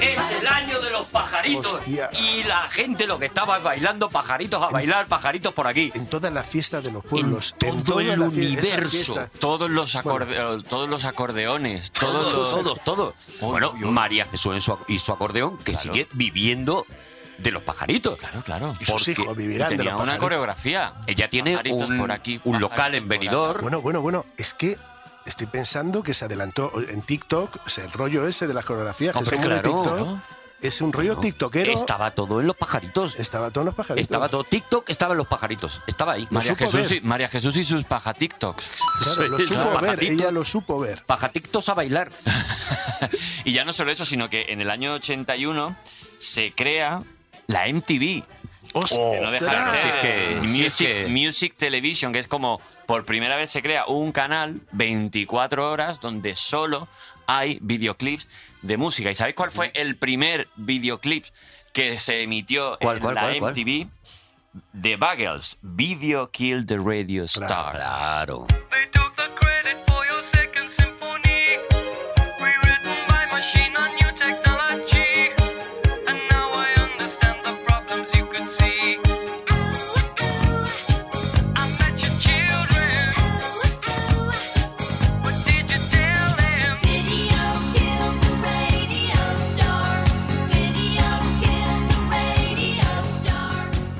E: Es el año de los pajaritos.
B: Hostia.
E: Y la gente lo que estaba bailando, pajaritos a bailar, pajaritos por aquí.
B: En todas las fiestas de los pueblos, en,
E: Todo
B: todas
E: el
B: las fie- esas
E: universo,
B: fiestas.
E: todos los, acorde- todos los acordeones, todos,
B: Todos.
E: todos, todos. bueno, María Jesús en su- y su acordeón, que sigue viviendo de los pajaritos. Claro, claro.
B: Y sus hijos vivirán de
E: tenía
B: los
E: una
B: pajaritos.
E: coreografía. Ella tiene
B: Pajaritos
E: un,
B: por aquí,
E: un local
B: pajaritos
E: en Benidorm.
B: Bueno, bueno, bueno, es que estoy pensando que se adelantó en TikTok, o sea, el rollo ese de las coreografías que
E: Hombre,
B: son muy de
E: claro,
B: TikTok,
E: ¿no?
B: Es un rollo
E: No.
B: tiktokero.
E: Estaba todo en los pajaritos.
B: Estaba todo en los pajaritos.
E: Estaba todo TikTok, estaba en los pajaritos. Estaba ahí.
B: Lo
E: María
B: supo
E: Jesús,
B: ver.
E: y, María Jesús y sus pajatiktoks.
B: Claro, lo
E: Sí, los
B: supo ver,
E: pajatitos.
B: ella lo supo ver.
E: Pajatictos a bailar.
D: Y ya no solo eso, sino que en el año 81 se crea la MTV. Que Oh, no deja de
E: Si es
D: ser
E: que-
D: eh,
E: si
D: music,
E: es que-
D: Music Television, que es como por primera vez se crea un canal 24 horas donde solo hay videoclips de música. ¿Y sabéis cuál fue el primer videoclip que se emitió
E: ¿Cuál,
D: en
E: cuál,
D: la
E: cuál, cuál?
D: MTV? The Buggles, Video Kill the Radio Star.
E: Claro.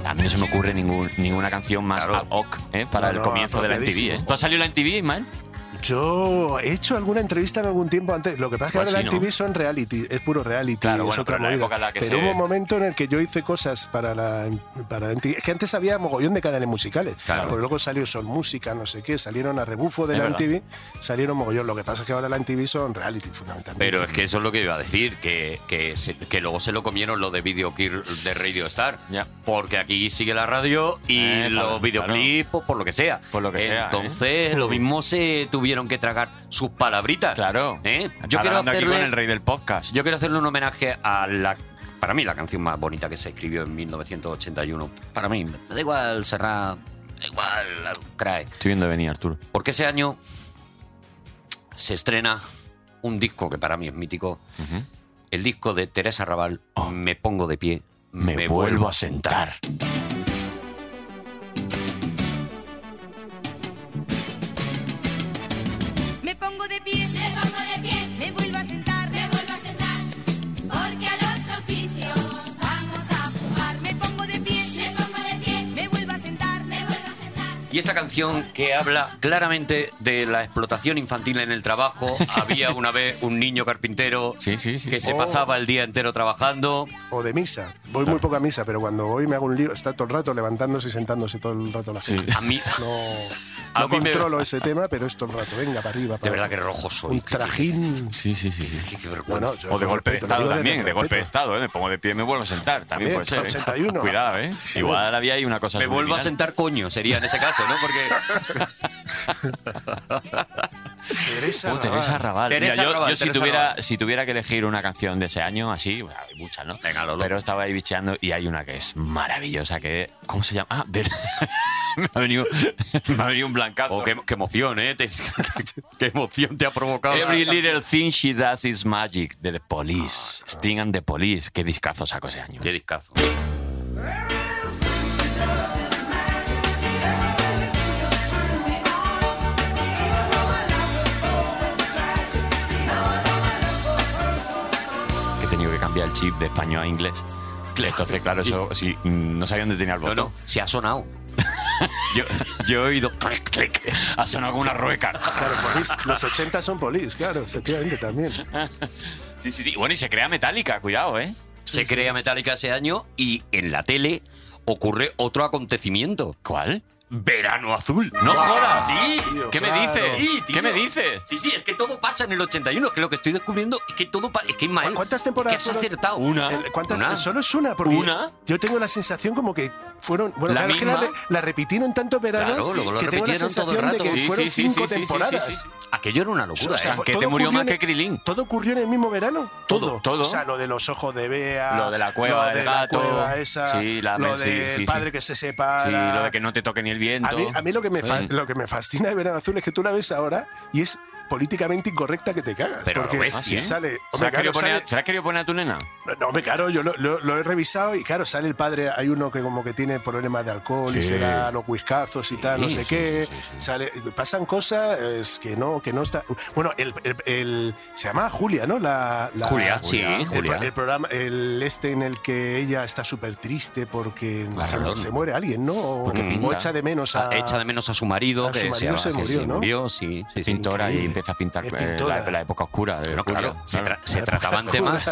D: A mí no se me ocurre ningún- ninguna canción más ad hoc ¿eh? para
B: No,
D: el
B: no,
D: comienzo de la MTV. ¿eh?
B: apropiadísimo.
D: ¿Tú has salido en la MTV, Ismael?
B: Yo he hecho alguna entrevista en algún tiempo antes. Lo que pasa es que
D: Pues
B: ahora
D: sí,
B: la
D: ¿no?
B: MTV son reality, es puro reality,
D: Claro,
B: es
D: bueno,
B: otra
D: pero la
B: movida.
D: época en la que
B: pero
D: se-
B: hubo un momento en el que yo hice cosas para la para la MTV. Es que antes había mogollón de canales musicales,
E: Claro.
B: porque luego salió Son Música, no sé qué, salieron a rebufo de
E: Es
B: la
E: verdad.
B: MTV, salieron mogollón. Lo que pasa es que ahora la MTV son reality, fundamentalmente.
E: Pero es que eso es lo que iba a decir, que, que, se- que luego se lo comieron lo de Video Kill de Radio Star. Porque aquí sigue la radio y
D: Eh, claro,
E: los videoclips, pues, por lo que sea.
D: Por lo que sea, ¿eh?
E: Entonces, lo mismo se tuvieron que tragar sus palabritas. Claro. Yo
D: Está
E: quiero
D: hablando aquí
E: hacerle.
D: con el rey del podcast.
E: Yo quiero hacerle un homenaje a la. Para mí, la canción más bonita que se escribió en 1981. Para mí, me da igual Serrat, me da igual Crae.
D: Estoy viendo venir, Arturo.
E: Porque ese año se estrena un disco que para mí es mítico. El disco de Teresa Raval,
D: Oh.
E: Me pongo de pie, me, vuelvo a sentar.
P: Me pongo de pie, me pongo de pie, me vuelvo a sentar, me vuelvo a sentar, porque a los oficios vamos a jugar. Me pongo de pie, me pongo de pie, me vuelvo a sentar, me vuelvo a
E: Y esta canción que habla claramente de la explotación infantil en el trabajo. Había una vez un niño carpintero que se
B: Oh.
E: pasaba el día entero trabajando.
B: O de misa. Voy muy poco a misa, pero cuando voy me hago un lío. Está todo el rato levantándose y sentándose todo el rato la gente.
E: A mí,
B: no,
E: a
B: no
E: mí me-
B: controlo ese tema, pero es todo el rato. Venga, para arriba.
E: De
B: para
E: verdad que
B: abajo.
E: rojo soy.
B: Un
E: qué- qué-
B: trajín.
D: Sí, sí, sí.
E: qué- qué vergüenza.
B: Bueno, yo-
D: O de
B: con
D: golpe de
B: respeto, lo
D: estado
B: digo desde
D: también,
B: el
D: de golpe de
B: respeto.
D: estado, ¿eh? me pongo de pie y me vuelvo a sentar. También
B: También,
D: puede ser. ¿eh?
B: 81.
D: Cuidado, ¿eh? Igual había ahí una cosa.
E: Me vuelvo a
D: subliminal.
E: sentar coño, sería en este caso, ¿no? Porque...
B: Teresa
D: Uh, Teresa Raval. Mira,
E: Oh, Teresa
D: yo
E: Raval,
D: yo si,
E: Teresa
D: tuviera,
E: Raval.
D: si tuviera que elegir una canción de ese año, así, bueno, hay muchas, ¿no? Pero estaba ahí bicheando y hay una que es maravillosa, que ¿cómo se llama? Ah, de- me, ha venido, me ha venido un blancazo.
E: Oh, qué, qué emoción, ¿eh? Te- qué emoción te ha provocado.
D: Every little thing she does is magic, de The Police.
E: Ah,
D: Sting and the Police. Qué discazo saco ese año.
E: Qué discazo.
D: Que he tenido que cambiar el chip de español a inglés. Entonces, claro, eso sí, mm, no sabía dónde tenía el botón.
E: no, se ha sonado.
D: Yo, yo he oído clic, clic. Ha sonado como una rueca.
B: Claro, Police. Los 80 son polis, claro, efectivamente también.
D: Sí, sí, sí. Bueno, y se crea Metallica, cuidado, ¿eh?
E: Se crea Metallica ese año y en la tele ocurre otro acontecimiento.
D: ¿Cuál?
E: Verano Azul.
D: ¡No
E: ¡Guau!
D: jodas!
E: Sí,
D: Tío, ¿Qué me claro. dices?
E: Sí, tío.
D: ¿Qué me dices?
E: Sí, sí, es que todo pasa en el 81. Es que lo que estoy descubriendo es que todo pasa. Es que Ismael.
B: ¿Cuántas temporadas?
E: Es que has
B: fueron?
E: acertado.
B: El- ¿Cuántas?
E: Una.
B: Solo es una, porque
E: Una.
B: yo tengo la sensación como que fueron. Bueno,
E: La
B: claro, es que la,
E: misma.
B: re- la repitieron tanto verano
E: Claro, luego lo
B: que tengo la
E: repitieron todo el
B: sensación
E: rato.
B: de que
E: Sí,
B: fueron
E: sí, sí,
B: cinco
E: sí, sí, sí,
B: temporadas.
E: sí, sí. Aquello era una locura.
B: O sea,
E: ¿eh?
B: fue-
E: Que te
B: todo
E: murió
B: ocurrió
E: más
B: en
E: que
B: el-
E: Krilin.
B: Todo ocurrió en el mismo verano. Todo.
D: Todo, todo.
B: O sea, lo de los ojos de Bea.
D: Lo de la cueva
B: lo
D: del
B: de la
D: gato.
B: cueva esa,
D: Sí, la-
B: lo
D: sí,
B: del
D: sí, sí.
B: padre que se separa.
D: Sí, lo de que no te toque ni el viento.
B: A mí, a mí lo, que me fa-
D: Sí.
B: lo que me fascina de Verano Azul es que tú la ves ahora y es políticamente incorrecta que te cagas.
D: Pero
B: porque
D: lo bestia, ¿eh?
B: sale.
D: ¿Se
B: hombre,
D: la has
B: claro,
D: querido poner-
B: sale-
D: se la has querido poner a tu nena?
B: no, no, hombre, claro, yo lo, lo- lo he revisado y claro, sale el padre, hay uno que como que tiene problemas de alcohol y
D: Sí.
B: se da los whiskazos y tal, no
D: Sí,
B: sé
D: sí,
B: qué. Sale, pasan cosas es que no, que no está. Bueno, el, el- el- se llama Julia, ¿no? La, la-
E: Julia, sí,
B: El pro-
E: Julia.
B: El, programa, el este en el que ella está súper triste porque
E: Claro,
B: se,
E: no.
B: se muere alguien, ¿no? O,
E: Porque
B: o
E: pinta.
B: echa de menos a.
E: Ah, echa de menos a su marido,
B: a su
E: que,
B: marido se
E: que
B: murió, ¿no?
E: murió, sí, sí, sí.
D: Pintora y empieza a pintar
E: Es
D: eh, la-
E: pintora.
D: la, época oscura de
E: Bueno,
D: Julio,
E: claro, se, tra-
D: claro.
E: se trataban temas,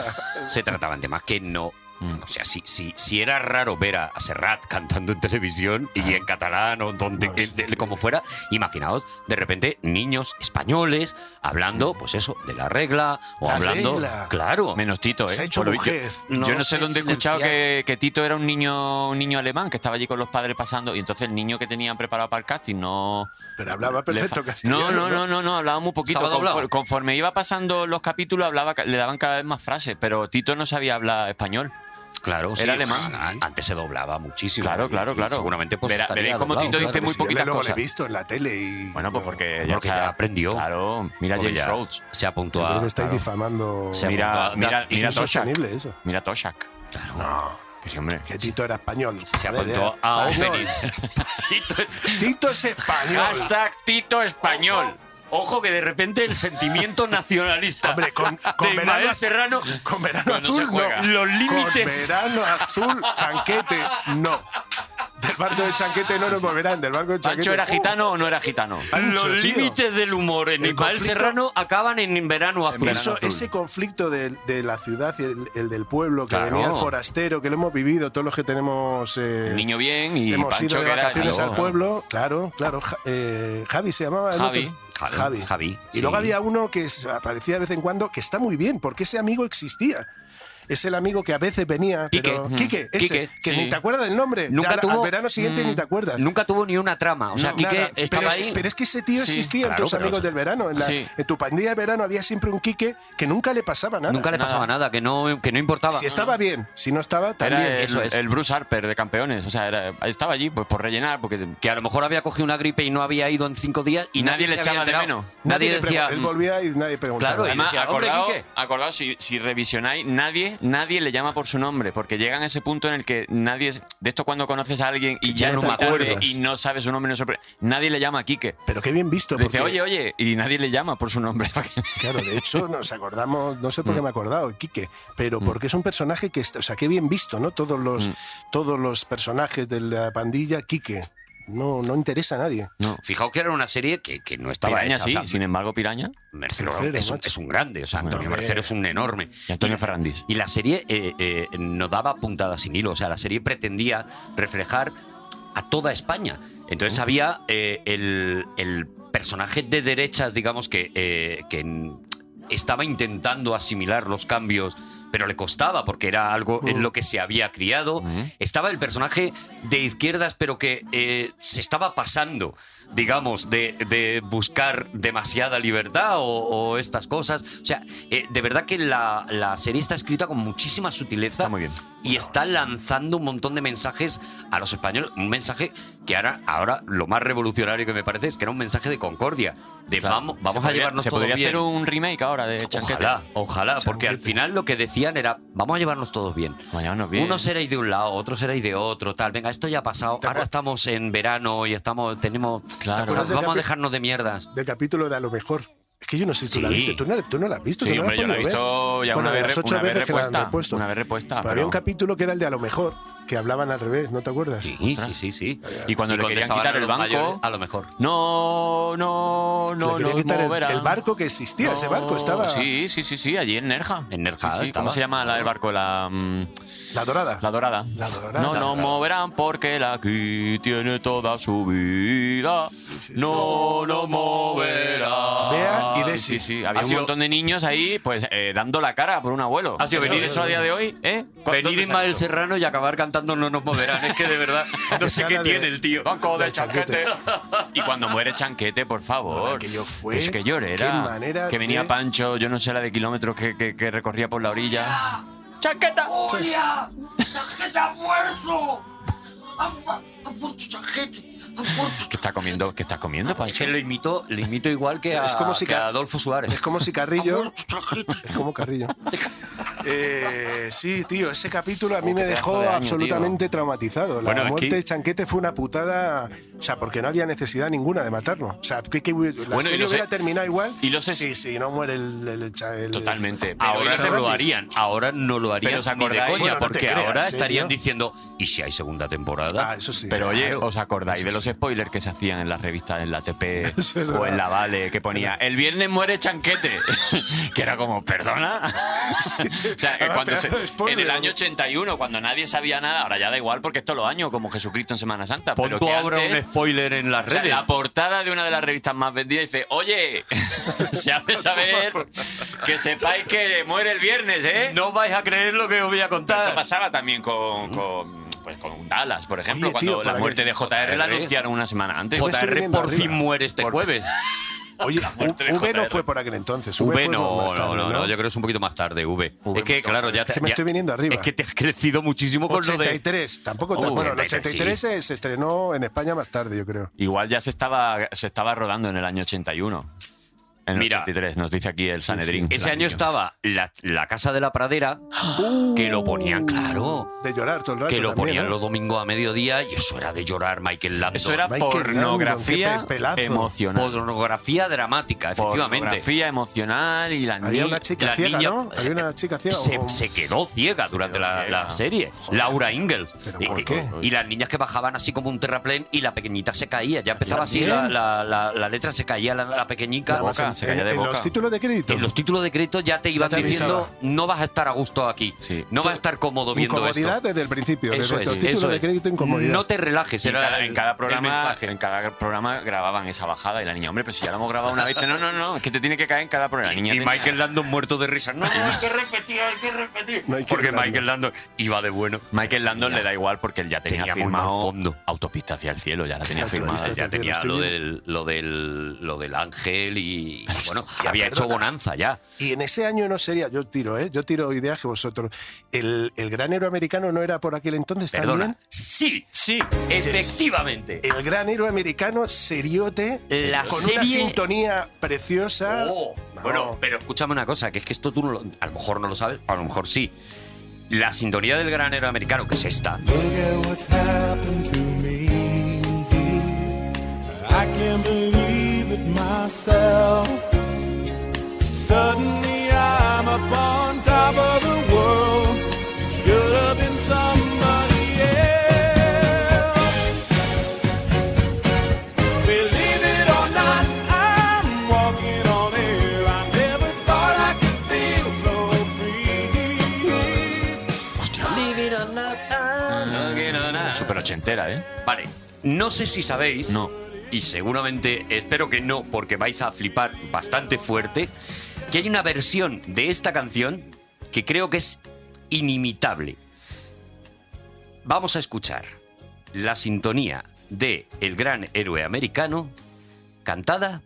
E: se trataban temas que no.
D: Mm.
E: O sea, si, si, si era raro ver a a Serrat cantando en televisión y en catalán o donde eh, de- como fuera, imaginaos de repente niños españoles hablando, pues eso, de la regla o
D: Mm. La
E: hablando,
D: regla.
E: claro,
D: menos Tito, ¿eh?
E: Se ha hecho
D: Por lo visto,
E: mujer.
D: Yo,
E: No
D: yo no
E: lo
D: sé
E: sé
D: dónde he escuchado
E: silenciar.
D: que, que Tito era un niño un niño alemán que estaba allí con los padres pasando y entonces el niño que tenían preparado para el casting no.
B: Pero hablaba perfecto
D: le fa-
B: castellano,
D: No, no,
B: ¿no?
D: no, no, no, hablaba muy poquito.
B: Estaba doblado.
D: Conforme, conforme iba pasando los capítulos hablaba, ca- le daban cada vez más frases, pero Tito no sabía hablar español.
E: Claro,
D: era
E: sí,
D: alemán.
E: a- Antes se doblaba muchísimo.
D: Claro,
E: y-
D: claro,
E: y
D: claro.
E: Seguramente pues
D: Verá-
E: estaría
D: veréis cómo
E: doblado,
D: Tito dice
B: pues
E: claro.
D: muy poquitas
B: luego le
D: cosas.
B: he visto en la tele y.
D: Bueno, pues porque,
E: Porque ya aprendió.
D: Claro, mira
E: Porque
D: James
E: ya
D: Rhodes.
E: Se apuntó
B: Yo
E: a.
B: creo que estáis
E: claro.
B: difamando.
E: Se
D: Mira,
E: apuntó a-
D: mira,
E: es
D: mira Toshak.
B: insostenible eso.
D: Mira Toshak.
E: Claro.
B: No.
D: Que sí, hombre.
B: Que Tito era español.
E: Se
B: Joder,
E: apuntó
B: era
E: a
B: español.
E: Opening.
B: Tito es español.
E: Hashtag Tito español. Ojo que de repente el sentimiento nacionalista
B: con- con
E: de
B: verano
E: Ismael
B: az-
E: Serrano
B: Con verano
E: cuando
B: azul,
E: se juega.
B: no.
E: Los límites.
B: Con verano azul, chanquete, no. Del barco de chanquete no nos moverán. Del barco de chanquete. Uh,
D: ¿Pancho era gitano o no era gitano?
B: Pancho,
E: los
B: tío.
E: límites del humor en
B: El
E: Ismael
B: conflicto-
E: Serrano acaban en verano azul.
B: Eso- ese conflicto de, de la ciudad y el, el del pueblo, que
E: Claro.
B: venía el forastero, que lo hemos vivido todos los que tenemos. eh,
D: El niño bien y
B: hemos
D: Pancho
B: ido de
D: que era
B: vacaciones
D: claro,
B: al
D: claro.
B: pueblo, claro, claro. Ja- eh, Javi se llamaba. el
D: Javi,
B: otro.
E: Javi,
B: Javi.
E: Javi,
B: Y luego
E: sí.
B: había uno que se- aparecía de vez en cuando, que está muy bien, porque ese amigo existía. Es el amigo que a veces venía. Pero,
E: Quique. Mm.
B: Quique, ese,
E: Quique,
B: que
E: sí.
B: ni te acuerdas del nombre.
E: Nunca
B: Ya al-
E: tuvo-
B: Al verano siguiente
E: Mm.
B: ni te acuerdas.
E: Nunca tuvo ni una trama. O sea,
B: No,
E: Quique
B: nada.
E: estaba
B: pero, es-
E: ahí.
B: pero es que ese tío
E: Sí,
B: existía en
E: claro,
B: tus
E: pero-
B: amigos del verano. En, la-
E: Sí.
B: en tu pandilla de verano había siempre un Quique que nunca le pasaba nada.
E: Nunca le pasaba nada, que no, que no importaba.
B: Si estaba bien, si no estaba,
D: Era
B: también.
D: el, el Bruce Harper de campeones. O sea, era- estaba allí pues, por rellenar, porque
E: que a lo mejor había cogido una gripe y no había ido en cinco días y nadie,
D: Nadie le
E: se había
D: echaba de
E: enterado.
D: menos.
B: Nadie
E: Nadie,
B: le
E: decía.
B: pregun- él
E: "Mm,
B: volvía y nadie preguntaba.
E: Claro, y
D: Además,
E: decía, "Hombre,
D: acordado,
E: Quique".
D: acordado, si, si revisionáis, nadie, nadie le llama por su nombre, porque llegan a ese punto en el que nadie. es- De esto cuando conoces a alguien y ya,
B: Ya
D: es
B: no te
D: muy tarde
B: acuerdas.
D: y no sabes su nombre, no sorpre- nadie le llama a Quique.
B: Pero qué bien visto.
D: Le dice,
B: porque-
D: oye, oye, y nadie le llama por su nombre.
B: Claro, de hecho nos acordamos, no sé por qué
D: Mm.
B: me he acordado, Quique, pero
E: Mm.
B: porque es un personaje que, está- o sea, qué bien visto, ¿no? Todos los, todos los personajes de la pandilla, Quique. No, no interesa a nadie.
D: no.
E: Fijaos que era una serie que, que no estaba
D: Piraña
E: hecha.
D: sí,
E: o sea,
D: sin embargo, Piraña.
E: Mercero
D: Mercero,
E: es, un,
D: macho.
E: es un grande, o sea, Antonio
D: Hombre.
E: Mercero es un enorme.
D: Y Antonio Ferrandis.
E: Y la serie eh, eh, no daba puntadas sin hilo, o sea, la serie pretendía reflejar a toda España. Entonces había eh, el, el personaje de derechas, digamos, que, eh, que n- estaba intentando asimilar los cambios, pero le costaba porque era algo en lo que se había criado. Estaba el personaje de izquierdas, pero que eh, se estaba pasando, digamos, de, de buscar demasiada libertad o, o estas cosas. O sea, eh, de verdad que la, la serie está escrita con muchísima sutileza.
D: muy bien.
E: Y está lanzando un montón de mensajes a los españoles. Un mensaje que ahora, ahora lo más revolucionario que me parece es que era un mensaje de concordia. De vamos,
D: Se
E: vamos a
D: podría-
E: llevarnos
D: Se
E: todo
D: podría
E: bien.
D: hacer un remake ahora de Chanquete.
E: Ojalá, ojalá, porque al final lo que decían era, vamos a llevarnos todos bien.
D: Vamos a llevarnos bien.
E: Unos seréis de un lado, otros seréis de otro, tal. Venga, esto ya ha pasado. Ahora estamos en verano y estamos, tenemos,
D: Claro.
E: o sea,
B: acuerdas del
E: vamos a
B: capi-
E: dejarnos de mierdas.
B: Del capítulo de a lo mejor. Es que yo no sé si tú la
E: Sí.
B: viste. Tú no, tú no la has visto.
D: Sí,
B: tú no
D: hombre, yo la
B: la
D: he
B: has podido
D: visto
B: ver.
D: ya
B: Bueno,
D: una
B: de
D: vez
B: las
D: re-
B: ocho
D: una vez
B: veces que la han
D: repuesta.
B: repuesto.
D: Una vez repuesta.
B: Pero
D: pero-
B: había un capítulo que era el de a lo mejor, que hablaban al revés, ¿no te acuerdas?
E: Sí, sí, sí, sí.
D: Y cuando le querían
E: contestaban
D: quitar
E: a
D: el
E: los
D: banco.
E: mayores, a lo mejor.
D: No, no,
B: Le
D: no,
B: querían
D: no.
B: quitar el-
D: moverán.
B: el, barco que existía, ese barco estaba.
D: Sí, sí, sí, sí, allí en Nerja.
E: En Nerja
D: Sí, sí,
E: estaba.
D: ¿Cómo se llama la- el barco? La, mm,
B: La dorada.
D: la dorada.
B: La dorada.
D: No
B: La
D: nos
B: dorada.
D: moverán porque la aquí tiene toda su vida. No nos moverán.
B: Bea y Desi.
D: Sí, sí, había
E: Ha
D: un
E: sido-
D: montón de niños ahí, pues, eh, dando la cara por un abuelo.
E: Ha sido
D: Eso-
E: venir-
D: eso a día de hoy, ¿eh?
E: Venir
D: ¿Dónde
E: Ismael
D: se ha visto?
E: Serrano y acabar cantando No nos moverán. Es que de verdad, no sé
D: Este
B: sea
E: qué
B: la de-
E: tiene el tío.
D: Banco de
B: del chanquete.
D: chanquete. y cuando muere chanquete, por favor.
B: Bueno, aquello fue-
D: Es que
B: qué
D: llorera.
B: manera
D: que venía
B: de-
D: Pancho, yo no sé la de kilómetros que, que- que recorría por la orilla.
E: ¡Chaqueta!
R: ¡Julia! ¡Chaqueta ha muerto! ¡Ha mu- ha muerto Chaquete! ¡Ha
D: ¿Qué está comiendo? ¿Qué estás comiendo,
E: Ah, Es que lo imito, lo imito igual que a,
B: Es como si
E: que
B: Ca-
E: a Adolfo Suárez.
B: Es como si Carrillo. es como Carrillo. Eh, sí, tío, ese capítulo a mí
E: Oh,
B: me
E: qué pedazo
B: dejó
E: de año,
B: absolutamente traumatizado. La
E: Bueno, es que-
B: muerte de Chanquete fue una putada. O sea, porque no había necesidad ninguna de matarlo. O sea, que, que- la
D: Bueno, y
B: serie
D: lo sé-
B: hubiera terminado igual.
D: y lo sé-
B: Sí, sí, no muere el. el- el cha- el-
D: Totalmente. Pero
E: Ahora
D: era
E: no lo
D: gratis.
E: harían, ahora no lo harían
D: Pero os
E: ni de
D: acordáis-
E: coña,
D: Bueno, no te
E: porque
D: creas,
E: ahora
D: ¿eh,
E: estarían
D: tío?
E: diciendo, ¿y si hay segunda temporada?
B: Ah, eso sí.
D: Pero oye,
E: Claro.
D: ¿os acordáis
E: Eso
D: de los
E: sí.
D: spoilers que se hacían en las revistas, en la TP
B: Es verdad.
D: o en la Vale, que ponía el viernes muere Chanquete? que era como, perdona. o sea, que
B: Ah,
D: cuando se-
B: pedazo de spoiler,
D: en el
B: ¿no?
D: año 81, cuando nadie sabía nada, ahora ya da igual porque esto los años, como Jesucristo en Semana Santa.
E: Pon
D: pero
E: tú
D: que
E: ahora
D: antes-
E: un spoiler en las
D: o sea,
E: redes.
D: la portada de una de las revistas más vendidas dice, oye, se hace saber que sepáis que muere el viernes, ¿eh?
E: No vais a creer lo que os voy a
D: Pero Eso
E: contar.
D: pasaba también con, con, pues, con Dallas, por ejemplo,
B: Oye, tío,
D: cuando
B: para
D: la muerte
B: que-
D: de JR la
E: JR.
D: anunciaron una semana antes.
B: Yo me estoy
E: JR
B: viniendo
E: por
B: arriba.
E: fin muere este jueves.
B: Oye,
D: muerte de
B: V no
D: JR.
B: fue por aquel entonces. V,
E: V
B: fue
E: no,
B: más tarde,
E: no, no, no, yo creo que es un poquito más tarde, V. es que, claro, ya te.
B: que me
E: ya-
B: estoy viniendo arriba.
E: Es que te has crecido muchísimo con lo de.
B: 83, tampoco. tan-
E: Oh,
B: bueno, el
E: 83,
B: 83 se, se estrenó en España más tarde, yo creo.
D: Igual ya se estaba, se estaba rodando en el año 81. En el
E: Mira.
D: 83, nos dice aquí el Sanedrín.
E: Ese año estaba la, la Casa de la Pradera, que lo ponían, claro.
B: De llorar todo el rato.
E: Que lo
B: ¡Oh! también,
E: ponían
B: ¿no?
E: los domingos a mediodía y eso era de llorar, Michael Lambert.
D: Eso era
B: Michael Landon,
D: pornografía
B: qué pe- pelazo.
D: emocional.
E: pornografía dramática, efectivamente.
D: Pornografía emocional y la
B: Había
D: ni-
B: una chica
E: la
B: ciega,
E: niña-
B: ¿no? Había una chica ciega.
E: se,
B: o-
E: se quedó ciega durante
D: Quedó
E: la,
D: ciega.
E: la serie. Laura Ingalls.
B: ¿Pero
E: Y-
B: por
E: y-
B: qué?
E: Y, las niñas que bajaban así como un terraplén y la pequeñita se caía. Ya empezaba así, la,
B: ¿También?
E: la- la- la letra se caía, la, la pequeñica.
D: La boca, se
B: en,
D: caía de
B: en
D: boca.
B: los títulos de crédito.
E: En los títulos de crédito ya te iban
B: te
E: diciendo,
B: avisaba.
E: no vas a estar a gusto aquí.
D: Sí.
E: No vas a estar cómodo viendo
B: incomodidad
E: esto.
B: desde el principio.
E: Eso
B: desde
E: es,
B: los títulos
E: eso
B: de
E: es.
B: crédito, incomodidad.
E: No te relajes.
D: Y en
E: Era
D: cada,
E: el-
D: en cada
E: el
D: programa,
E: mensaje.
D: en cada programa grababan esa bajada y la niña, hombre, pero si ya lo hemos grabado una vez, Dice, no, no, no, es que te tiene que caer en cada programa. La niña
E: Y
D: tenía-
E: Michael Landon muerto de risa. No, hay que repetir, hay que repetir.
B: Michael
E: Porque
B: Landon.
E: Michael Landon iba de bueno.
D: Michael Landon le da igual porque él ya tenía,
E: Tenía muy mal
D: firmado
E: fondo.
D: Autopista hacia el cielo, ya la tenía
B: Autopista
D: firmada.
B: hacia
E: Ah, ya
B: Estoy
E: tenía
B: viendo,
E: lo
B: estoy
E: del, lo del lo del ángel y, y bueno,
B: Hostia,
E: había hecho
B: perdona.
E: bonanza ya.
B: Y en ese año no sería, yo tiro, ¿eh? Yo tiro ideas que vosotros. El, el gran héroe americano no era por aquel entonces
E: Perdona.
B: también.
E: Sí, sí, efectivamente.
B: El gran héroe americano, seriote,
E: La
B: con una
E: serie-
B: sintonía preciosa.
E: Oh,
B: No.
E: Bueno, pero escúchame una cosa, que es que esto tú no lo- a lo mejor no lo sabes, a lo mejor sí. La sintonía del granero americano, que es esta.
R: Look at what's happened to me. I can't believe it myself. Suddenly I'm up on top of the world. It should have been somebody else. Believe it or not, I'm walking on air. I never thought I could feel so free.
D: Super ochentera, ¿eh?
E: Vale, no sé si sabéis,
D: No.
E: y seguramente espero que no, porque vais a flipar bastante fuerte, que hay una versión de esta canción que creo que es inimitable. Vamos a escuchar la sintonía de El gran héroe americano cantada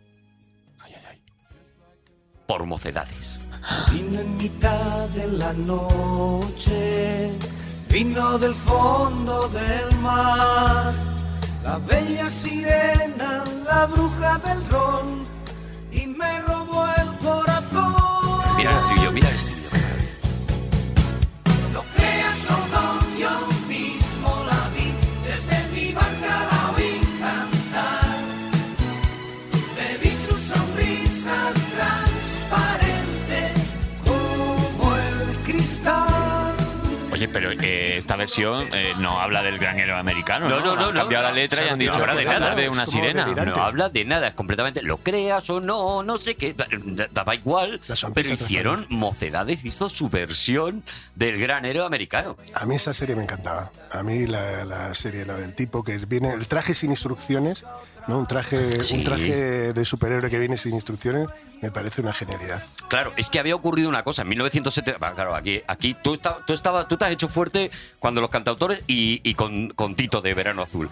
E: por mocedades.
R: Vino en mitad de la noche, vino del fondo del mar, la bella sirena, la bruja del ron, y me robó el corazón.
E: Mira el estribillo, mira el estribillo.
R: Lo creas o no, yo mismo la vi, desde mi barca la oí cantar. Le vi su sonrisa transparente como el cristal.
D: Oye, pero eh, esta versión eh, no habla del gran héroe americano. No,
E: No, no, no,
D: Han
E: no,
D: cambiado
E: no.
D: la letra
E: O sea,
D: y
E: no
D: han
E: tiene
D: dicho
E: nada
D: que
E: de
D: habla
E: nada,
D: de
E: es
D: una
B: como
D: sirena.
B: delirante.
E: No habla de nada, es completamente. Lo creas o no, no sé qué. da- da- Daba igual.
B: La sonrisa
E: Pero hicieron mocedades, hizo su versión del gran héroe americano.
B: A mí esa serie me encantaba. A mí la, la serie, la del tipo que viene, el traje sin instrucciones, ¿no? Un traje,
E: Sí.
B: un traje de superhéroe que viene sin instrucciones, me parece una genialidad.
E: Claro, es que había ocurrido una cosa en 1970. va, Claro, aquí, aquí tú, esta- tú, estaba, tú te has hecho fuerte cuando los cantautores y, y con, con Tito de Verano Azul.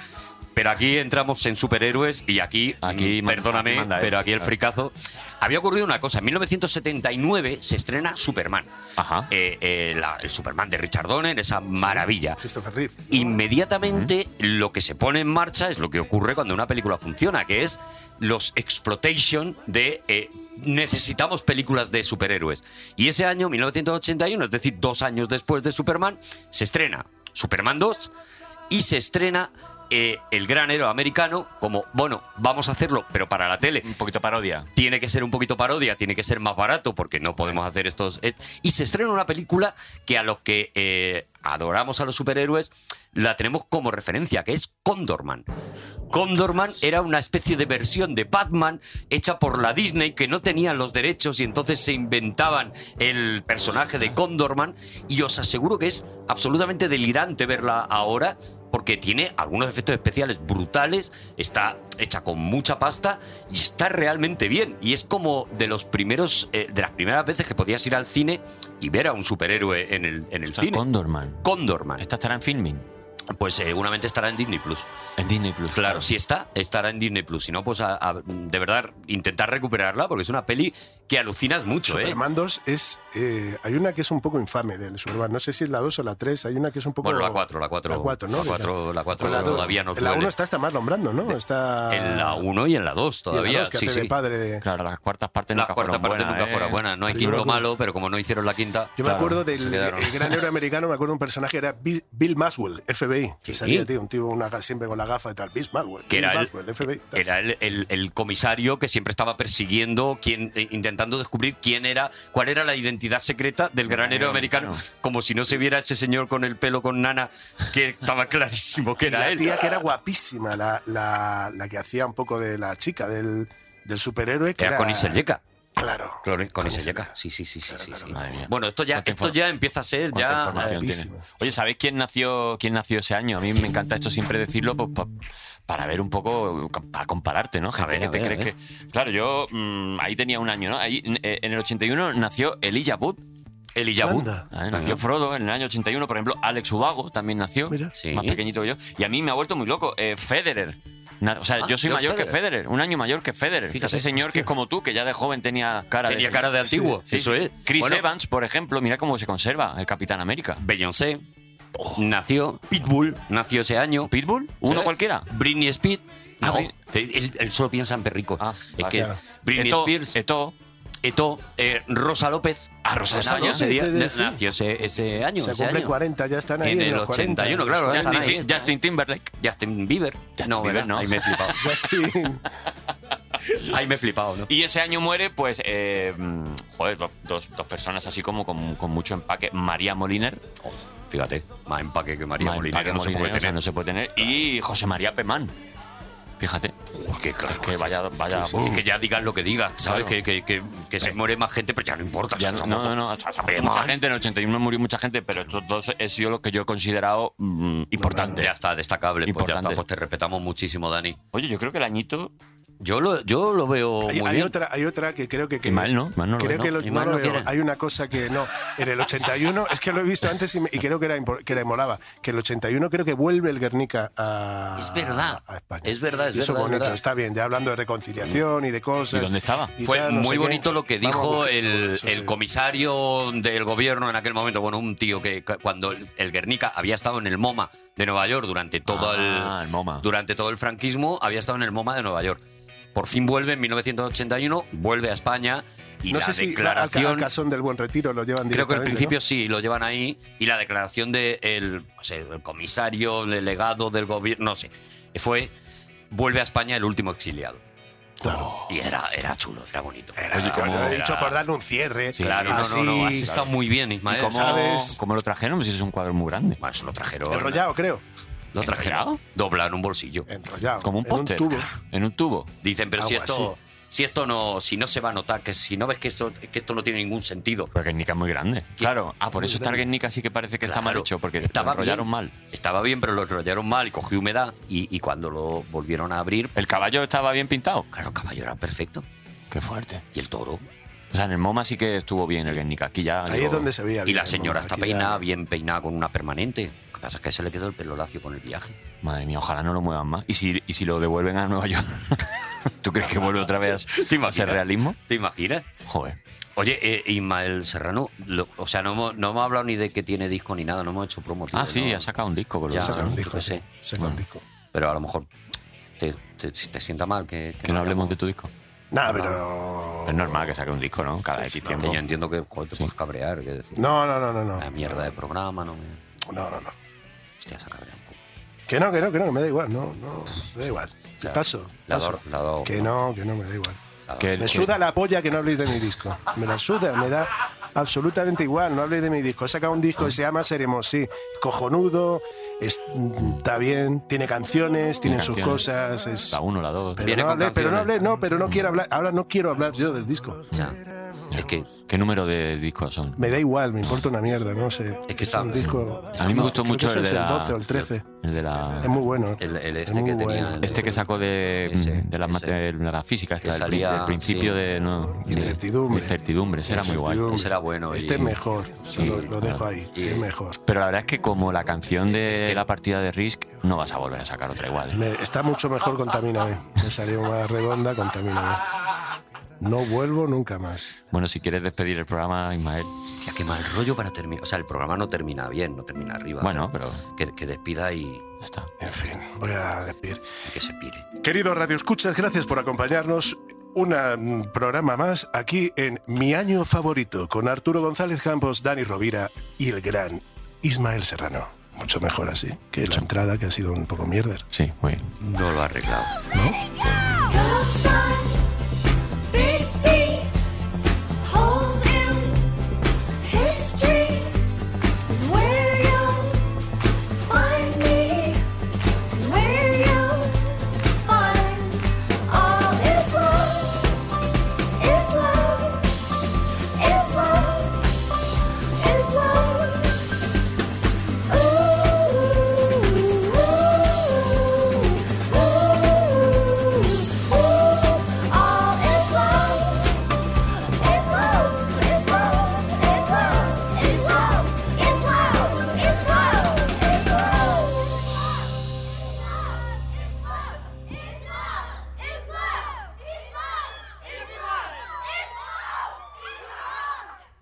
E: Pero aquí entramos en superhéroes y aquí, aquí perdóname,
D: aquí manda, ¿eh?
E: pero aquí el
D: Claro.
E: fricazo. Había ocurrido una cosa. En 1979 se estrena Superman.
D: Ah.
E: Eh, eh, la- el Superman de Richard Donner, esa maravilla. Inmediatamente lo que se pone en marcha es lo que ocurre cuando una película funciona, que es los exploitation de eh, necesitamos películas de superhéroes. Y ese año, 1981, es decir, dos años después de Superman, se estrena Superman 2 y se estrena eh, el gran héroe americano como, bueno, vamos a hacerlo, pero para la tele. Un poquito parodia. Tiene que ser un poquito parodia, tiene que ser más barato porque no podemos hacer estos... eh, Y se estrena una película que a los que eh, adoramos a los superhéroes la tenemos como referencia, que es Condorman. Condorman era una especie de versión de Batman hecha por la Disney que no tenían los derechos y entonces se inventaban el personaje de Condorman y os aseguro que es absolutamente delirante verla ahora porque tiene algunos efectos especiales brutales, está hecha con mucha pasta y está realmente bien. Y es como de los primeros, eh, de las primeras veces que podías ir al cine y ver a un superhéroe en el, en el cine. Condorman. Condorman. ¿Esta estará en filming? Pues eh, seguramente estará en Disney Plus. En Disney Plus. Claro, si está, estará en Disney Plus. Si no, pues a- a- de verdad intentar recuperarla porque es una peli que alucinas mucho, ¿eh?
B: Superman 2 es. eh, hay una que es un poco infame del Superman. No sé si es la 2 o la 3. Hay una que es un poco.
E: Bueno, la 4, la 4.
B: La 4, ¿no?
E: La 4, la 4
B: Pues la dos.
E: todavía nos
B: En la
E: duele.
B: 1 está hasta más nombrando, ¿no? Está.
E: En la 1 y en la 2
B: Y en la
E: todavía.
B: dos, que
E: sí,
B: hace de
E: sí.
B: padre de-
D: Claro, las cuartas partes
E: La
D: nunca
E: cuarta
D: fueron
E: parte
D: buenas,
E: nunca
D: ¿eh?
E: fueron buenas. No hay
D: Yo
E: quinto
D: creo que-
E: malo, pero como no hicieron la quinta.
B: Yo me acuerdo
E: se
B: del
E: quedaron.
B: el gran héroe americano, me acuerdo un personaje, era Bill, Bill Maswell, FBI. Que salía, tío, un tío una, ga- siempre con la gafa y tal. Bill Maswell.
E: que
B: Bill
E: era el,
B: Maswell, FBI.
E: era el, el- el comisario que siempre estaba persiguiendo, quién, eh, intentando descubrir quién era, cuál era la identidad secreta del granero americano, como si no se viera ese señor con el pelo con nana, que estaba clarísimo que
B: Y
E: era
B: la
E: él.
B: tía que era guapísima, la, la, la que hacía un poco de la chica del, del superhéroe. Que
E: Era
B: era
E: con Isayeka.
B: Claro.
E: Con, con Isayeka. Sí, sí, sí, sí. sí, sí. Bueno, esto ya, esto ya empieza a ser
D: ¿Cuánta
E: ya
D: información tiene? Oye, ¿sabéis quién nació, quién nació ese año? A mí me encanta esto siempre decirlo pues, pa- para ver un poco, para compararte, ¿no? Gente
E: ver,
D: que
E: a
D: te
E: ver, a
D: crees
E: ver.
D: que... Claro, yo mm, ahí tenía un año, ¿no? Ahí, en, eh, en el 81 nació Elijah Wood.
E: Elijah
D: Wood.
E: Anda.
D: Ah, Nació Frodo en el año 81, por ejemplo. Alex Ubago también nació, más pequeñito que yo. Y a mí me ha vuelto muy loco. Eh, Federer. Na- O sea,
E: Ah,
D: yo soy
E: Dios,
D: mayor que
E: Federer.
D: Federer, un año mayor que Federer.
E: Fíjate.
D: Ese señor que es como tú, que ya de joven tenía cara de.
E: Tenía cara de antiguo, eso es.
D: Chris
E: Bueno.
D: Evans, por ejemplo, mira cómo se conserva el Capitán América.
E: Beyoncé. Nació Oh. Pitbull, nació ese año.
D: ¿Pitbull? ¿Uno cualquiera?
E: Britney Spears. No, él, él solo piensa en Perrico. es
D: vale.
E: que
D: Ah, Claro.
E: Britney
D: Eto,
E: Spears.
D: Eto.
E: Eto. eh, Rosa López. eh, Ah, Rosa
B: Rosa
E: López.
B: López,
E: ese día-
B: sí.
E: Nació ese, ese año.
B: Se
E: ese
B: cumple
E: año.
B: 40, ya están ahí.
E: En el
B: los 40.
E: 81, claro. ahora
D: Justin,
E: están ahí.
D: Ti- Justin Timberlake.
E: Justin Bieber. no,
D: Bieber,
E: ¿verdad?
D: no.
E: Ahí me he flipado.
B: Justin.
E: Pues Ahí me he flipado, ¿no?
D: Y ese año muere, pues, eh, mm, joder, do- dos, dos personas así como con, con mucho empaque. María Moliner.
E: fíjate, más empaque que María Moliner,
D: empaque
E: no se puede
D: Moliner, o sea,
E: tener.
D: no se puede tener. Y José María Pemán. Fíjate. Es que vaya, vaya.
E: Es que ya digas lo que digas, ¿sabes? Que,
D: Claro.
E: que- que- que
B: Eh.
E: se muere más gente, pero ya no importa.
D: Ya
E: es
D: no,
E: una
D: no,
E: moto.
D: no, no, o sea, murió mucha gente, en el 81 murió mucha gente, pero estos dos he sido los que yo he considerado mm, importantes.
E: Ya está, destacable. Pues, ya
D: Importante.
E: está, pues te respetamos muchísimo, Dani.
D: Oye, yo creo que el añito.
E: Yo lo, yo lo veo
B: Hay,
E: muy
B: hay
E: bien.
B: otra, hay otra que creo que. que
D: Imael no, Imael no lo
B: creo
D: ve,
B: que
D: ¿no?
B: lo-
D: Imael
B: no lo
D: no
B: veo.
D: quiere.
B: Hay una cosa que no. En el 81, es que lo he visto antes y, me- y creo que, era, impor- que le molaba. Que el 81 creo que vuelve el Guernica a.
E: Es verdad.
B: a España.
E: Es verdad, es
B: Y eso
E: verdad, es
B: bonito,
E: verdad.
B: está bien, ya hablando de reconciliación y de cosas.
D: ¿Y dónde estaba?
B: y
E: Fue
B: tal, no sé
E: muy
B: qué.
E: bonito lo que
B: Vamos a
E: dijo
B: buscar
E: el,
B: eso,
E: el
B: sí.
E: comisario del gobierno en aquel momento. Bueno, un tío que ca- cuando el el Guernica había estado en el MoMA de Nueva York durante todo
D: Ah, el MoMA.
E: durante todo el franquismo, había estado en el MoMA de Nueva York. Por fin vuelve en 1981, vuelve a España y
B: no
E: la
B: sé si
E: declaración.
B: al casón del Buen Retiro lo llevan
E: Creo que al
B: directamente,
E: principio
B: ¿no?
E: sí, lo llevan ahí. Y la declaración del comisario, delegado del gobierno, no sé, fue, vuelve a España el último exiliado. Y era, era chulo, era bonito.
B: Oye,
E: cómo
B: lo he
E: era-
B: dicho por darle un cierre.
E: Claro, no,
B: así,
E: no, no, has estado muy bien, Ismael.
D: ¿Y cómo,
E: ¿Sabes?
D: cómo lo trajeron? Si es un cuadro muy grande.
E: Bueno, eso lo trajeron.
B: Enrollado, Eh, creo.
E: Lo trajeron. Doblado en un bolsillo.
B: Enrollado.
D: Como un
E: en un
D: póster.
E: tubo.
D: En un tubo.
E: Dicen, pero si
D: Algo
E: esto, si esto no, si no se va a notar, que si no ves que esto, que esto no tiene ningún sentido.
D: Pero Guernica es muy grande. Claro. Ah, por eso está el Guernica sí que parece que está mal
E: Claro,
D: hecho, porque
E: estaba
D: lo enrollaron
E: bien.
D: mal.
E: Estaba bien, pero lo enrollaron mal y cogió humedad. Y, y cuando lo volvieron a abrir.
D: ¿El caballo estaba bien pintado?
E: Claro, el caballo era perfecto.
D: Qué fuerte.
E: Y el toro.
D: O sea, en el MoMA sí que estuvo bien el Guernica. Aquí ya.
B: Ahí es donde se veía
E: Y
B: bien
E: la
B: el
E: señora
B: MoMA,
E: está
B: aquí ya-
E: peinada, bien peinada con una permanente. Lo que pasa es que se le quedó el pelo lacio con el viaje.
D: Madre mía, ojalá no lo muevan más. ¿Y si, y si lo devuelven a Nueva York? ¿Tú crees que vuelve otra vez a ¿Te imaginas? realismo?
E: ¿Te imaginas?
D: Joder.
E: Oye, eh, Ismael Serrano, lo- o sea, no hemos, no hemos hablado ni de que tiene disco ni nada, no hemos hecho promo.
D: Ah, sí, ha sacado un disco, por lo
E: Ya,
D: visto.
E: yo qué sé. Bueno, Pero a lo mejor te, te- te sienta mal que...
D: Que no hablemos de tu disco.
B: Nada, pero...
D: Es normal que saque un disco, ¿no? Cada X tiempo.
E: Yo entiendo que joder, te puedes cabrear. Que decir,
B: No, no, no, no, no.
E: La mierda de programa, no me...
B: No, no, no.
E: Hostia, se ha cabreado un poco.
B: Que no, que no, que no, me da igual, no, no, me da igual.
E: Ya,
B: Paso.
E: la
B: paso.
E: adoro, la adoro.
B: Que no, que no, me da igual. Me
D: Que- que-
B: suda la polla que no habléis de mi disco. Me la suda, me da absolutamente igual. No habléis de mi disco. He sacado un disco que se llama Seremos, sí. Cojonudo, es- está bien, tiene canciones, tiene sus
D: canciones.
B: cosas. es-
D: La uno, la dos.
B: Pero no, hablé, pero no hablé, no, pero no quiero hablar. Ahora no quiero hablar yo del disco.
D: Es que, ¿Qué número de discos son?
B: Me da igual, me importa una mierda, no sé.
E: Es que está-
B: un disco.
D: Ah. A mí me gustó
B: creo
D: mucho
B: que ese
D: el de
B: es el
D: la.
B: 12 o el 13.
D: El de la.
B: Es muy bueno.
E: El, el
B: Es
E: este
B: muy
E: que tenía...
B: bueno.
E: el-
D: Este que sacó de, de, la, mate- de la física, esta,
E: que
D: el pri-
E: salía,
D: del principio
E: sí.
D: de. No,
B: Incertidumbre.
D: de incertidumbre, ese era muy guay.
B: Incertidumbre.
E: Ese era bueno.
B: Este es mejor, o sea,
D: Sí,
B: lo, lo dejo ahí,
E: y-
B: es mejor.
D: Pero la verdad es que como la canción de la partida de Risk, no vas a volver a sacar otra igual. ¿eh?
B: Me- está mucho mejor Contamíname. Me salió más redonda Contamíname. No vuelvo nunca más.
D: Bueno, si quieres despedir el programa, Ismael.
E: Hostia, qué mal rollo para terminar. O sea, el programa no termina bien, no termina arriba.
D: Bueno, pero.
E: Que, que despida y,
D: Ya está.
B: En fin, voy a decir.
E: y que se pire.
B: Queridos Radio Escuchas, gracias por acompañarnos. Un mm, programa más aquí en Mi Año Favorito con Arturo González Campos, Dani Rovira y el gran Ismael Serrano. Mucho mejor así que la entrada que ha sido un poco mierder.
D: Sí, muy bien.
E: No lo ha arreglado.
Q: Big beats, holes in history is where you'll find me. Is where you'll find all is love, is love, is love, is love. All is love. It's love. It's love. It's love. It's love. It's love. It's love. It's love.